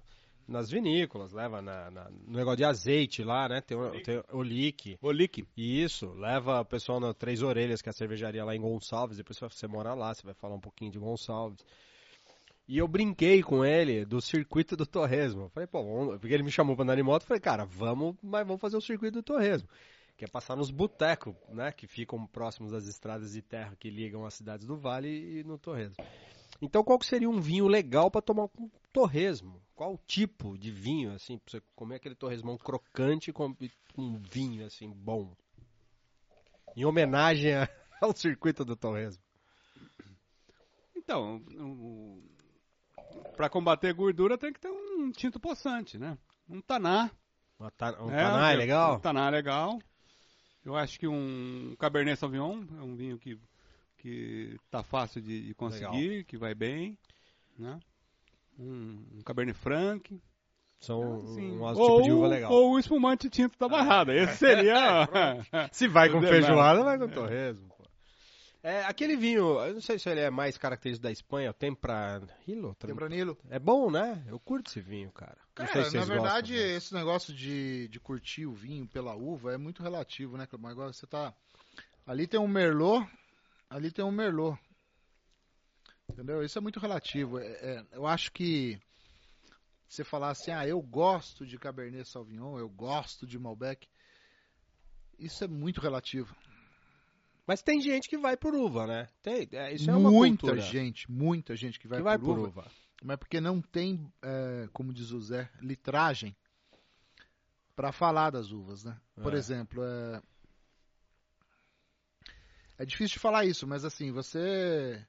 Speaker 1: nas vinícolas, leva na- na- no negócio de azeite lá, né? Tem, o- tem o lique.
Speaker 3: Olique.
Speaker 1: E isso, leva o pessoal na Três Orelhas, que é a cervejaria lá em Gonçalves, depois você mora lá, você vai falar um pouquinho de Gonçalves. E eu brinquei com ele do circuito do Torresmo. Eu Falei, pô, vamos... porque ele me chamou pra andar de moto, eu falei, cara, vamos, mas vamos fazer o circuito do Torresmo. Que é passar nos botecos, né, que ficam próximos das estradas de terra que ligam as cidades do Vale e no Torresmo. Então, qual que seria um vinho legal pra tomar com torresmo? Qual tipo de vinho, assim, pra você comer aquele torresmão crocante com, com um vinho, assim, bom? Em homenagem a- ao circuito do torresmo.
Speaker 3: Então, o, para combater gordura tem que ter um tinto possante, né? Um taná.
Speaker 1: Uma ta- Um
Speaker 3: né?
Speaker 1: taná é
Speaker 3: Um
Speaker 1: legal?
Speaker 3: taná é legal. Eu acho que um Cabernet Sauvignon é um vinho que, que tá fácil de, de conseguir, que vai bem, né? Um, um Cabernet Franc.
Speaker 1: São
Speaker 3: assim.
Speaker 1: um, um
Speaker 3: ou,
Speaker 1: tipo de uva legal.
Speaker 3: Ou o espumante tinto da barrada. Esse seria...
Speaker 1: Se vai com
Speaker 3: Não tem
Speaker 1: feijoada, vai com torresmo. pô. É, aquele vinho, eu não sei se ele é mais característico da Espanha, o Tempranillo. Tem-
Speaker 2: Tempranilo.
Speaker 1: É bom, né? Eu curto esse vinho, cara. Não sei
Speaker 2: Cara,
Speaker 1: se
Speaker 2: na
Speaker 1: vocês gostam,
Speaker 2: verdade,
Speaker 1: né?
Speaker 2: esse negócio de, de curtir o vinho pela uva é muito relativo, né, Clebão? Agora você tá. Ali tem um Merlot, ali tem um Merlot. Entendeu? Isso é muito relativo. É- é, eu acho que você falar assim, ah, eu gosto de Cabernet Sauvignon, eu gosto de Malbec. Isso é muito relativo.
Speaker 1: Mas tem gente que vai por uva, né? Tem, é, isso é uma
Speaker 2: muita
Speaker 1: cultura.
Speaker 2: gente, muita gente que vai,
Speaker 1: que vai
Speaker 2: por, uva,
Speaker 1: uva.
Speaker 2: mas porque não tem, é, como diz o Zé, litragem para falar das uvas, né? Por
Speaker 1: É.
Speaker 2: exemplo, é... é difícil de falar isso, mas assim, você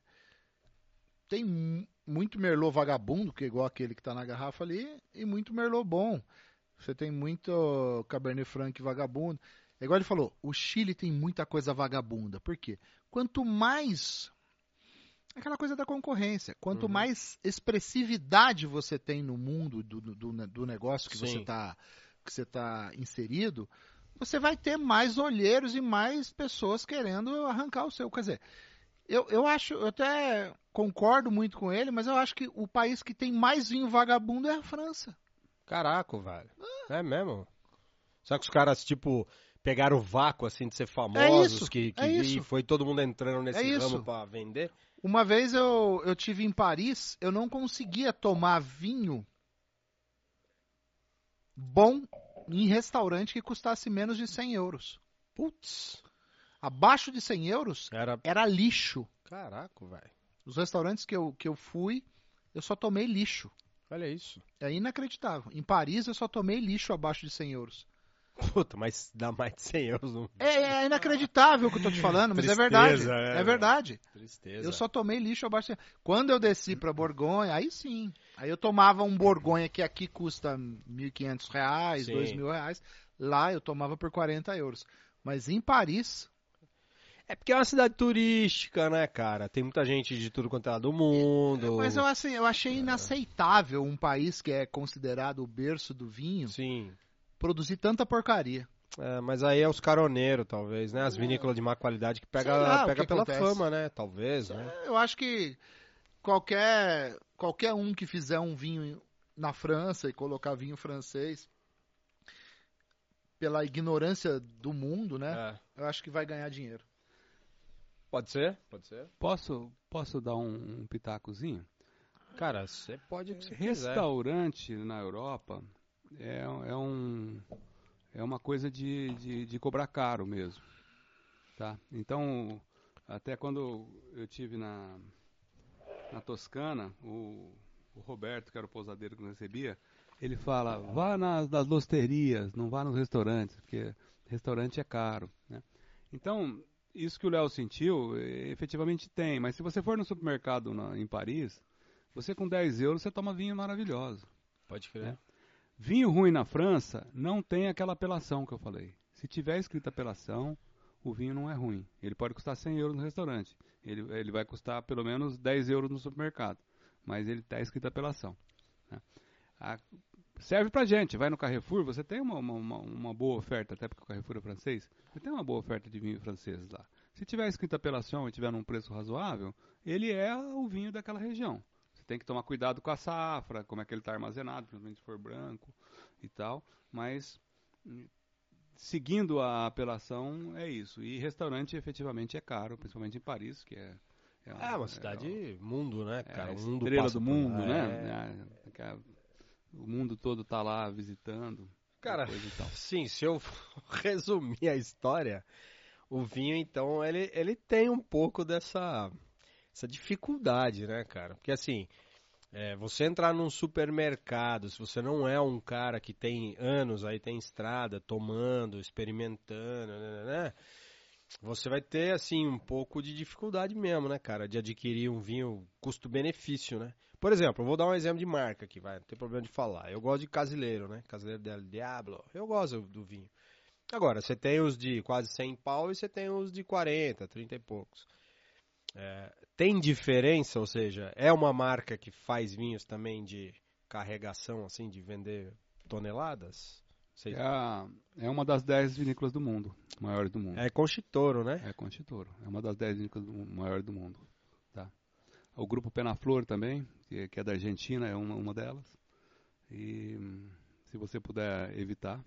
Speaker 2: tem mu- muito merlot vagabundo, que é igual aquele que tá na garrafa ali, e muito merlot bom. Você tem muito cabernet franc vagabundo. É igual ele falou, o Chile tem muita coisa vagabunda. Por quê? Quanto mais aquela coisa da concorrência. Quanto
Speaker 1: Uhum.
Speaker 2: mais expressividade você tem no mundo do, do- do, ne- do negócio que você
Speaker 1: Sim.
Speaker 2: está que você tá inserido, você vai ter mais olheiros e mais pessoas querendo arrancar o seu. Quer dizer, eu, eu acho, eu até concordo muito com ele, mas eu acho que o país que tem mais vinho vagabundo é a França.
Speaker 1: Caraca, velho. É mesmo? Será que os caras, tipo, pegaram o vácuo, assim, de ser famosos?
Speaker 2: isso,
Speaker 1: que, que
Speaker 2: é isso.
Speaker 1: E foi todo mundo entrando nesse
Speaker 2: É isso.
Speaker 1: ramo pra vender?
Speaker 2: Uma vez eu, eu tive em Paris, eu não conseguia tomar vinho bom em restaurante que custasse menos de 100 euros.
Speaker 1: Putz.
Speaker 2: Abaixo de 100 euros
Speaker 1: Era...
Speaker 2: era lixo.
Speaker 1: Caraca, velho.
Speaker 2: Os restaurantes que eu, que eu fui, eu só tomei lixo.
Speaker 1: Olha isso.
Speaker 2: É inacreditável. Em Paris, eu só tomei lixo abaixo de 100 euros.
Speaker 1: Puta, mas dá mais de 100 euros. Não...
Speaker 2: É, é inacreditável o que eu tô te falando, mas é verdade.
Speaker 1: Tristeza,
Speaker 2: É,
Speaker 1: é.
Speaker 2: verdade.
Speaker 1: Tristeza.
Speaker 2: Eu só tomei lixo abaixo. de- Quando eu desci pra Borgonha, aí sim. Aí eu tomava um Borgonha que aqui custa 1.500 reais,
Speaker 1: Sim.
Speaker 2: 2.000 reais. Lá eu tomava por 40 euros. Mas em Paris,
Speaker 1: É porque é uma cidade turística, né, cara? Tem muita gente de tudo quanto é lado do mundo.
Speaker 2: mas eu, assim, eu achei inaceitável um país que é considerado o berço do vinho
Speaker 1: Sim.
Speaker 2: produzir tanta porcaria.
Speaker 1: É, mas aí é os caroneiros, talvez, né? As vinícolas de má qualidade que pega,
Speaker 2: É. Sei lá o
Speaker 1: pega
Speaker 2: que
Speaker 1: pela
Speaker 2: acontece.
Speaker 1: fama, né? Talvez, né?
Speaker 2: Eu acho que qualquer qualquer um que fizer um vinho na França e colocar vinho francês pela ignorância do mundo, né?
Speaker 1: É.
Speaker 2: Eu acho que vai ganhar dinheiro.
Speaker 1: Pode ser? Pode ser.
Speaker 3: Posso, posso dar um, um pitacozinho?
Speaker 1: Cara, você pode o que você quiser.
Speaker 3: Restaurante na Europa é, é um é uma coisa de, de, de cobrar caro mesmo, tá? Então até quando eu tive na na Toscana o, o Roberto que era o pousadeiro que nos recebia ele fala vá nas, nas losterias não vá nos restaurantes porque restaurante é caro, né? Então isso que o Léo sentiu eh, efetivamente tem, mas se você for no supermercado na- em Paris você com 10 euros você toma vinho maravilhoso.
Speaker 1: Pode
Speaker 3: Né?
Speaker 1: crer.
Speaker 3: Vinho ruim na França não tem aquela apelação que eu falei. Se tiver escrita apelação, o vinho não é ruim. Ele pode custar 100 euros no restaurante. Ele, ele vai custar pelo menos 10 euros no supermercado. Mas ele está escrito apelação. né? A- serve pra gente. Vai no Carrefour, você tem uma, uma- uma- uma boa oferta, até porque o Carrefour é francês. Você tem uma boa oferta de vinho francês lá. Se tiver escrito apelação e tiver num preço razoável, ele é o vinho daquela região. Você tem que tomar cuidado com a safra, como é que ele está armazenado, principalmente se for branco e tal. Mas hum, seguindo a apelação é isso. E restaurante efetivamente é caro, principalmente em Paris, que é é
Speaker 1: É, uma cidade mundo, né,
Speaker 3: é
Speaker 1: cara?
Speaker 3: a
Speaker 1: o mundo
Speaker 3: estrela
Speaker 1: passa
Speaker 3: do
Speaker 1: por
Speaker 3: mundo,
Speaker 1: lá, é.
Speaker 3: né? É, que a- o mundo todo tá lá visitando. então.
Speaker 1: Cara,
Speaker 3: coisa e tal.
Speaker 1: Sim, se eu resumir a história, o vinho, então, ele, ele tem um pouco dessa essa dificuldade, né, cara? Porque assim, é, você entrar num supermercado, se você não é um cara que tem anos aí, tem estrada, tomando, experimentando, né, né, né, você vai ter, assim, um pouco de dificuldade mesmo, né, cara, de adquirir um vinho custo-benefício, né? Por exemplo, eu vou dar um exemplo de marca aqui, vai, não tem problema de falar. Eu gosto de Casileiro, né? Casileiro del Diablo. Eu gosto do vinho. Agora, você tem os de quase 100 pau e você tem os de 40, 30 e poucos. É, tem diferença, ou seja, é uma marca que faz vinhos também de carregação, assim, de vender toneladas? Sei-
Speaker 3: É, a- é uma das dez vinícolas do mundo, maiores do mundo.
Speaker 1: É Conchitoro, né?
Speaker 3: É Contitoro. É uma das 10 vinícolas do mu- maiores do mundo. Tá? O grupo Penaflor também, que, que é da Argentina, é uma, uma delas. E hum, se você puder evitar.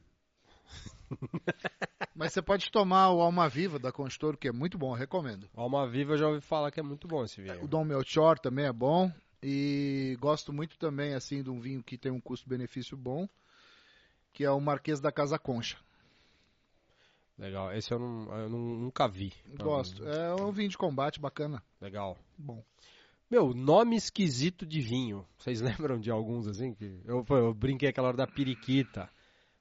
Speaker 2: Mas você pode tomar o Alma Viva da Constoro, que é muito bom, eu recomendo.
Speaker 1: Alma Viva eu já ouvi falar que é muito bom esse
Speaker 2: O
Speaker 1: vinho.
Speaker 2: Dom Melchior também é bom. E gosto muito também, assim, de um vinho que tem um custo-benefício bom, que é o Marquês da Casa Concha.
Speaker 1: Legal, esse eu, não, eu nu- nunca vi.
Speaker 2: Gosto. É um vinho de combate bacana.
Speaker 1: Legal.
Speaker 2: Bom.
Speaker 1: Meu, nome esquisito de vinho. Vocês lembram de alguns assim? Que eu, pô, eu brinquei aquela hora da periquita.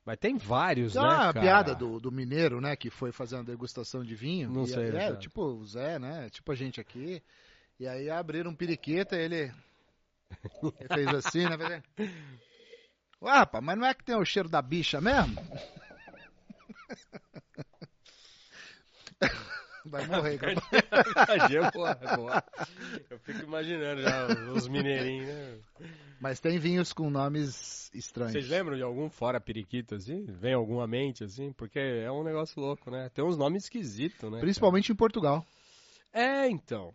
Speaker 1: Mas tem vários,
Speaker 2: Tem
Speaker 1: né?
Speaker 2: uma
Speaker 1: cara?
Speaker 2: Ah, piada do, do mineiro, né, que foi fazer uma degustação de vinho.
Speaker 1: Não
Speaker 2: e
Speaker 1: sei, né,
Speaker 2: É,
Speaker 1: cara.
Speaker 2: tipo o Zé, né, tipo a gente aqui. E aí abriram um periqueta, ele, ele fez assim, né, fez... assim. Ué, rapaz, mas não é que tem o cheiro da bicha mesmo? Vai morrer, cara.
Speaker 1: É, Imagina, é pô, pô. Eu fico imaginando já os mineirinhos. né?
Speaker 2: Mas tem vinhos com nomes estranhos.
Speaker 1: Vocês lembram de algum fora periquito assim? Vem algum à mente assim? Porque é um negócio louco, né? Tem uns nomes esquisitos, né?
Speaker 2: Principalmente em Portugal.
Speaker 1: cara? É, então.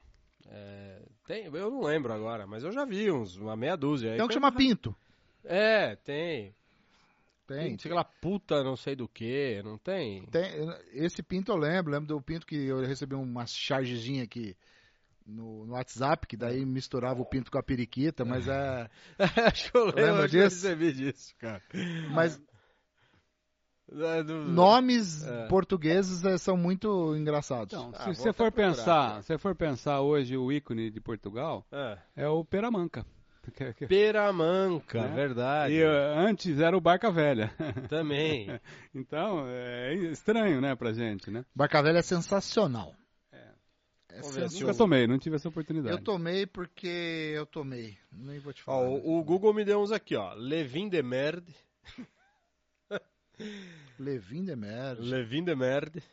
Speaker 1: É, tem, eu não lembro agora, mas eu já vi uns, uma meia dúzia. aí
Speaker 2: Tem um que
Speaker 1: eu-
Speaker 2: chama Pinto.
Speaker 1: É, tem.
Speaker 2: Tem.
Speaker 1: Tem, sei lá, puta não sei do que, não tem?
Speaker 2: Tem- esse pinto eu lembro, lembro do pinto que eu recebi uma chargezinha aqui no, no WhatsApp, que daí misturava o pinto com a periquita, mas é.
Speaker 1: acho que eu lembro,
Speaker 2: Lembra
Speaker 1: acho que eu
Speaker 2: disso?
Speaker 1: recebi disso, cara.
Speaker 2: Mas
Speaker 1: É, do-
Speaker 2: nomes
Speaker 1: É.
Speaker 2: portugueses eh, são muito engraçados.
Speaker 3: Então,
Speaker 1: Ah,
Speaker 3: se
Speaker 1: vou
Speaker 3: você
Speaker 1: até
Speaker 3: for
Speaker 1: procurar,
Speaker 3: pensar,
Speaker 1: cara.
Speaker 3: se for pensar hoje o ícone de Portugal
Speaker 1: É.
Speaker 3: é o Peramanca. Que- que-
Speaker 2: É
Speaker 1: Peramanca,
Speaker 3: Né?
Speaker 1: verdade.
Speaker 3: E eh, antes era o Barca Velha.
Speaker 1: Também.
Speaker 3: Então, é estranho, né, pra gente, né?
Speaker 2: Barca Velha é sensacional. É.
Speaker 1: Vamos ver se
Speaker 2: sensacional.
Speaker 3: Nunca
Speaker 1: eu-
Speaker 3: tomei, não tive essa oportunidade.
Speaker 2: Eu tomei porque eu tomei. Nem vou te falar. né?
Speaker 1: Ó, o, o Google me deu uns aqui, ó. Levin de Merde.
Speaker 2: Levin de merda.
Speaker 1: Levin de Merde.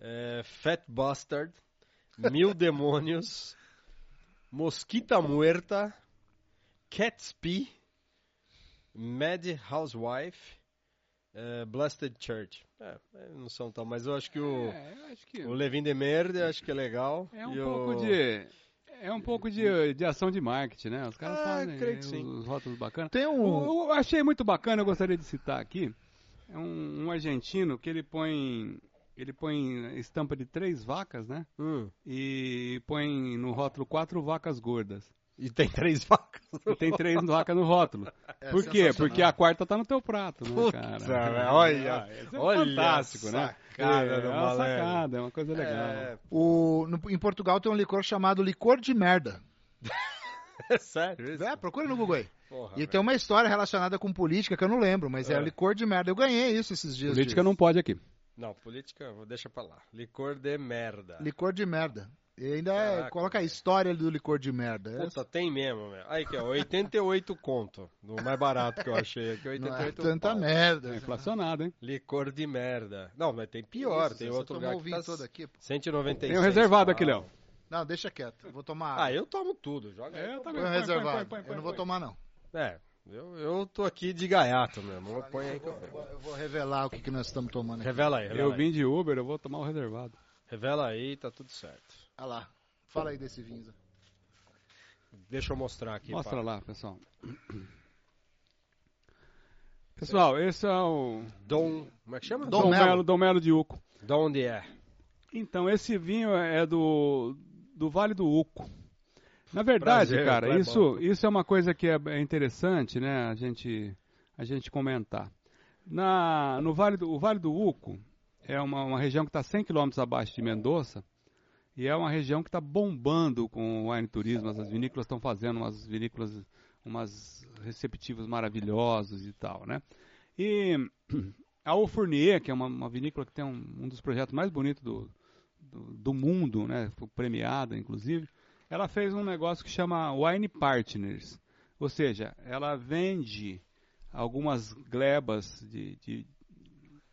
Speaker 1: é, Fat Bastard. Mil Demônios. Mosquita Muerta. Cat's Pee. Mad Housewife. é, Blasted Church. É, é, não são tal, mas eu acho que o,
Speaker 3: É, eu acho que
Speaker 1: o Levin de Merde acho que é legal.
Speaker 3: é um
Speaker 1: e
Speaker 3: pouco
Speaker 1: o-
Speaker 3: de... É um pouco de, de ação de marketing, né? Os caras
Speaker 1: Ah,
Speaker 3: fazem
Speaker 1: creio que
Speaker 3: eh,
Speaker 1: sim.
Speaker 3: os rótulos bacanas.
Speaker 2: Tem um.
Speaker 3: Eu, eu achei muito bacana, eu gostaria de citar aqui. É um, um argentino que ele põe... Ele põe estampa de três vacas, né?
Speaker 1: Hum,
Speaker 3: E põe no rótulo quatro vacas gordas.
Speaker 1: e tem três vacas.
Speaker 3: E tem três vacas no rótulo.
Speaker 2: É
Speaker 3: Por quê?
Speaker 2: sensacional.
Speaker 3: Porque a quarta tá no teu prato, né,
Speaker 1: Puta,
Speaker 3: cara?
Speaker 1: velho, olha,
Speaker 3: isso é
Speaker 1: olha
Speaker 3: fantástico,
Speaker 1: a
Speaker 3: né?
Speaker 1: sacada
Speaker 3: é,
Speaker 1: do
Speaker 3: é uma
Speaker 1: malandro.
Speaker 3: sacada, é uma coisa legal.
Speaker 1: É,
Speaker 2: o- no- em Portugal tem um licor chamado licor de merda.
Speaker 1: é sério
Speaker 3: Né?
Speaker 1: isso?
Speaker 2: É, procura no Google aí.
Speaker 1: Porra,
Speaker 2: E tem uma história relacionada com política que eu não lembro, mas é,
Speaker 1: Tá É.
Speaker 2: licor de merda. Eu ganhei isso esses dias.
Speaker 3: Política
Speaker 2: de-
Speaker 3: não pode aqui. É
Speaker 1: Não, política, vou- deixa pra lá. Licor de merda.
Speaker 2: Licor de merda. E ainda é-
Speaker 1: Caraca,
Speaker 2: coloca a
Speaker 1: velho.
Speaker 2: história do licor de merda. É,
Speaker 1: Puta, tem mesmo, meu. Aí que é 88 conto. O mais barato que eu achei aqui,
Speaker 2: não é
Speaker 1: 88
Speaker 2: tanta
Speaker 1: pau.
Speaker 2: merda.
Speaker 3: É inflacionado, hein?
Speaker 1: Licor de merda. Não, mas tem pior,
Speaker 2: Isso,
Speaker 1: tem
Speaker 2: você
Speaker 1: outro
Speaker 2: tomou
Speaker 1: lugar
Speaker 2: o
Speaker 1: que
Speaker 2: um vinho
Speaker 1: tá
Speaker 2: todo aqui, pô.
Speaker 1: 196.
Speaker 3: Tem um reservado
Speaker 1: pau.
Speaker 3: aqui, Léo.
Speaker 2: Não, deixa quieto. eu Vou tomar.
Speaker 1: Ah, eu tomo tudo, joga aí.
Speaker 3: É, tá
Speaker 2: Põe
Speaker 3: bem,
Speaker 2: um
Speaker 3: põe,
Speaker 2: reservado.
Speaker 3: põe, põe, põe,
Speaker 2: eu não vou
Speaker 3: põe.
Speaker 2: tomar, não.
Speaker 1: É, eu, eu tô aqui de gaiato mesmo. Põe aí
Speaker 2: Eu
Speaker 1: que eu
Speaker 2: vou, eu vou revelar o que, que nós estamos tomando aqui.
Speaker 1: Revela aí, revela
Speaker 3: Eu
Speaker 1: aí.
Speaker 3: vim de Uber, eu vou tomar o reservado.
Speaker 1: Revela aí, tá tudo certo.
Speaker 2: Olha lá. Fala aí desse vinho. Zé.
Speaker 1: Deixa eu mostrar aqui.
Speaker 3: Mostra
Speaker 1: pá.
Speaker 3: lá, pessoal. Pessoal, esse é o
Speaker 1: Dom. Como é que chama?
Speaker 2: Dom
Speaker 3: Dom
Speaker 2: Melo.
Speaker 3: Melo, Dom Melo de Uco.
Speaker 1: Da onde é?
Speaker 3: Então, esse vinho é do, do Vale do Uco. Na verdade,
Speaker 1: Prazer,
Speaker 3: cara,
Speaker 1: Clebão.
Speaker 3: isso, isso é uma coisa que é, é interessante, né, a gente, a gente comentar. Na, no vale do, o Vale do Uco é uma, uma região que está 100 quilômetros abaixo de Mendoza e é uma região que está bombando com o wine turismo. As vinícolas estão fazendo umas vinícolas, umas receptivas maravilhosas e tal, né? E a Ofournier, que é uma, uma vinícola que tem um, um dos projetos mais bonitos do, do, do mundo, né? Foi premiada, inclusive. Ela fez um negócio que chama Wine Partners. Ou seja, ela vende algumas glebas de, de,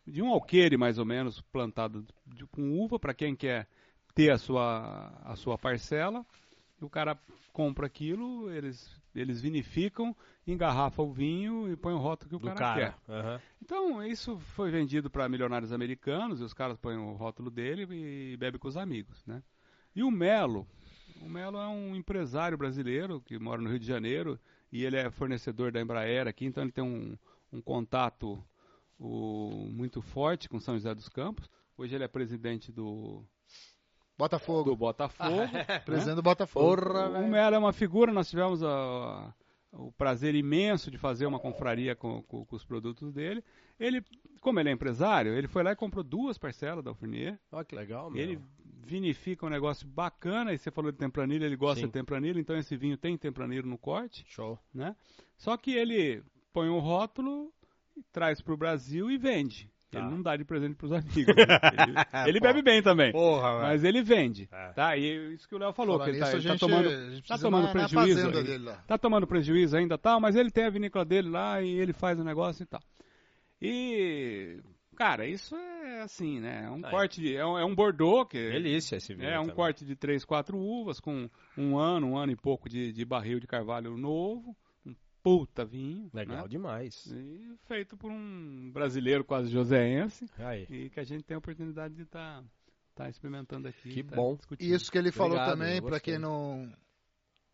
Speaker 3: de um alqueire, mais ou menos, plantado de- com uva, para quem quer ter a sua, a sua parcela. E o cara compra aquilo, eles, eles vinificam, engarrafa o vinho e põe o rótulo que o
Speaker 1: Do
Speaker 3: cara, quer.
Speaker 1: cara. Aham.
Speaker 3: Então, isso foi vendido para milionários americanos, e os caras põem o rótulo dele e bebe com os amigos, né? E o Melo, o Melo é um empresário brasileiro que mora no Rio de Janeiro, e ele é fornecedor da Embraer aqui, então ele tem um, um contato o- muito forte com São José dos Campos. Hoje ele é presidente do, do
Speaker 2: Botafogo.
Speaker 3: Botafogo. né?
Speaker 2: Presidente do Botafogo.
Speaker 3: O Melo é uma figura, nós tivemos a- o prazer imenso de fazer uma confraria com, com- com os produtos dele. Ele, como ele é empresário, ele foi lá e comprou duas parcelas da Alfurnier.
Speaker 1: Olha que legal, meu.
Speaker 3: Ele vinifica um negócio bacana, e você falou de tempranilho, ele gosta
Speaker 1: Sim.
Speaker 3: de tempranilho, então esse vinho tem tempranilho no corte,
Speaker 1: Show.
Speaker 3: né? Só que ele põe um rótulo, traz para o Brasil e vende.
Speaker 1: Tá.
Speaker 3: Ele não dá de presente para os amigos. né? Ele, ele
Speaker 1: Pô.
Speaker 3: bebe bem também,
Speaker 1: Porra, velho.
Speaker 3: mas ele vende.
Speaker 1: É.
Speaker 3: Tá, e isso que o Léo falou,
Speaker 2: Fala
Speaker 3: que ele
Speaker 2: nisso,
Speaker 3: tá,
Speaker 2: a
Speaker 3: ele tá
Speaker 2: gente-
Speaker 3: tomando
Speaker 2: a gente
Speaker 3: tá
Speaker 2: precisa
Speaker 3: tomando
Speaker 2: na- na
Speaker 3: prejuízo
Speaker 2: fazenda
Speaker 3: aí.
Speaker 2: dele lá.
Speaker 3: tá tomando prejuízo ainda tal, mas ele tem a vinícola dele lá e ele faz o negócio e tal. E, cara, isso é assim, né? É um
Speaker 1: Aí.
Speaker 3: corte, de, é, um, é um Bordeaux, que
Speaker 1: Delícia esse vinho.
Speaker 3: é um
Speaker 1: também.
Speaker 3: corte de três, quatro uvas, com um ano, um ano e pouco de, de barril de carvalho novo, um puta vinho.
Speaker 1: Legal
Speaker 3: né?
Speaker 1: demais.
Speaker 3: E feito por um brasileiro quase joseense,
Speaker 1: Aí.
Speaker 3: e que a gente tem a oportunidade de estar experimentando aqui.
Speaker 1: Que
Speaker 3: tá
Speaker 1: bom.
Speaker 3: discutindo.
Speaker 2: E isso que ele falou
Speaker 1: Obrigado,
Speaker 2: também,
Speaker 1: eu
Speaker 2: pra quem
Speaker 1: gostei.
Speaker 2: não.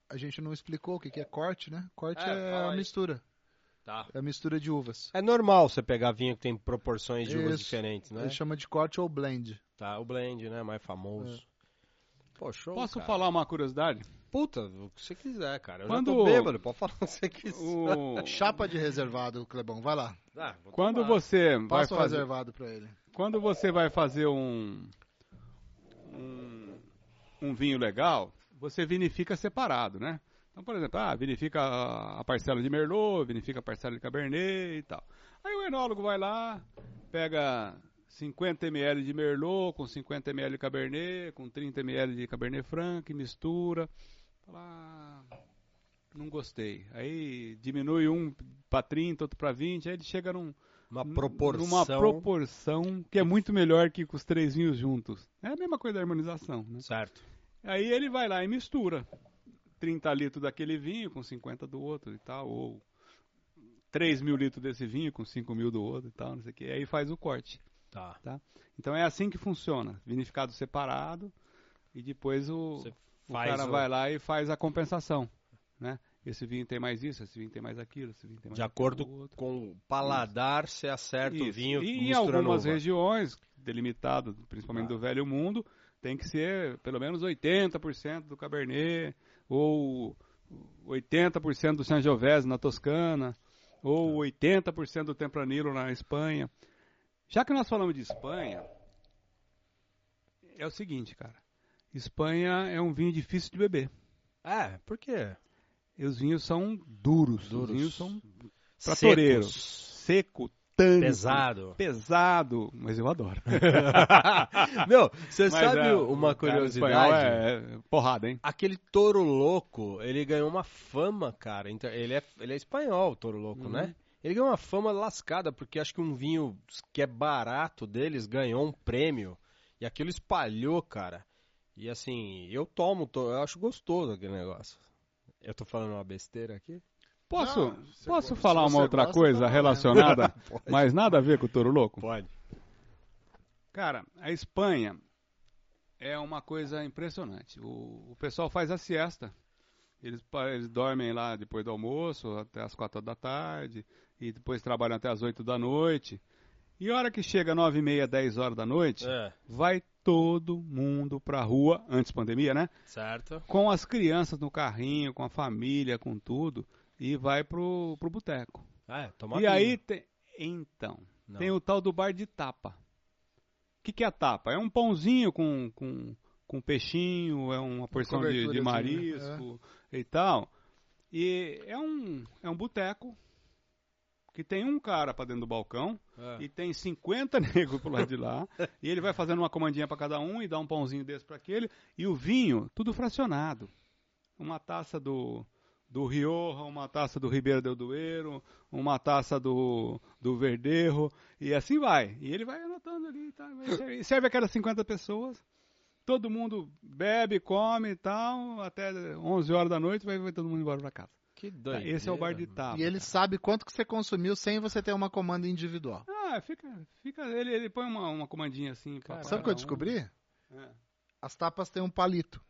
Speaker 2: A gente não explicou o que, que é corte, né? Corte
Speaker 1: É,
Speaker 2: é,
Speaker 1: fala
Speaker 2: a
Speaker 1: aí.
Speaker 2: mistura.
Speaker 1: Tá.
Speaker 2: É a mistura de uvas.
Speaker 1: É normal você pegar vinho que tem proporções de uvas
Speaker 2: Isso. É.
Speaker 1: diferentes,
Speaker 3: É.
Speaker 1: né?
Speaker 2: Ele chama de corte ou blend.
Speaker 1: Tá, o blend, né? Mais famoso. Pô, show,
Speaker 3: Posso
Speaker 1: cara.
Speaker 3: falar uma curiosidade?
Speaker 1: Puta, o que você quiser, cara. Eu
Speaker 3: Quando-
Speaker 1: já tô bêbado, pode falar o que você quiser.
Speaker 3: O-
Speaker 2: Chapa de reservado, Clebão. Vai lá.
Speaker 1: Ah, vou
Speaker 3: Quando
Speaker 1: tomar.
Speaker 3: você vai
Speaker 2: Passa o
Speaker 3: fazer,
Speaker 2: reservado pra ele.
Speaker 3: quando você vai fazer um, um um vinho legal, você vinifica separado, né? Então, Então, por exemplo, ah, verifica a parcela de Merlot, verifica a parcela de Cabernet e tal. Aí o enólogo vai lá, pega 50 ml de Merlot com 50 ml de Cabernet, com 30 ml de Cabernet Franc, mistura, fala, "Ah, não gostei. Aí diminui um para 30, outro para 20, aí ele chega num,
Speaker 1: Uma
Speaker 3: N-
Speaker 1: proporção.
Speaker 3: Numa proporção que é muito melhor que com os três vinhos juntos. É a mesma coisa da harmonização, né?
Speaker 1: Certo.
Speaker 3: Aí ele vai lá e mistura 30 litros daquele vinho com 50 do outro e tal, ou 3 mil litros desse vinho com 5 mil do outro e tal, não sei o que. Aí faz o corte.
Speaker 1: Tá.
Speaker 3: Então é assim que funciona. Vinificado separado e depois o,
Speaker 1: Você
Speaker 3: o
Speaker 1: faz
Speaker 3: cara
Speaker 1: o-
Speaker 3: vai lá e faz a compensação, né? Esse vinho tem mais isso, esse vinho tem mais aquilo, esse vinho tem mais
Speaker 1: De
Speaker 3: aquilo
Speaker 1: acordo
Speaker 3: do outro.
Speaker 1: com o paladar, você acerta o
Speaker 3: Isso.
Speaker 1: vinho
Speaker 3: E em
Speaker 1: misturando
Speaker 3: algumas
Speaker 1: uva.
Speaker 3: regiões delimitadas, principalmente
Speaker 1: Tá.
Speaker 3: do Velho Mundo, tem que ser pelo menos 80% do Cabernet, ou 80% do Sangiovese na Toscana,
Speaker 1: Ah.
Speaker 3: ou 80% do Tempranillo na Espanha. Já que nós falamos de Espanha, é o seguinte, cara. Espanha é um vinho difícil de beber.
Speaker 1: É, por quê?
Speaker 3: E os vinhos são duros.
Speaker 1: Duros.
Speaker 3: Os vinhos são Pra
Speaker 1: Secos.
Speaker 3: toureiro. seco, tânico,
Speaker 1: Pesado.
Speaker 3: pesado, mas eu adoro.
Speaker 1: Meu, você
Speaker 3: Mas,
Speaker 1: sabe
Speaker 3: é,
Speaker 1: uma
Speaker 3: o cara
Speaker 1: curiosidade?
Speaker 3: espanhol É, é porrada, hein?
Speaker 1: Aquele Toro Louco, ele ganhou uma fama, cara. Então, ele, é, ele é espanhol, o Toro Louco,
Speaker 3: Uhum.
Speaker 1: né? Ele ganhou uma fama lascada, porque acho que um vinho que é barato deles ganhou um prêmio. E aquilo espalhou, cara. E assim, eu tomo, to- eu acho gostoso aquele negócio. Eu tô falando uma besteira aqui?
Speaker 3: Posso,
Speaker 2: Não, se
Speaker 3: posso
Speaker 2: go- se
Speaker 3: falar
Speaker 2: você
Speaker 3: uma outra
Speaker 2: gosta,
Speaker 3: coisa
Speaker 2: tá bom, né?
Speaker 3: relacionada, mas nada a ver com o Toro Louco?
Speaker 1: Pode.
Speaker 3: Cara, a Espanha é uma coisa impressionante. O, o pessoal faz a siesta. Eles, pa- eles dormem lá depois do almoço, até as quatro da tarde, e depois trabalham até as oito da noite. E a hora que chega nove e meia, dez horas da noite,
Speaker 1: É,
Speaker 3: vai todo mundo pra rua, antes pandemia, né?
Speaker 1: certo.
Speaker 3: com as crianças no carrinho, com a família, com tudo, e vai pro, pro boteco.
Speaker 1: Ah, é, toma
Speaker 3: E
Speaker 1: vinho.
Speaker 3: aí tem. Então,
Speaker 1: Não.
Speaker 3: tem o tal do bar de tapa. O que, que é tapa? É um pãozinho com, com, com peixinho, é uma porção de, de
Speaker 2: coberturazinha,
Speaker 3: marisco e tal. E é um, é um boteco que tem um cara pra dentro do balcão
Speaker 1: É.
Speaker 3: e tem 50 negros pro lado de lá. e ele vai fazendo uma comandinha pra cada um e dá um pãozinho desse pra aquele. E o vinho, tudo fracionado. Uma taça do, do Rioja, uma taça do Ribeiro del Duero, uma taça do, do Verderro. E assim vai. E ele vai anotando ali. Tá? Vai ser- e Serve aquelas 50 pessoas. Todo mundo bebe, come e tal. Até 11 horas da noite vai, vai todo mundo embora pra casa.
Speaker 1: Que
Speaker 3: Tá?
Speaker 1: doideira.
Speaker 3: Esse é o bar de tapa.
Speaker 2: E ele sabe quanto que você consumiu sem você ter uma comanda individual.
Speaker 3: Ah, fica. fica ele, ele põe uma, uma comandinha assim. pra-
Speaker 1: Caralho.
Speaker 2: Sabe o que eu
Speaker 3: pra cada um.
Speaker 2: descobri?
Speaker 3: É.
Speaker 2: As tapas têm um palito.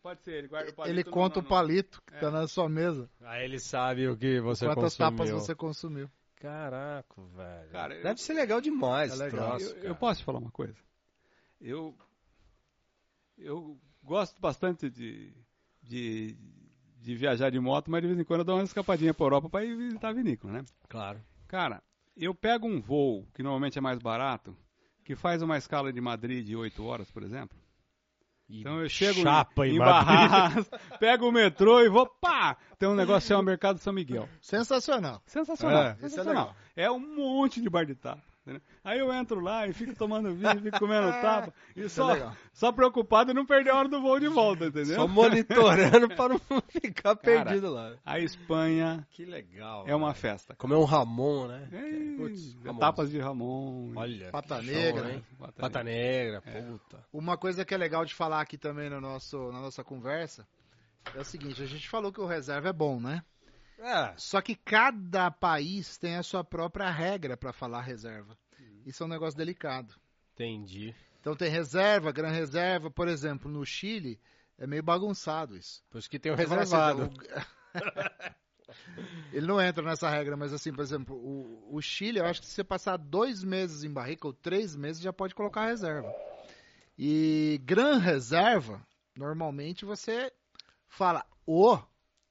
Speaker 3: Pode ser, ele guarda o palito.
Speaker 2: Ele
Speaker 3: no-
Speaker 2: conta
Speaker 3: no-
Speaker 2: o palito que
Speaker 3: É.
Speaker 2: tá na sua mesa.
Speaker 1: Aí ele sabe o que você
Speaker 2: quantas
Speaker 1: consumiu.
Speaker 2: tapas você consumiu.
Speaker 1: Caraca, velho.
Speaker 3: Cara, eu-
Speaker 1: Deve ser legal demais
Speaker 2: É
Speaker 1: esse
Speaker 2: legal.
Speaker 1: troço,
Speaker 3: Eu, eu
Speaker 1: cara.
Speaker 3: posso te falar uma coisa? Eu. Eu gosto bastante de, de, de viajar de moto, mas de vez em quando eu dou uma escapadinha pra Europa pra ir visitar a vinícola, né?
Speaker 1: Claro.
Speaker 3: Cara, eu pego um voo, que normalmente é mais barato, que faz uma escala de Madrid de 8 horas, por exemplo. Então eu chego
Speaker 1: Chapa
Speaker 3: em,
Speaker 1: em
Speaker 3: em
Speaker 1: Madrid.
Speaker 3: Barras, pego o metrô e vou pá! Tem um negócio chamado Mercado São Miguel.
Speaker 2: Sensacional.
Speaker 3: Sensacional.
Speaker 1: É,
Speaker 2: isso é
Speaker 3: sensacional. É, um monte de bar de tapa. entendeu? Aí eu entro lá e fico tomando vinho, fico comendo tapa. E
Speaker 2: Isso é
Speaker 3: só,
Speaker 2: legal.
Speaker 3: só preocupado em não perder a hora do voo de volta, entendeu?
Speaker 1: Só um monitorando pra não ficar
Speaker 3: Cara,
Speaker 1: perdido lá.
Speaker 3: A Espanha
Speaker 1: Que legal.
Speaker 3: é uma
Speaker 1: velho.
Speaker 3: festa.
Speaker 1: Comer um Ramon, né?
Speaker 3: Ei,
Speaker 1: Putz, Ramon.
Speaker 3: tapas de Ramon. Então,
Speaker 1: Olha.
Speaker 2: Pata
Speaker 1: que
Speaker 2: negra,
Speaker 1: show, hein?
Speaker 2: né?
Speaker 3: Bota-
Speaker 1: Pata negra, puta.
Speaker 2: Uma coisa que é legal de falar aqui também no nosso, na nossa conversa é o seguinte: a gente falou que o reserva é bom, né?
Speaker 1: É,
Speaker 2: Só que cada país tem a sua própria regra pra falar reserva. Isso é um negócio delicado.
Speaker 1: entendi.
Speaker 2: Então tem reserva, gran reserva, por exemplo, no Chile é meio bagunçado isso.
Speaker 1: Por isso que tem o
Speaker 2: Você fala assim,
Speaker 1: reservado.
Speaker 2: o- Ele não entra nessa regra, mas assim, por exemplo, o, o Chile, eu acho que se você passar dois meses em barrica ou três meses, já pode colocar reserva. E gran reserva, normalmente você fala o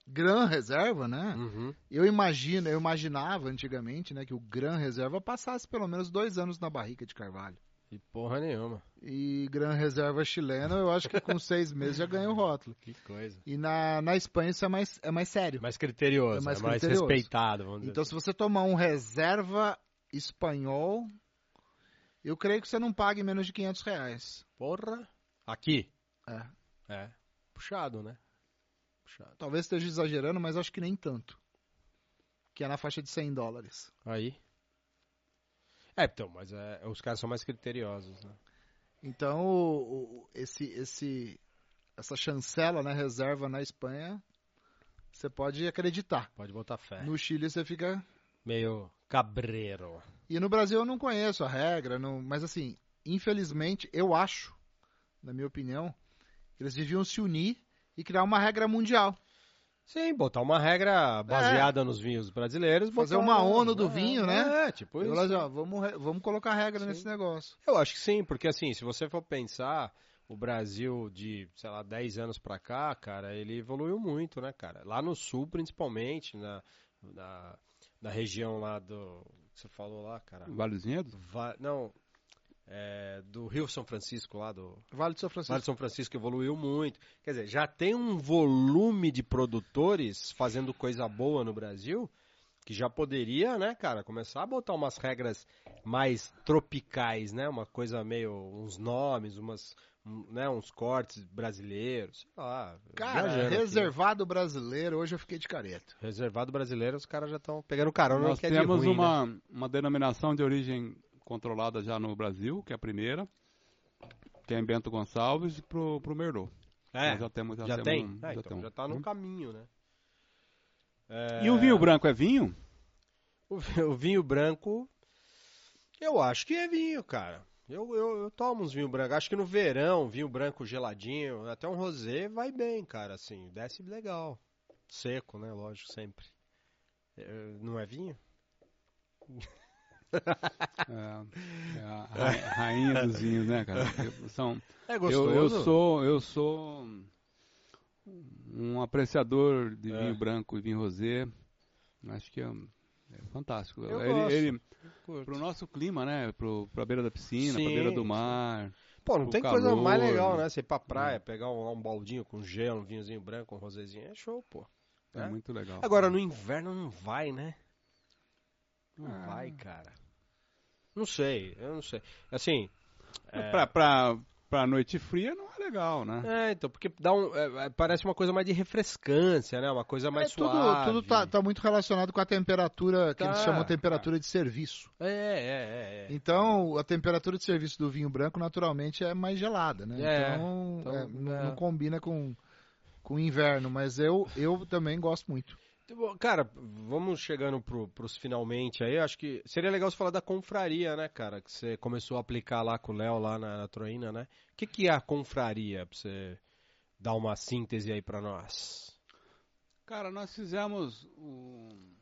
Speaker 2: gran reserva, né?
Speaker 1: Uhum.
Speaker 2: Eu imagino, eu imaginava antigamente, né, que o Gran Reserva passasse pelo menos dois anos na barrica de carvalho.
Speaker 1: E porra nenhuma.
Speaker 2: E Gran Reserva chileno, eu acho que com seis meses já ganha o rótulo.
Speaker 1: Que coisa.
Speaker 2: E na, na Espanha isso é mais, é mais sério.
Speaker 1: Mais criterioso,
Speaker 2: É
Speaker 1: é
Speaker 2: mais
Speaker 1: mais,
Speaker 2: criterioso.
Speaker 1: respeitado, vamos dizer. assim.
Speaker 2: Então, se você tomar um reserva espanhol, eu creio que você não pague menos de 500 reais.
Speaker 1: assim. Porra. Aqui.
Speaker 2: É.
Speaker 1: É. Puxado, né? Puxado.
Speaker 2: Talvez esteja exagerando, mas acho que nem tanto. Que é na faixa de 100 dólares.
Speaker 1: Aí. É, então, mas é, os caras são mais criteriosos, né?
Speaker 2: Então, o- o- esse, esse, essa chancela, né, reserva na Espanha, você pode acreditar.
Speaker 1: Pode botar fé.
Speaker 2: No Chile você fica
Speaker 1: Meio cabreiro.
Speaker 2: E no Brasil eu não conheço a regra, não- mas assim, infelizmente, eu acho, na minha opinião, que eles deviam se unir e criar uma regra mundial.
Speaker 1: Sim, botar uma regra baseada nos vinhos brasileiros.
Speaker 2: Fazer
Speaker 1: botar-
Speaker 2: uma ONU do
Speaker 1: É,
Speaker 2: vinho, né?
Speaker 1: É, tipo isso.
Speaker 2: Eu acho, ó, vamos, re- vamos colocar regra
Speaker 1: Sim.
Speaker 2: nesse negócio.
Speaker 1: Eu acho que sim, porque assim, se você for pensar, o Brasil de, sei lá, 10 anos pra cá, cara, ele evoluiu muito, né, cara? Lá no sul, principalmente, na, na, na região lá do. que Você falou lá, cara?
Speaker 3: Vale dos Vinhedos?
Speaker 1: Va- não. é, do Rio São Francisco, lá do.
Speaker 2: Vale de São
Speaker 1: O
Speaker 2: Francisco.
Speaker 1: Vale de São Francisco evoluiu muito. Quer dizer, já tem um volume de produtores fazendo coisa boa no Brasil que já poderia, né, cara, começar a botar umas regras mais tropicais, né? Uma coisa meio. uns nomes, umas. um, Né, uns cortes brasileiros, sei lá. viajando
Speaker 2: Cara,
Speaker 1: aqui.
Speaker 2: reservado brasileiro, hoje eu fiquei de careta.
Speaker 1: Reservado brasileiro, os caras já estão pegando carona.
Speaker 3: Nós
Speaker 1: que é de
Speaker 3: temos
Speaker 1: ruim, né?
Speaker 3: uma, uma denominação de origem controlada já no Brasil, que é a primeira, que é em Bento Gonçalves, pro, pro Merlot.
Speaker 1: É,
Speaker 3: Nós já temos, já,
Speaker 1: já,
Speaker 3: temos
Speaker 1: tem?
Speaker 3: um-
Speaker 1: Ah, então,
Speaker 3: temos
Speaker 1: já tá
Speaker 3: um.
Speaker 1: no caminho, né?
Speaker 3: E o vinho branco é vinho?
Speaker 1: O vi- O vinho branco, eu acho que é vinho, cara. Eu, eu, eu tomo uns vinho branco. Acho que no verão, um vinho branco geladinho, até um rosé vai bem, cara, assim, desce legal. Seco, né? Lógico, sempre. Eh, Não é vinho?
Speaker 3: É, é a ra- rainha dos vinhos, né, cara? Porque São,
Speaker 1: É
Speaker 3: eu,
Speaker 1: gostoso.
Speaker 3: eu sou eu sou um apreciador de
Speaker 1: É.
Speaker 3: vinho branco e vinho rosé. Acho que é, é fantástico.
Speaker 1: Eu
Speaker 3: ele,
Speaker 1: gosto.
Speaker 3: ele
Speaker 1: Curto.
Speaker 3: pro nosso clima, né? Pro, pra beira da piscina, pra
Speaker 1: Sim,
Speaker 3: beira do
Speaker 1: sim.
Speaker 3: mar.
Speaker 1: Pô, não
Speaker 3: o
Speaker 1: tem coisa mais
Speaker 3: calor,
Speaker 1: legal,
Speaker 3: né?
Speaker 1: né? Você ir pra praia, pegar um, um baldinho com gelo, um vinhozinho branco, um rosézinho, é show, pô.
Speaker 3: É,
Speaker 1: É?
Speaker 3: muito legal.
Speaker 1: Agora, no inverno não vai, né? Não
Speaker 3: Ah.
Speaker 1: vai, cara. Não sei, eu não sei. Assim,
Speaker 3: É, Pra, pra, pra noite fria não é legal, né?
Speaker 1: É, então, porque dá um, é, é, parece uma coisa mais de refrescância, né? Uma coisa mais
Speaker 2: É, tudo
Speaker 1: suave.
Speaker 2: tudo tá, tá muito relacionado com a temperatura, que eles
Speaker 1: Tá.
Speaker 2: chamam temperatura de serviço.
Speaker 1: É, é, é, é.
Speaker 2: Então, a temperatura de serviço do vinho branco, naturalmente, é mais gelada, né?
Speaker 1: É,
Speaker 2: então,
Speaker 1: então,
Speaker 2: é, não,
Speaker 1: é.
Speaker 2: não combina com, com o inverno, mas eu, eu também gosto muito.
Speaker 1: Tipo, Cara, vamos chegando pro, pros finalmente aí. Acho que seria legal você falar da confraria, né, cara? Que você começou a aplicar lá com o Léo, lá na, na Troina, né? O que, que é a confraria? Pra você dar uma síntese aí pra nós.
Speaker 3: Cara, nós fizemos um-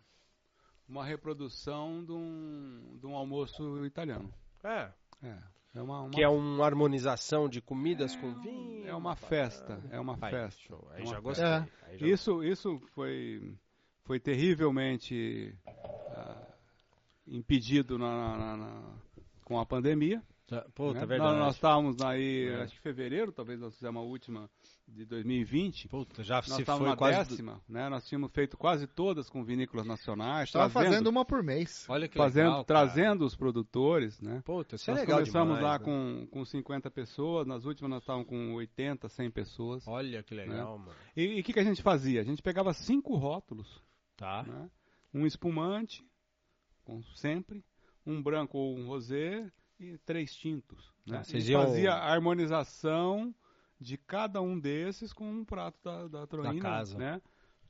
Speaker 3: uma reprodução de um, de um almoço italiano.
Speaker 1: É,
Speaker 3: É, é uma, uma
Speaker 1: que é uma harmonização de comidas com vinho.
Speaker 3: É uma festa, é uma
Speaker 1: Aí,
Speaker 3: festa.
Speaker 1: show.
Speaker 3: é
Speaker 1: Aí
Speaker 3: uma
Speaker 1: já
Speaker 3: festa.
Speaker 1: gostei.
Speaker 2: É.
Speaker 1: Aí já
Speaker 3: Isso, isso foi, foi terrivelmente ah, impedido na- na- na- com a pandemia.
Speaker 1: gostei. Puta, é
Speaker 3: né?
Speaker 1: verdade. É.
Speaker 3: Nós, nós estávamos aí,
Speaker 1: Verdade.
Speaker 3: acho que em fevereiro, talvez nós fizemos a última de 2020.
Speaker 1: Puta, já
Speaker 3: Nós
Speaker 1: se
Speaker 3: estávamos
Speaker 1: foi
Speaker 3: na
Speaker 1: quase...
Speaker 3: décima, né? Nós tínhamos feito quase todas com vinícolas nacionais,
Speaker 1: Tá
Speaker 2: Estava
Speaker 3: trazendo,
Speaker 2: fazendo uma por mês.
Speaker 1: Olha que
Speaker 3: fazendo-
Speaker 1: legal, um cara.
Speaker 3: trazendo os produtores, né?
Speaker 1: Puta, isso
Speaker 3: nós
Speaker 1: é legal
Speaker 3: começamos
Speaker 1: demais,
Speaker 3: lá
Speaker 1: né?
Speaker 3: com, com 50 pessoas, nas últimas nós estávamos com 80, 100 pessoas.
Speaker 1: Olha
Speaker 3: Né?
Speaker 1: que legal, mano.
Speaker 3: E o que, que a gente fazia? A gente pegava cinco rótulos,
Speaker 1: Tá.
Speaker 3: né? um espumante, como sempre, um branco ou um rosé e três tintos. Né?
Speaker 1: Ah, vocês
Speaker 3: e
Speaker 1: iam-
Speaker 3: fazia a harmonização de cada um desses com um prato da, da troina.
Speaker 1: casa.
Speaker 3: Né?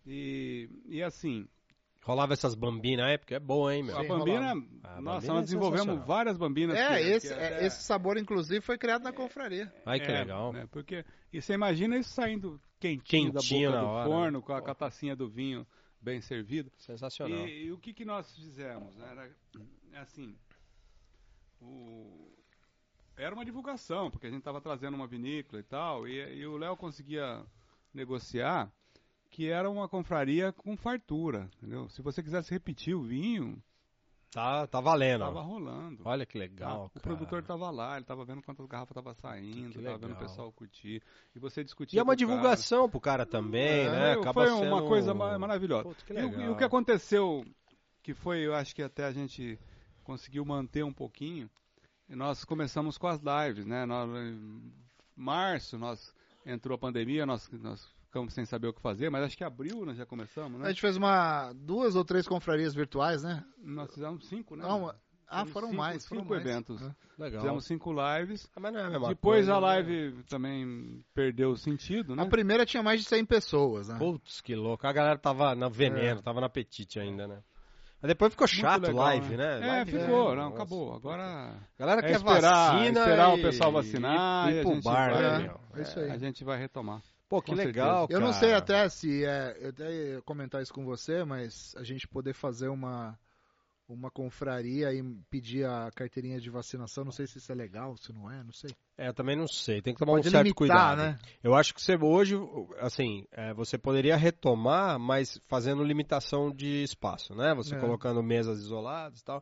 Speaker 3: E, e assim,
Speaker 1: Rolava essas bambinas na época, é boa, hein, meu?
Speaker 3: a
Speaker 2: Sim,
Speaker 3: bambina,
Speaker 1: A
Speaker 3: nossa,
Speaker 1: bambina é
Speaker 3: nós desenvolvemos
Speaker 1: sensacional.
Speaker 3: várias bambinas.
Speaker 2: É,
Speaker 3: que-
Speaker 2: esse,
Speaker 3: que-
Speaker 2: é, esse sabor, inclusive, foi criado na confraria.
Speaker 1: Ai, que
Speaker 3: É,
Speaker 1: legal.
Speaker 3: né, Porque, e você imagina isso saindo quentinho,
Speaker 1: Quentinho
Speaker 3: da
Speaker 1: na
Speaker 3: boca do
Speaker 1: hora.
Speaker 3: forno, com a
Speaker 1: Pô.
Speaker 3: catacinha do vinho bem servido.
Speaker 1: Sensacional.
Speaker 3: E, e o que, que nós fizemos? Era assim. o- Era uma divulgação, porque a gente estava trazendo uma vinícola e tal, e, e o Léo conseguia negociar que era uma confraria com fartura, entendeu? Se você quisesse repetir o vinho,
Speaker 1: Tá, tá valendo.
Speaker 3: Tava
Speaker 1: ó.
Speaker 3: rolando.
Speaker 1: Olha que
Speaker 3: tá?
Speaker 1: legal,
Speaker 3: o
Speaker 1: cara.
Speaker 3: produtor tava lá, ele tava vendo quantas garrafas tava saindo,
Speaker 1: que
Speaker 3: tava vendo o
Speaker 1: legal.
Speaker 3: pessoal curtir. E você discutia.
Speaker 1: E é uma
Speaker 3: com o cara.
Speaker 1: divulgação pro cara também,
Speaker 3: É,
Speaker 1: né?
Speaker 3: eu-
Speaker 1: Acaba
Speaker 3: foi uma
Speaker 1: sendo- um
Speaker 3: coisa ma- maravilhosa.
Speaker 1: Putz, que
Speaker 3: E o-
Speaker 1: legal.
Speaker 3: E o que é aconteceu, que foi, eu acho que até a gente conseguiu manter um pouquinho, e nós começamos com as lives, né? Nós, em março, nós entrou a pandemia, nós, nós ficamos sem saber o que fazer, mas acho que abril nós já começamos,
Speaker 2: A
Speaker 3: né?
Speaker 2: gente fez uma duas ou três confrarias virtuais, né?
Speaker 3: Nós fizemos cinco, né?
Speaker 2: Não, ah,
Speaker 3: Fizemos
Speaker 2: foram
Speaker 3: cinco-
Speaker 2: mais.
Speaker 3: cinco
Speaker 2: foram mais.
Speaker 3: eventos.
Speaker 2: Ah.
Speaker 1: Legal.
Speaker 3: Fizemos cinco lives.
Speaker 1: Ah, mas não é a mesma
Speaker 3: Depois
Speaker 1: coisa,
Speaker 3: a
Speaker 1: né?
Speaker 3: live também perdeu o sentido, né?
Speaker 2: A primeira tinha mais de 100 pessoas, né?
Speaker 1: Putz, que louco. A galera tava na veneno, tava no apetite ainda, né? Mas depois ficou chato
Speaker 3: Muito É. legal,
Speaker 1: live, né?
Speaker 3: É,
Speaker 1: Live,
Speaker 3: ficou,
Speaker 1: né?
Speaker 3: não,
Speaker 1: Nossa.
Speaker 3: acabou. Agora
Speaker 1: A galera
Speaker 3: É
Speaker 1: quer
Speaker 3: esperar-
Speaker 1: vacina
Speaker 3: esperar
Speaker 1: e-
Speaker 3: o pessoal vacinar
Speaker 1: e,
Speaker 3: e
Speaker 1: ir
Speaker 3: a
Speaker 1: pro
Speaker 3: gente
Speaker 1: bar,
Speaker 3: vai-
Speaker 1: né,
Speaker 2: É,
Speaker 1: meu?
Speaker 2: é isso
Speaker 3: a
Speaker 2: aí.
Speaker 3: gente vai retomar.
Speaker 1: Pô, que
Speaker 3: Com
Speaker 1: legal,
Speaker 2: Eu não
Speaker 1: cara.
Speaker 2: sei até se é, eu até ia comentar isso com você, mas a gente poder fazer uma uma confraria e pedir a carteirinha de vacinação, não sei se isso é legal, se não é, não sei.
Speaker 1: É, eu também não sei. Tem que tomar
Speaker 2: Pode
Speaker 1: um certo
Speaker 2: limitar,
Speaker 1: cuidado.
Speaker 2: né?
Speaker 1: Eu acho que você hoje, assim, é, você poderia retomar, mas fazendo limitação de espaço, né? Você
Speaker 2: É.
Speaker 1: colocando mesas isoladas e tal.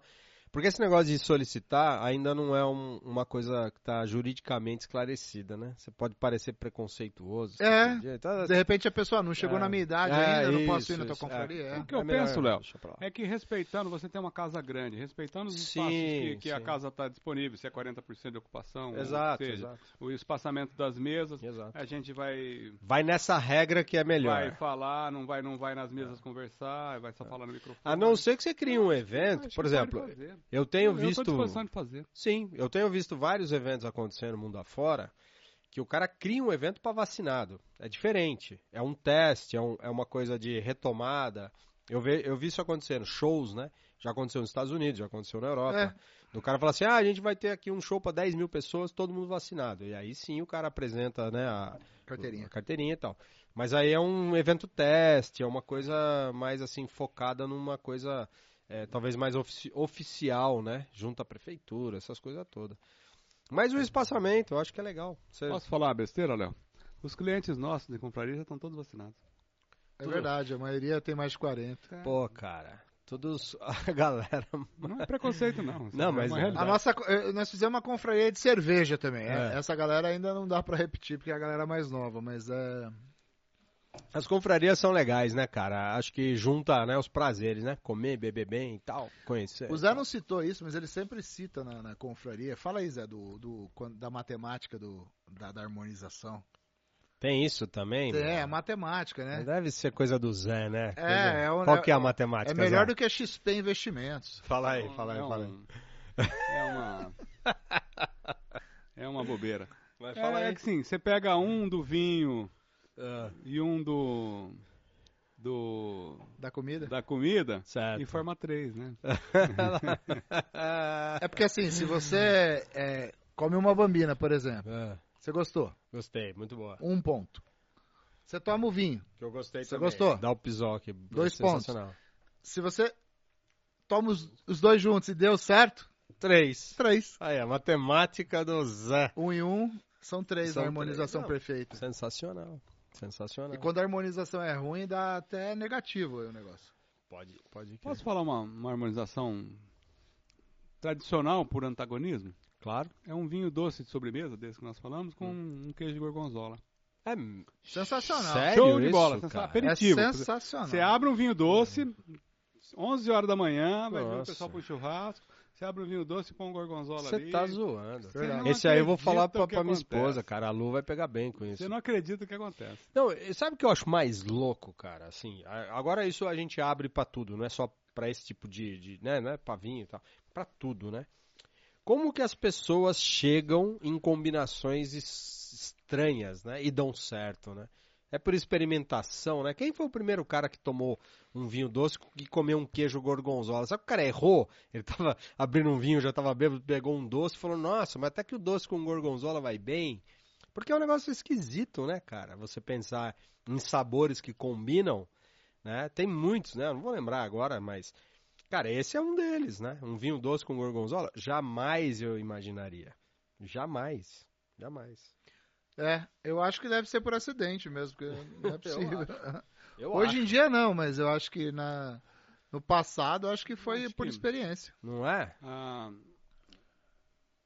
Speaker 1: Porque esse negócio de solicitar ainda não é um- uma coisa que está juridicamente esclarecida, né? Você pode parecer preconceituoso.
Speaker 2: É,
Speaker 1: certo jeito. Tá-
Speaker 2: De repente a pessoa "Ah, não chegou
Speaker 1: É.
Speaker 2: na minha idade
Speaker 1: É,
Speaker 2: ainda, não
Speaker 1: isso,
Speaker 2: posso ir na tua
Speaker 1: isso, é.
Speaker 2: confraria. é.
Speaker 3: O que eu
Speaker 1: melhor
Speaker 3: penso, Léo,
Speaker 1: deixar pra lá.
Speaker 3: É que respeitando, você tem uma casa grande, respeitando os
Speaker 1: Sim,
Speaker 3: espaços que, que a
Speaker 1: sim.
Speaker 3: casa está disponível, se é 40% de ocupação, ou
Speaker 1: Exato,
Speaker 3: seja,
Speaker 1: exato,
Speaker 3: o espaçamento das mesas,
Speaker 1: exato.
Speaker 3: a gente vai,
Speaker 1: Vai nessa regra que é melhor. É.
Speaker 3: vai falar, não vai, não vai nas mesas conversar, vai só falar no microfone.
Speaker 1: A não ser que você crie um evento,
Speaker 3: Acho que
Speaker 1: por
Speaker 3: pode
Speaker 1: exemplo,
Speaker 3: fazer.
Speaker 1: eu tenho
Speaker 3: Eu tô à
Speaker 1: visto.
Speaker 3: disposição de fazer.
Speaker 1: Sim, eu tenho visto vários eventos acontecendo mundo afora que o cara cria um evento para vacinado. É diferente. É um teste, é, um- é uma coisa de retomada. Eu, ve- eu vi isso acontecendo, shows, né? Já aconteceu nos Estados Unidos, já aconteceu na
Speaker 3: É.
Speaker 1: Europa. O cara fala assim: ah, a gente vai ter aqui um show para 10 mil pessoas, todo mundo vacinado. E aí sim o cara apresenta né, a,
Speaker 2: Carteirinha.
Speaker 1: a carteirinha e tal. Mas aí é um evento teste, é uma coisa mais assim, focada numa coisa é, talvez mais ofici- oficial, né? Junto à prefeitura, essas coisas todas. Mas o espaçamento, eu acho que é legal. Você-
Speaker 3: Posso falar uma besteira, Léo? Os clientes nossos de compraria já estão todos vacinados.
Speaker 2: É verdade, a maioria tem mais de 40.
Speaker 1: Pô, cara, todos a galera.
Speaker 3: Não é preconceito, não. Isso
Speaker 1: Não,
Speaker 3: é
Speaker 1: mas não.
Speaker 3: uma
Speaker 2: A
Speaker 3: realidade.
Speaker 2: nossa, eh, nós fizemos uma confraria de cerveja também. é.
Speaker 1: É.
Speaker 2: Essa galera ainda não dá pra repetir porque é a galera mais nova, mas é,
Speaker 1: As confrarias são legais, né, cara? Acho que junta né, os prazeres, né? Comer, beber bem e tal, conhecer.
Speaker 2: O Zé não citou isso, mas ele sempre cita na, na confraria. Fala aí, Zé, do, do- quando- da matemática do, da, da harmonização.
Speaker 1: Tem isso também?
Speaker 2: É,
Speaker 1: meu?
Speaker 2: matemática, né?
Speaker 1: Deve ser coisa do Zé, né? Coisa-
Speaker 2: É, é um-
Speaker 1: Qual que é a
Speaker 2: É
Speaker 1: matemática?
Speaker 2: melhor
Speaker 1: Zé?
Speaker 2: do que a XP Investimentos.
Speaker 1: Fala aí,
Speaker 3: Não,
Speaker 1: fala aí,
Speaker 3: é
Speaker 1: fala aí.
Speaker 3: um- É uma. É uma bobeira.
Speaker 1: Mas
Speaker 3: é, é que sim, você pega um do vinho
Speaker 1: Ah,
Speaker 3: e um do. do.
Speaker 2: Da comida?
Speaker 3: da comida
Speaker 1: certo.
Speaker 3: e forma três, né?
Speaker 1: Ah,
Speaker 2: É porque assim, se você é, come uma bambina, por exemplo,
Speaker 1: Ah,
Speaker 2: você gostou,
Speaker 1: gostei, muito boa.
Speaker 2: um ponto. Você toma o vinho.
Speaker 1: Que eu gostei
Speaker 2: Você
Speaker 1: também.
Speaker 2: gostou?
Speaker 1: Dá o pisó aqui. é
Speaker 2: Dois
Speaker 1: sensacional.
Speaker 2: Se você toma os, os dois juntos e deu certo,
Speaker 1: Três.
Speaker 2: três.
Speaker 1: Aí, a matemática do Zé.
Speaker 2: Um e um são três
Speaker 1: São
Speaker 2: na harmonização
Speaker 1: três,
Speaker 2: perfeita.
Speaker 1: Sensacional. Sensacional.
Speaker 2: E quando a harmonização é ruim, dá até negativo aí o negócio.
Speaker 1: Pode, pode.
Speaker 3: Posso falar uma, uma harmonização tradicional por antagonismo?
Speaker 1: Claro.
Speaker 3: É um vinho doce de sobremesa, desse que nós falamos, com um queijo de gorgonzola.
Speaker 1: É
Speaker 2: Sensacional.
Speaker 1: Hum. Sério
Speaker 3: Show de
Speaker 1: isso,
Speaker 3: bola,
Speaker 1: cara?
Speaker 3: sensacional. Aperitivo.
Speaker 2: É
Speaker 1: Ah,
Speaker 2: sensacional.
Speaker 3: Você abre um vinho doce, 11 horas da manhã, vai ver o
Speaker 1: Nossa.
Speaker 3: pessoal pro churrasco, você abre um vinho doce, põe um gorgonzola
Speaker 1: Você
Speaker 3: ali.
Speaker 1: tá zoando.
Speaker 3: Você não
Speaker 1: Esse aí eu vou
Speaker 3: acredita
Speaker 1: falar
Speaker 3: o
Speaker 1: pra,
Speaker 3: que
Speaker 1: pra minha
Speaker 3: acontece.
Speaker 1: esposa, cara. A Lu vai pegar bem com isso.
Speaker 3: Você não acredita o que acontece.
Speaker 1: Não, e sabe o que eu acho mais louco, cara? Assim, a- agora isso a gente abre pra tudo, não é só pra esse tipo de, de né, né, pra vinho e tal, Pra tudo, né? Como que as pessoas chegam em combinações es- estranhas, né, e dão certo, né? É por experimentação, né? Quem foi o primeiro cara que tomou um vinho doce e comeu um queijo gorgonzola? Sabe que o cara errou? Ele tava abrindo um vinho, já tava bêbado, pegou um doce e falou: "Nossa, mas até que o doce com gorgonzola vai bem". Porque é um negócio esquisito, né, cara? Você pensar em sabores que combinam, né? Tem muitos, né? Eu Não vou lembrar agora, mas. Cara, esse é um deles, né? Um vinho doce com gorgonzola, jamais eu imaginaria. Jamais. Jamais.
Speaker 2: É, eu acho que deve ser por acidente mesmo, porque não é possível.
Speaker 1: Eu
Speaker 2: Hoje em dia não, mas eu acho que na, No passado, acho que foi
Speaker 3: Acho
Speaker 2: por
Speaker 3: que-
Speaker 2: experiência.
Speaker 1: Não é?
Speaker 3: A, Ah,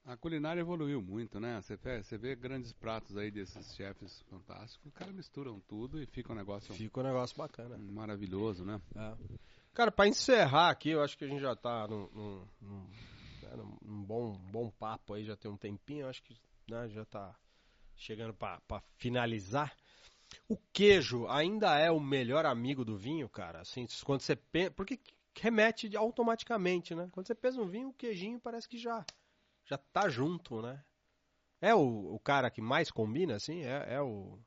Speaker 3: a culinária evoluiu muito, né? Você vê, você vê grandes pratos aí desses chefes fantásticos, os caras misturam tudo e fica um negócio
Speaker 1: Fica um negócio bacana.
Speaker 3: maravilhoso, né?
Speaker 1: É. Cara, pra encerrar aqui, eu acho que a gente já tá num, num- num- né, num- num bom, bom papo aí, já tem um tempinho, eu acho que né, já tá chegando pra pra finalizar. O queijo ainda é o melhor amigo do vinho, cara? Assim, quando você pensa. Porque remete de- automaticamente, né? Quando você pesa um vinho, o queijinho parece que já, já tá junto, né? É o, o cara que mais combina, assim? É, é o.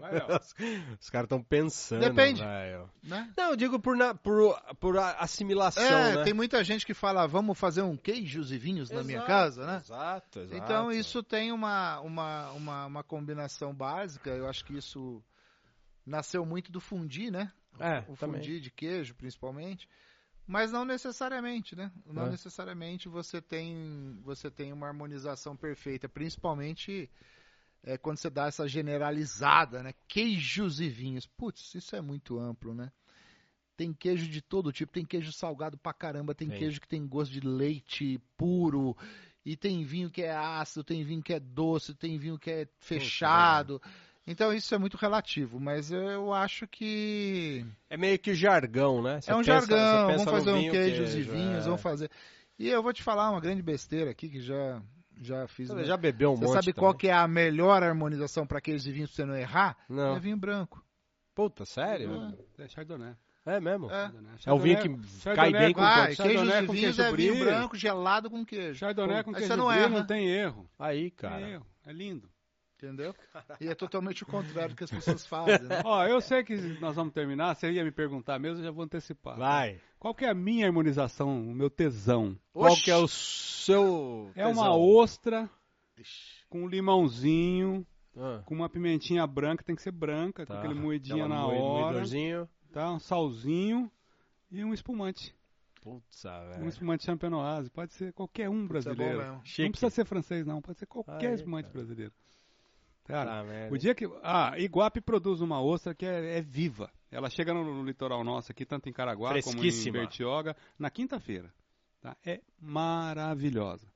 Speaker 3: Vai, Léo.
Speaker 1: Os caras estão pensando.
Speaker 2: Depende.
Speaker 1: velho.
Speaker 2: Né?
Speaker 1: Não, eu digo por, na- por, por a- assimilação,
Speaker 2: É,
Speaker 1: né?
Speaker 2: tem muita gente que fala, vamos fazer um queijos e vinhos na minha
Speaker 1: Exato,
Speaker 2: casa, né?
Speaker 1: Exato, exato.
Speaker 2: Então isso tem uma, uma, uma, uma combinação básica, eu acho que isso nasceu muito do fundi, né?
Speaker 1: É,
Speaker 2: O
Speaker 1: também.
Speaker 2: fundi de queijo, principalmente. Mas não necessariamente, né? Não
Speaker 1: É.
Speaker 2: necessariamente você tem, você tem uma harmonização perfeita, principalmente é, quando você dá essa generalizada, né? Queijos e vinhos. Putz, isso é muito amplo, né? Tem queijo de todo tipo, tem queijo salgado pra caramba, tem,
Speaker 1: Tem.
Speaker 2: queijo que tem gosto de leite puro, e tem vinho que é ácido, tem vinho que é doce, tem vinho que é fechado. Então isso é muito relativo, mas eu acho que
Speaker 1: É meio que jargão, né? Você
Speaker 2: é um
Speaker 1: pensa- você
Speaker 2: jargão,
Speaker 1: pensa
Speaker 2: vamos
Speaker 1: no
Speaker 2: fazer um
Speaker 1: vinho,
Speaker 2: queijos e
Speaker 1: queijo,
Speaker 2: vinhos,
Speaker 1: é.
Speaker 2: vamos fazer. E eu vou te falar uma grande besteira aqui que já já fiz.
Speaker 1: Você
Speaker 2: né?
Speaker 1: já bebeu um
Speaker 2: Você
Speaker 1: monte
Speaker 2: sabe qual que é a melhor harmonização para queijos e vinhos pra você não errar?
Speaker 1: Não.
Speaker 2: É vinho branco.
Speaker 1: Puta, sério?
Speaker 3: É Chardonnay.
Speaker 1: É, mesmo? É,
Speaker 2: É.
Speaker 3: Chardonnay.
Speaker 1: o vinho que
Speaker 3: Chardonnay-
Speaker 1: cai
Speaker 3: Chardonnay
Speaker 1: bem com
Speaker 2: Vai,
Speaker 1: todos.
Speaker 2: queijos
Speaker 3: Chardonnay
Speaker 2: e
Speaker 3: com
Speaker 2: vinhos
Speaker 3: queijo
Speaker 2: é vinho
Speaker 3: brie.
Speaker 2: branco gelado com queijo.
Speaker 3: Chardonnay com
Speaker 2: Aí você
Speaker 3: queijo
Speaker 2: não
Speaker 3: brie
Speaker 2: erra.
Speaker 3: não tem erro.
Speaker 1: Aí,
Speaker 3: Não Tem
Speaker 1: cara.
Speaker 3: erro. É lindo.
Speaker 2: Entendeu? E é totalmente o contrário do que as pessoas fazem.
Speaker 1: Tá
Speaker 2: Né?
Speaker 3: Ó, eu sei que nós vamos terminar, você ia me perguntar mesmo, eu já vou antecipar.
Speaker 1: Vai.
Speaker 3: Qual que é a minha harmonização, o meu tesão?
Speaker 1: Qual
Speaker 2: Oxi!
Speaker 1: que é o seu
Speaker 3: É uma
Speaker 1: tesão?
Speaker 3: ostra com um limãozinho,
Speaker 1: Ah,
Speaker 3: com uma pimentinha branca, tem que ser branca,
Speaker 1: tá.
Speaker 3: com aquele moedinha
Speaker 1: Aquela
Speaker 3: na
Speaker 1: moe-
Speaker 3: hora,
Speaker 1: moedorzinho.
Speaker 3: tá? Um salzinho e um espumante.
Speaker 1: Putza,
Speaker 3: Um
Speaker 1: velho.
Speaker 3: espumante champenoise, pode ser qualquer um
Speaker 2: Isso é bom
Speaker 3: brasileiro.
Speaker 2: mesmo.
Speaker 1: Chique.
Speaker 3: não precisa ser francês não, pode ser qualquer
Speaker 1: Aí,
Speaker 3: espumante
Speaker 1: cara.
Speaker 3: brasileiro. Cara,
Speaker 1: Tá, merda.
Speaker 3: o dia que ah, Iguape produz uma ostra que é, é viva. Ela chega no, no litoral nosso aqui, tanto em Caraguá como em
Speaker 1: Fresquíssima.
Speaker 3: Bertioga, na quinta-feira. tá? É maravilhosa.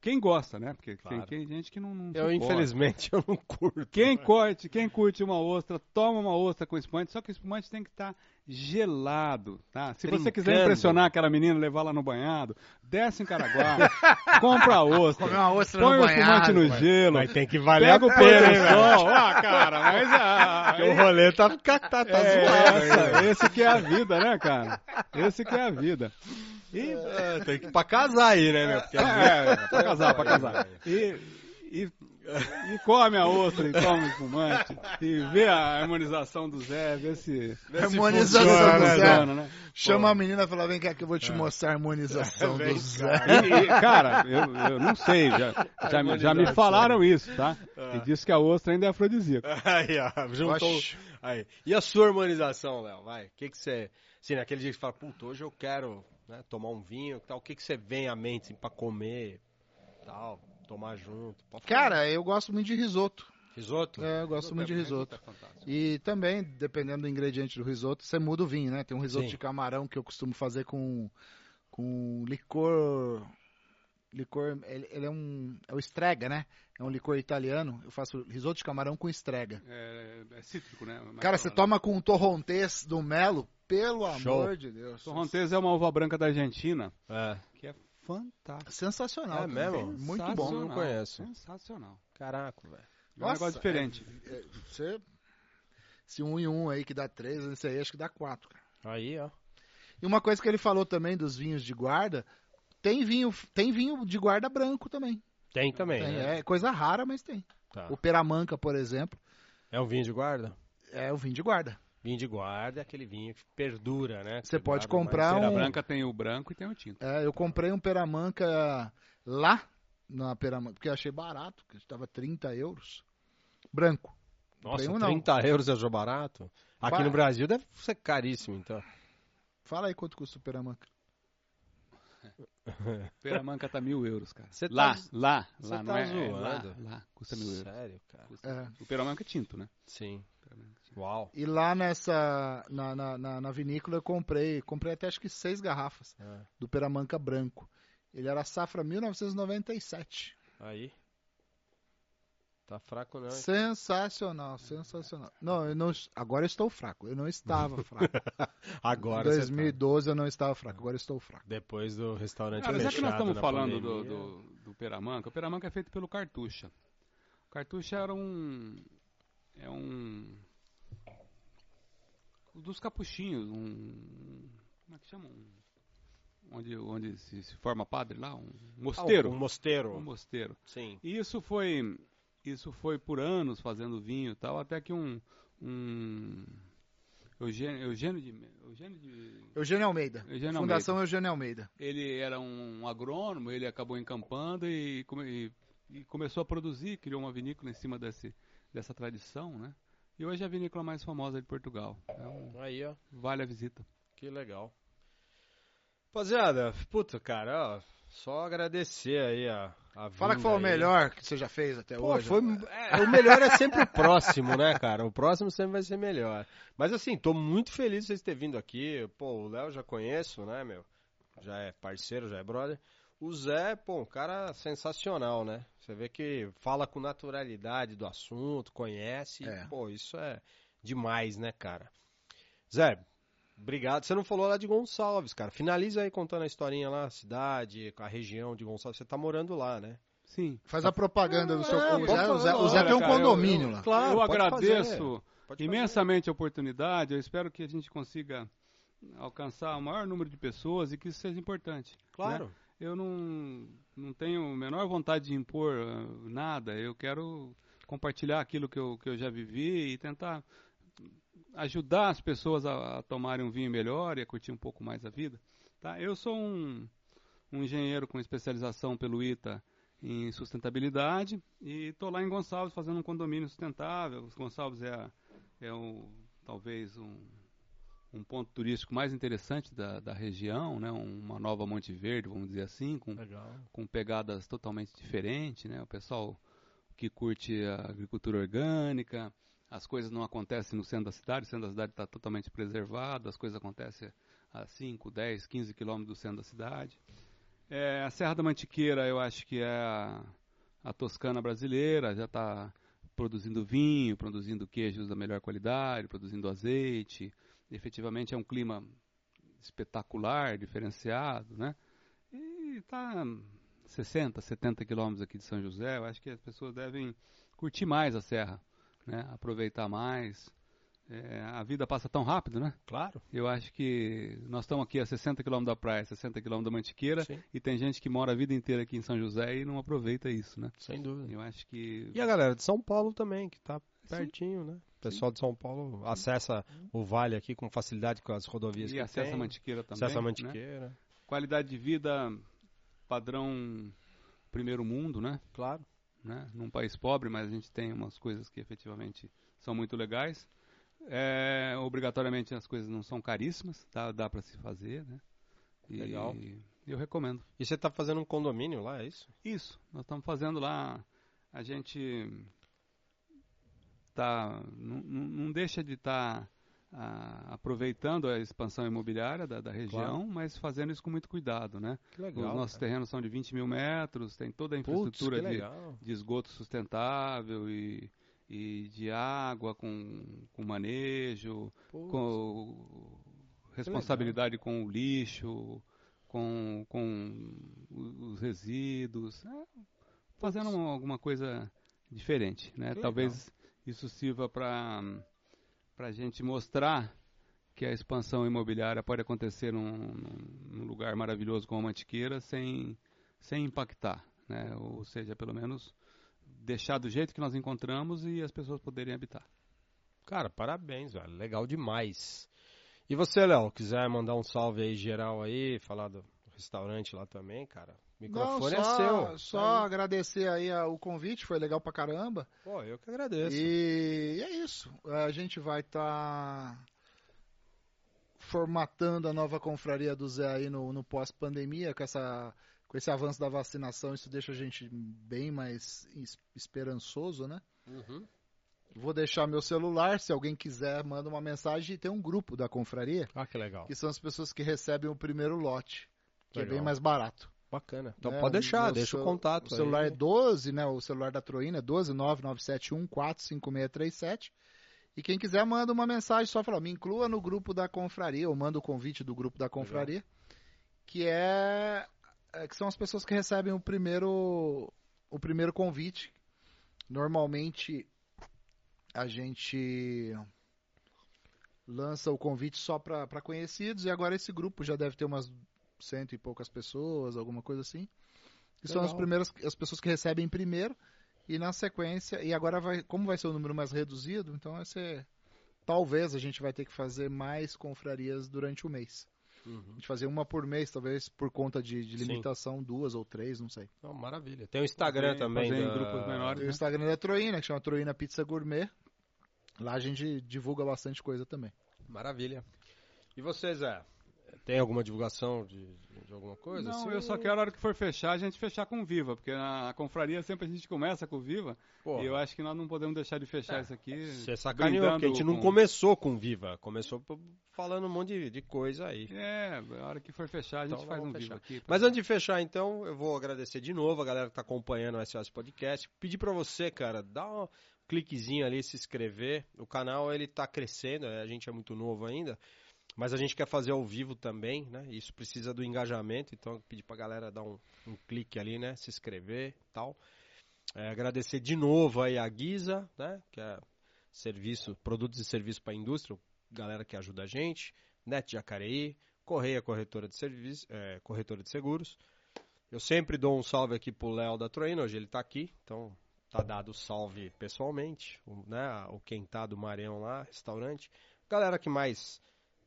Speaker 3: Quem gosta, né? Porque tem-
Speaker 1: Claro.
Speaker 3: tem, gente que não, não
Speaker 1: Eu,
Speaker 3: suporta.
Speaker 1: infelizmente, eu não curto.
Speaker 3: Quem curte, quem curte uma ostra, toma uma ostra com espumante, só que o espumante tem que estar gelado, tá? Se você quiser
Speaker 1: Trincando.
Speaker 3: impressionar aquela menina, levar lá no banhado, desce em Caraguá, compra a ostra,
Speaker 2: Comer uma ostra
Speaker 3: põe
Speaker 2: no
Speaker 3: o espumante
Speaker 2: banhado.
Speaker 3: no
Speaker 2: vai.
Speaker 3: gelo,
Speaker 1: Mas tem que valer
Speaker 3: pega o
Speaker 1: a pena,
Speaker 3: pôr
Speaker 1: hein,
Speaker 3: do
Speaker 1: velho?
Speaker 3: sol, ah, cara, mas ah,
Speaker 1: Porque o rolê tá, tá, tá, tá
Speaker 3: é,
Speaker 1: zoado, hein, velho?
Speaker 3: essa, esse que é a vida, né, cara? Esse que é a vida. E
Speaker 1: É, tem que ir pra casar aí, né, meu? Porque às vezes-
Speaker 3: é, é, pra casar, pra casar.
Speaker 2: é.
Speaker 3: E, e, e come a ostra e toma o espumante. E vê a harmonização do Zé, vê se.
Speaker 2: Harmonização
Speaker 1: funciona,
Speaker 2: do
Speaker 1: né,
Speaker 2: Zé.
Speaker 3: funciona, né?
Speaker 2: Chama a menina e fala, vem cá que eu vou te mostrar a harmonização
Speaker 1: É. Vem
Speaker 2: do
Speaker 1: cá.
Speaker 2: Zé.
Speaker 3: E- e, cara, eu, eu não sei, já, já, me- já me falaram isso, tá? E diz que a ostra ainda é afrodisíaca.
Speaker 1: Aí, ó, juntou.
Speaker 2: Oxi.
Speaker 1: Aí. E a sua harmonização, Léo? Vai. O que que você. Assim, naquele dia que você fala, puta, hoje eu quero né, tomar um vinho e tal. O que que você vem à mente assim, pra comer tal? Tomar junto? Pode falar.
Speaker 2: Cara, eu gosto muito de risoto.
Speaker 1: risoto?
Speaker 2: É, eu gosto muito de risoto.
Speaker 3: fantástico.
Speaker 2: E também, dependendo do ingrediente do risoto, você muda o vinho, né? Tem um risoto
Speaker 1: Sim.
Speaker 2: de camarão que eu costumo fazer com, com licor. Licor. Ele, ele é um. É o estrega, né? É um licor italiano. Eu faço risoto de camarão com estrega.
Speaker 3: É, é cítrico, né? Mas
Speaker 2: Cara, você toma com um torrontês do Melo, pelo
Speaker 1: Show.
Speaker 2: amor de Deus.
Speaker 3: Torrontés é uma uva branca da Argentina
Speaker 2: tá
Speaker 1: É.
Speaker 3: que é fantástica.
Speaker 2: Sensacional.
Speaker 1: É
Speaker 2: cara.
Speaker 1: mesmo?
Speaker 2: Muito bom.
Speaker 1: não conheço.
Speaker 3: Sensacional.
Speaker 1: Caraca, velho.
Speaker 3: É um negócio diferente.
Speaker 2: é, você, se um e um aí que dá três, esse aí acho que dá quatro. Cara.
Speaker 1: Aí, ó.
Speaker 2: E uma coisa que ele falou também dos vinhos de guarda, tem vinho, tem vinho de guarda branco também.
Speaker 1: Tem também,
Speaker 2: Tem,
Speaker 1: né?
Speaker 2: É coisa rara, mas tem.
Speaker 4: Ah.
Speaker 1: Tá.
Speaker 2: O Peramanca, por exemplo,
Speaker 1: É um vinho de guarda?
Speaker 2: é o vinho de guarda.
Speaker 1: Vinho de guarda é aquele vinho que perdura, né? Que
Speaker 2: Você pode
Speaker 1: guarda mais. Será
Speaker 2: comprar
Speaker 3: A
Speaker 2: um-
Speaker 1: branco?
Speaker 3: branca tem o branco e tem o tinto.
Speaker 2: É, eu comprei um Peramanca lá na Peramanca, porque eu achei barato, que estava 30 euros. Branco.
Speaker 1: Nossa,
Speaker 2: Comprei um, não.
Speaker 1: 30 euros é já barato? Aqui
Speaker 2: Ba-
Speaker 1: no Brasil deve ser caríssimo, então.
Speaker 2: Tá Fala aí quanto custa o Peramanca.
Speaker 3: Peramanca tá mil euros, cara.
Speaker 1: Cê tá
Speaker 3: lá,
Speaker 1: zo-
Speaker 3: lá,
Speaker 1: cê
Speaker 3: lá,
Speaker 1: tá
Speaker 3: não é, é
Speaker 1: zoando.
Speaker 3: lá, lá, custa mil euros.
Speaker 1: Sério, cara?
Speaker 3: Custa.
Speaker 2: É.
Speaker 3: O Peramanca é tinto, né?
Speaker 1: Sim.
Speaker 3: O
Speaker 2: Tá
Speaker 3: né?
Speaker 4: Uau.
Speaker 2: E lá nessa. Na, na, na- na vinícola eu comprei. Comprei até acho que seis garrafas
Speaker 4: É.
Speaker 2: do Peramanca Branco. Ele era safra 1997.
Speaker 1: Aí. Tá fraco não. hein?
Speaker 2: Sensacional, sensacional. Não, eu não. Agora eu estou fraco. Eu não estava fraco. Em
Speaker 4: Agora você tá.
Speaker 2: 2012 eu não estava fraco. Agora eu estou fraco.
Speaker 1: Depois do restaurante
Speaker 3: Cara, já Ah, é que nós
Speaker 1: fechado
Speaker 3: estamos
Speaker 1: na
Speaker 3: falando do,
Speaker 1: pandemia. Ah,
Speaker 3: do, do Peramanca, o Peramanca é feito pelo Cartucha. O Cartucha era um. É um. Dos capuchinhos, um. Como é que chama? Um- onde onde se, se forma padre lá? Um
Speaker 4: Ah, Um
Speaker 3: mosteiro. um
Speaker 4: mosteiro.
Speaker 3: mosteiro.
Speaker 4: Sim.
Speaker 3: E isso foi, isso foi por anos fazendo vinho e tal, até que um. um Eugênio, Eugênio de. Me- Eugênio de.
Speaker 2: Eugênio Almeida. Hum,
Speaker 3: Eugênio
Speaker 2: Fundação Eugênio Almeida.
Speaker 3: Ele era um agrônomo, ele acabou encampando e, come- e- e começou a produzir, criou uma vinícola em cima desse, dessa tradição, né? E hoje é a vinícola mais famosa de Portugal. Então,
Speaker 1: Aí, ó.
Speaker 3: vale a visita.
Speaker 1: Que legal. Rapaziada, puta, cara, ó. Só agradecer aí a, a
Speaker 2: Fala que
Speaker 1: vinda
Speaker 2: foi o
Speaker 1: aí.
Speaker 2: melhor que você já fez até
Speaker 1: Pô,
Speaker 2: hoje. né?
Speaker 1: foi, é, o melhor é sempre o próximo, né, cara? O próximo sempre vai ser melhor. Mas assim, tô muito feliz de vocês terem vindo aqui. Pô, o Léo já conheço, né, meu? Já é parceiro, já é brother. O Zé, pô, um cara sensacional, né? Você vê que fala com naturalidade do assunto, conhece.
Speaker 2: É.
Speaker 1: Pô, isso é demais, né, cara? Zé, obrigado. Você não falou lá de Gonçalves, cara. Finaliza aí contando a historinha lá, a cidade, a região de Gonçalves. Você tá morando lá, né?
Speaker 3: Sim.
Speaker 2: Faz a propaganda do seu.
Speaker 1: É,
Speaker 2: o
Speaker 1: pode
Speaker 2: Zé,
Speaker 1: falar
Speaker 2: o Zé-
Speaker 1: na
Speaker 2: o Zé
Speaker 1: hora,
Speaker 2: tem um
Speaker 1: cara, eu-
Speaker 2: condomínio
Speaker 1: eu-
Speaker 2: lá.
Speaker 1: Claro,
Speaker 3: eu
Speaker 1: pode fazer.
Speaker 3: agradeço
Speaker 1: Pode fazer.
Speaker 3: imensamente a oportunidade. Eu espero que a gente consiga alcançar o maior número de pessoas e que isso seja importante. né?
Speaker 1: Claro.
Speaker 3: Eu não, não tenho a menor vontade de impor ah, nada. Eu quero compartilhar aquilo que eu, que eu já vivi e tentar ajudar as pessoas a, a tomarem um vinho melhor e a curtir um pouco mais a vida. Tá? Eu sou um, um engenheiro com especialização pelo ITA em sustentabilidade e estou lá em Gonçalves fazendo um condomínio sustentável. Gonçalves é, a- é o, talvez um, um ponto turístico mais interessante da, da região, né? uma nova Monte Verde, vamos dizer assim, com
Speaker 1: Legal.
Speaker 3: com pegadas totalmente diferentes, né? O pessoal que curte a agricultura orgânica, as coisas não acontecem no centro da cidade, o centro da cidade está totalmente preservado, as coisas acontecem a 5, 10, 15 quilômetros do centro da cidade. É, a Serra da Mantiqueira, eu acho que é a, a Toscana brasileira, já está produzindo vinho, produzindo queijos da melhor qualidade, produzindo azeite. Efetivamente é um clima espetacular, diferenciado, né? E tá 60, 70 quilômetros aqui de São José. Eu acho que as pessoas devem curtir mais a serra, né? Aproveitar mais. É, a vida passa tão rápido, né?
Speaker 1: Claro.
Speaker 3: Eu acho que nós estamos aqui a 60 quilômetros da praia, 60 quilômetros da Mantiqueira,
Speaker 1: Sim.
Speaker 3: e tem gente que mora a vida inteira aqui em São José e não aproveita isso, né?
Speaker 1: Sem dúvida.
Speaker 3: Eu acho que
Speaker 1: E a galera de São Paulo também, que tá pertinho, né? O pessoal de São Paulo acessa o vale aqui com facilidade com as rodovias
Speaker 3: e
Speaker 1: que
Speaker 3: acessa a
Speaker 1: tem.
Speaker 3: Mantiqueira também.
Speaker 1: Acessa a
Speaker 3: né?
Speaker 1: Mantiqueira.
Speaker 3: Qualidade de vida padrão primeiro mundo, né?
Speaker 1: Claro.
Speaker 3: né? num país pobre, mas a gente tem umas coisas que efetivamente são muito legais. É, obrigatoriamente as coisas não são caríssimas, dá, dá para se fazer, né? E
Speaker 1: Legal.
Speaker 3: eu recomendo.
Speaker 1: E você tá fazendo um condomínio lá, é isso?
Speaker 3: Isso, nós estamos fazendo lá, a gente tá, não, não- não deixa de estar aproveitando a expansão imobiliária da, da região, mas fazendo isso com muito cuidado, né?
Speaker 1: Que
Speaker 3: Os nossos
Speaker 1: cara.
Speaker 3: terrenos são de 20 mil metros, tem toda a
Speaker 1: Putz, que
Speaker 3: infraestrutura de,
Speaker 1: legal.
Speaker 3: de esgoto sustentável e, e de água com, com manejo,
Speaker 1: Putz.
Speaker 3: com responsabilidade com o lixo, com, com o- os resíduos, né? fazendo uma- alguma coisa diferente, né?
Speaker 1: Que
Speaker 3: Talvez isso sirva para para gente mostrar que a expansão imobiliária pode acontecer num, num lugar maravilhoso como a Mantiqueira sem sem impactar, né? Ou seja, pelo menos deixar do jeito que nós encontramos e as pessoas poderem habitar.
Speaker 1: Cara, parabéns, velho. Legal demais. E você, Léo, quiser mandar um salve aí geral aí, falar do restaurante lá também, cara. O microfone
Speaker 2: Não,
Speaker 1: é
Speaker 2: só,
Speaker 1: seu.
Speaker 2: Só agradecer aí a- o convite, foi legal pra caramba.
Speaker 1: Pô, eu que agradeço.
Speaker 2: E é isso. A gente vai estar formatando a nova confraria do Zé aí no, no pós-pandemia, com, essa, com esse avanço da vacinação, isso deixa a gente bem mais es- esperançoso, né?
Speaker 1: Uhum.
Speaker 2: Vou deixar meu celular, se alguém quiser, manda uma mensagem e tem um grupo da confraria,
Speaker 1: Ah, que legal.
Speaker 2: que são as pessoas que recebem o primeiro lote, que é
Speaker 1: Legal.
Speaker 2: bem mais barato.
Speaker 1: Bacana. Então
Speaker 2: né?
Speaker 1: pode deixar,
Speaker 2: meu
Speaker 1: deixa o
Speaker 2: cel-
Speaker 1: contato.
Speaker 2: O celular
Speaker 1: aí.
Speaker 2: é 12, né? O celular da Troína é 12 45637 E quem quiser, manda uma mensagem só falar, me inclua no grupo da confraria, ou manda o convite do grupo da confraria, que é, é que são as pessoas que recebem o primeiro o primeiro convite. Normalmente a gente lança o convite só para conhecidos e agora esse grupo já deve ter umas cento e poucas pessoas, alguma coisa assim. Que são as
Speaker 1: Legal.
Speaker 2: primeiras as pessoas que recebem primeiro e na sequência e agora vai como vai ser o número mais reduzido, então vai ser talvez a gente vai ter que fazer mais confrarias durante o mês. A
Speaker 1: Uhum.
Speaker 2: gente fazer uma por mês, talvez por conta de, de
Speaker 1: Sim.
Speaker 2: limitação, duas ou três, não sei.
Speaker 1: Então, maravilha. Tem o Instagram
Speaker 3: Fazer-
Speaker 1: também.
Speaker 3: fazer em
Speaker 1: da-
Speaker 3: grupos menores.
Speaker 1: Uhum.
Speaker 3: né?
Speaker 2: Tem o Instagram da Troína, que chama Troína Pizza Gourmet. Lá a gente divulga bastante coisa também.
Speaker 1: Maravilha. E você, Zé? Tem alguma divulgação de, de alguma coisa?
Speaker 3: Não,
Speaker 1: assim?
Speaker 3: eu só quero a hora que for fechar, a gente fechar com Viva, porque na confraria sempre a gente começa com Viva,
Speaker 1: Pô,
Speaker 3: e eu acho que nós não podemos deixar de fechar isso aqui.
Speaker 1: É, Você sacaneou, porque a gente
Speaker 3: brindando
Speaker 1: não
Speaker 3: com-
Speaker 1: começou com Viva. Começou p- falando um monte de, de coisa aí.
Speaker 3: É, a hora que for fechar, a gente
Speaker 1: Então,
Speaker 3: faz um
Speaker 1: vamos
Speaker 3: Viva
Speaker 1: fechar.
Speaker 3: aqui. pra-
Speaker 1: Mas antes de fechar, então, eu vou agradecer de novo a galera que está acompanhando o SOS Podcast. Pedir para você, cara, dá um cliquezinho ali, se inscrever. O canal, ele tá crescendo, a gente é muito novo ainda, mas a gente quer fazer ao vivo também, né? Isso precisa do engajamento, então pedir pra galera dar um, um clique ali, né? Se inscrever e tal. É, agradecer de novo aí a Guisa, né? Que é serviço, produtos e serviços para a indústria, galera que ajuda a gente. Net Jacareí, Correia Corretora de Serviço, é, Corretora de Seguros. Eu sempre dou um salve aqui pro Léo da Troina, hoje ele tá aqui, então tá dado o salve pessoalmente, o, né, o Quentado Marião lá, restaurante. Galera que mais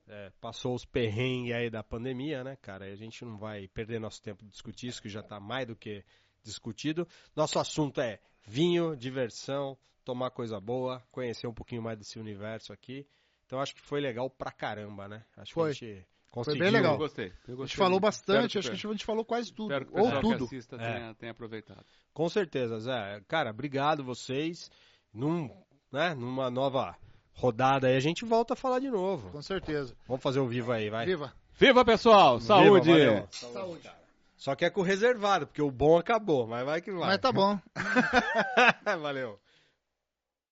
Speaker 1: é, passou os perrengues aí da pandemia, né, cara? E A gente não vai perder nosso tempo de discutir isso, que já tá mais do que discutido. Nosso assunto é vinho, diversão, tomar coisa boa, conhecer um pouquinho mais desse universo aqui. Então acho que foi legal pra caramba, né? Acho
Speaker 2: Foi.
Speaker 1: que a gente
Speaker 2: bem
Speaker 1: conseguiu
Speaker 3: Eu
Speaker 2: legal.
Speaker 3: gostei. Eu
Speaker 2: A gente
Speaker 3: gostei
Speaker 2: falou
Speaker 3: muito.
Speaker 2: bastante,
Speaker 3: Espero
Speaker 2: acho que a
Speaker 3: que,
Speaker 2: gente falou quase tudo.
Speaker 3: espero que o
Speaker 2: Ou
Speaker 3: pessoal que
Speaker 2: tudo.
Speaker 3: assista
Speaker 1: É.
Speaker 3: tenha, tenha aproveitado.
Speaker 1: Com certeza, Zé. Cara, obrigado vocês. Num, né, numa nova rodada aí, a gente volta a falar de novo.
Speaker 2: Com certeza.
Speaker 1: Vamos fazer o vivo aí, vai.
Speaker 2: Viva!
Speaker 3: Viva, pessoal! Saúde!
Speaker 1: Viva, valeu.
Speaker 2: Saúde.
Speaker 1: Só que é com reservado, porque o bom acabou, mas vai que vai.
Speaker 2: Mas tá bom.
Speaker 1: valeu.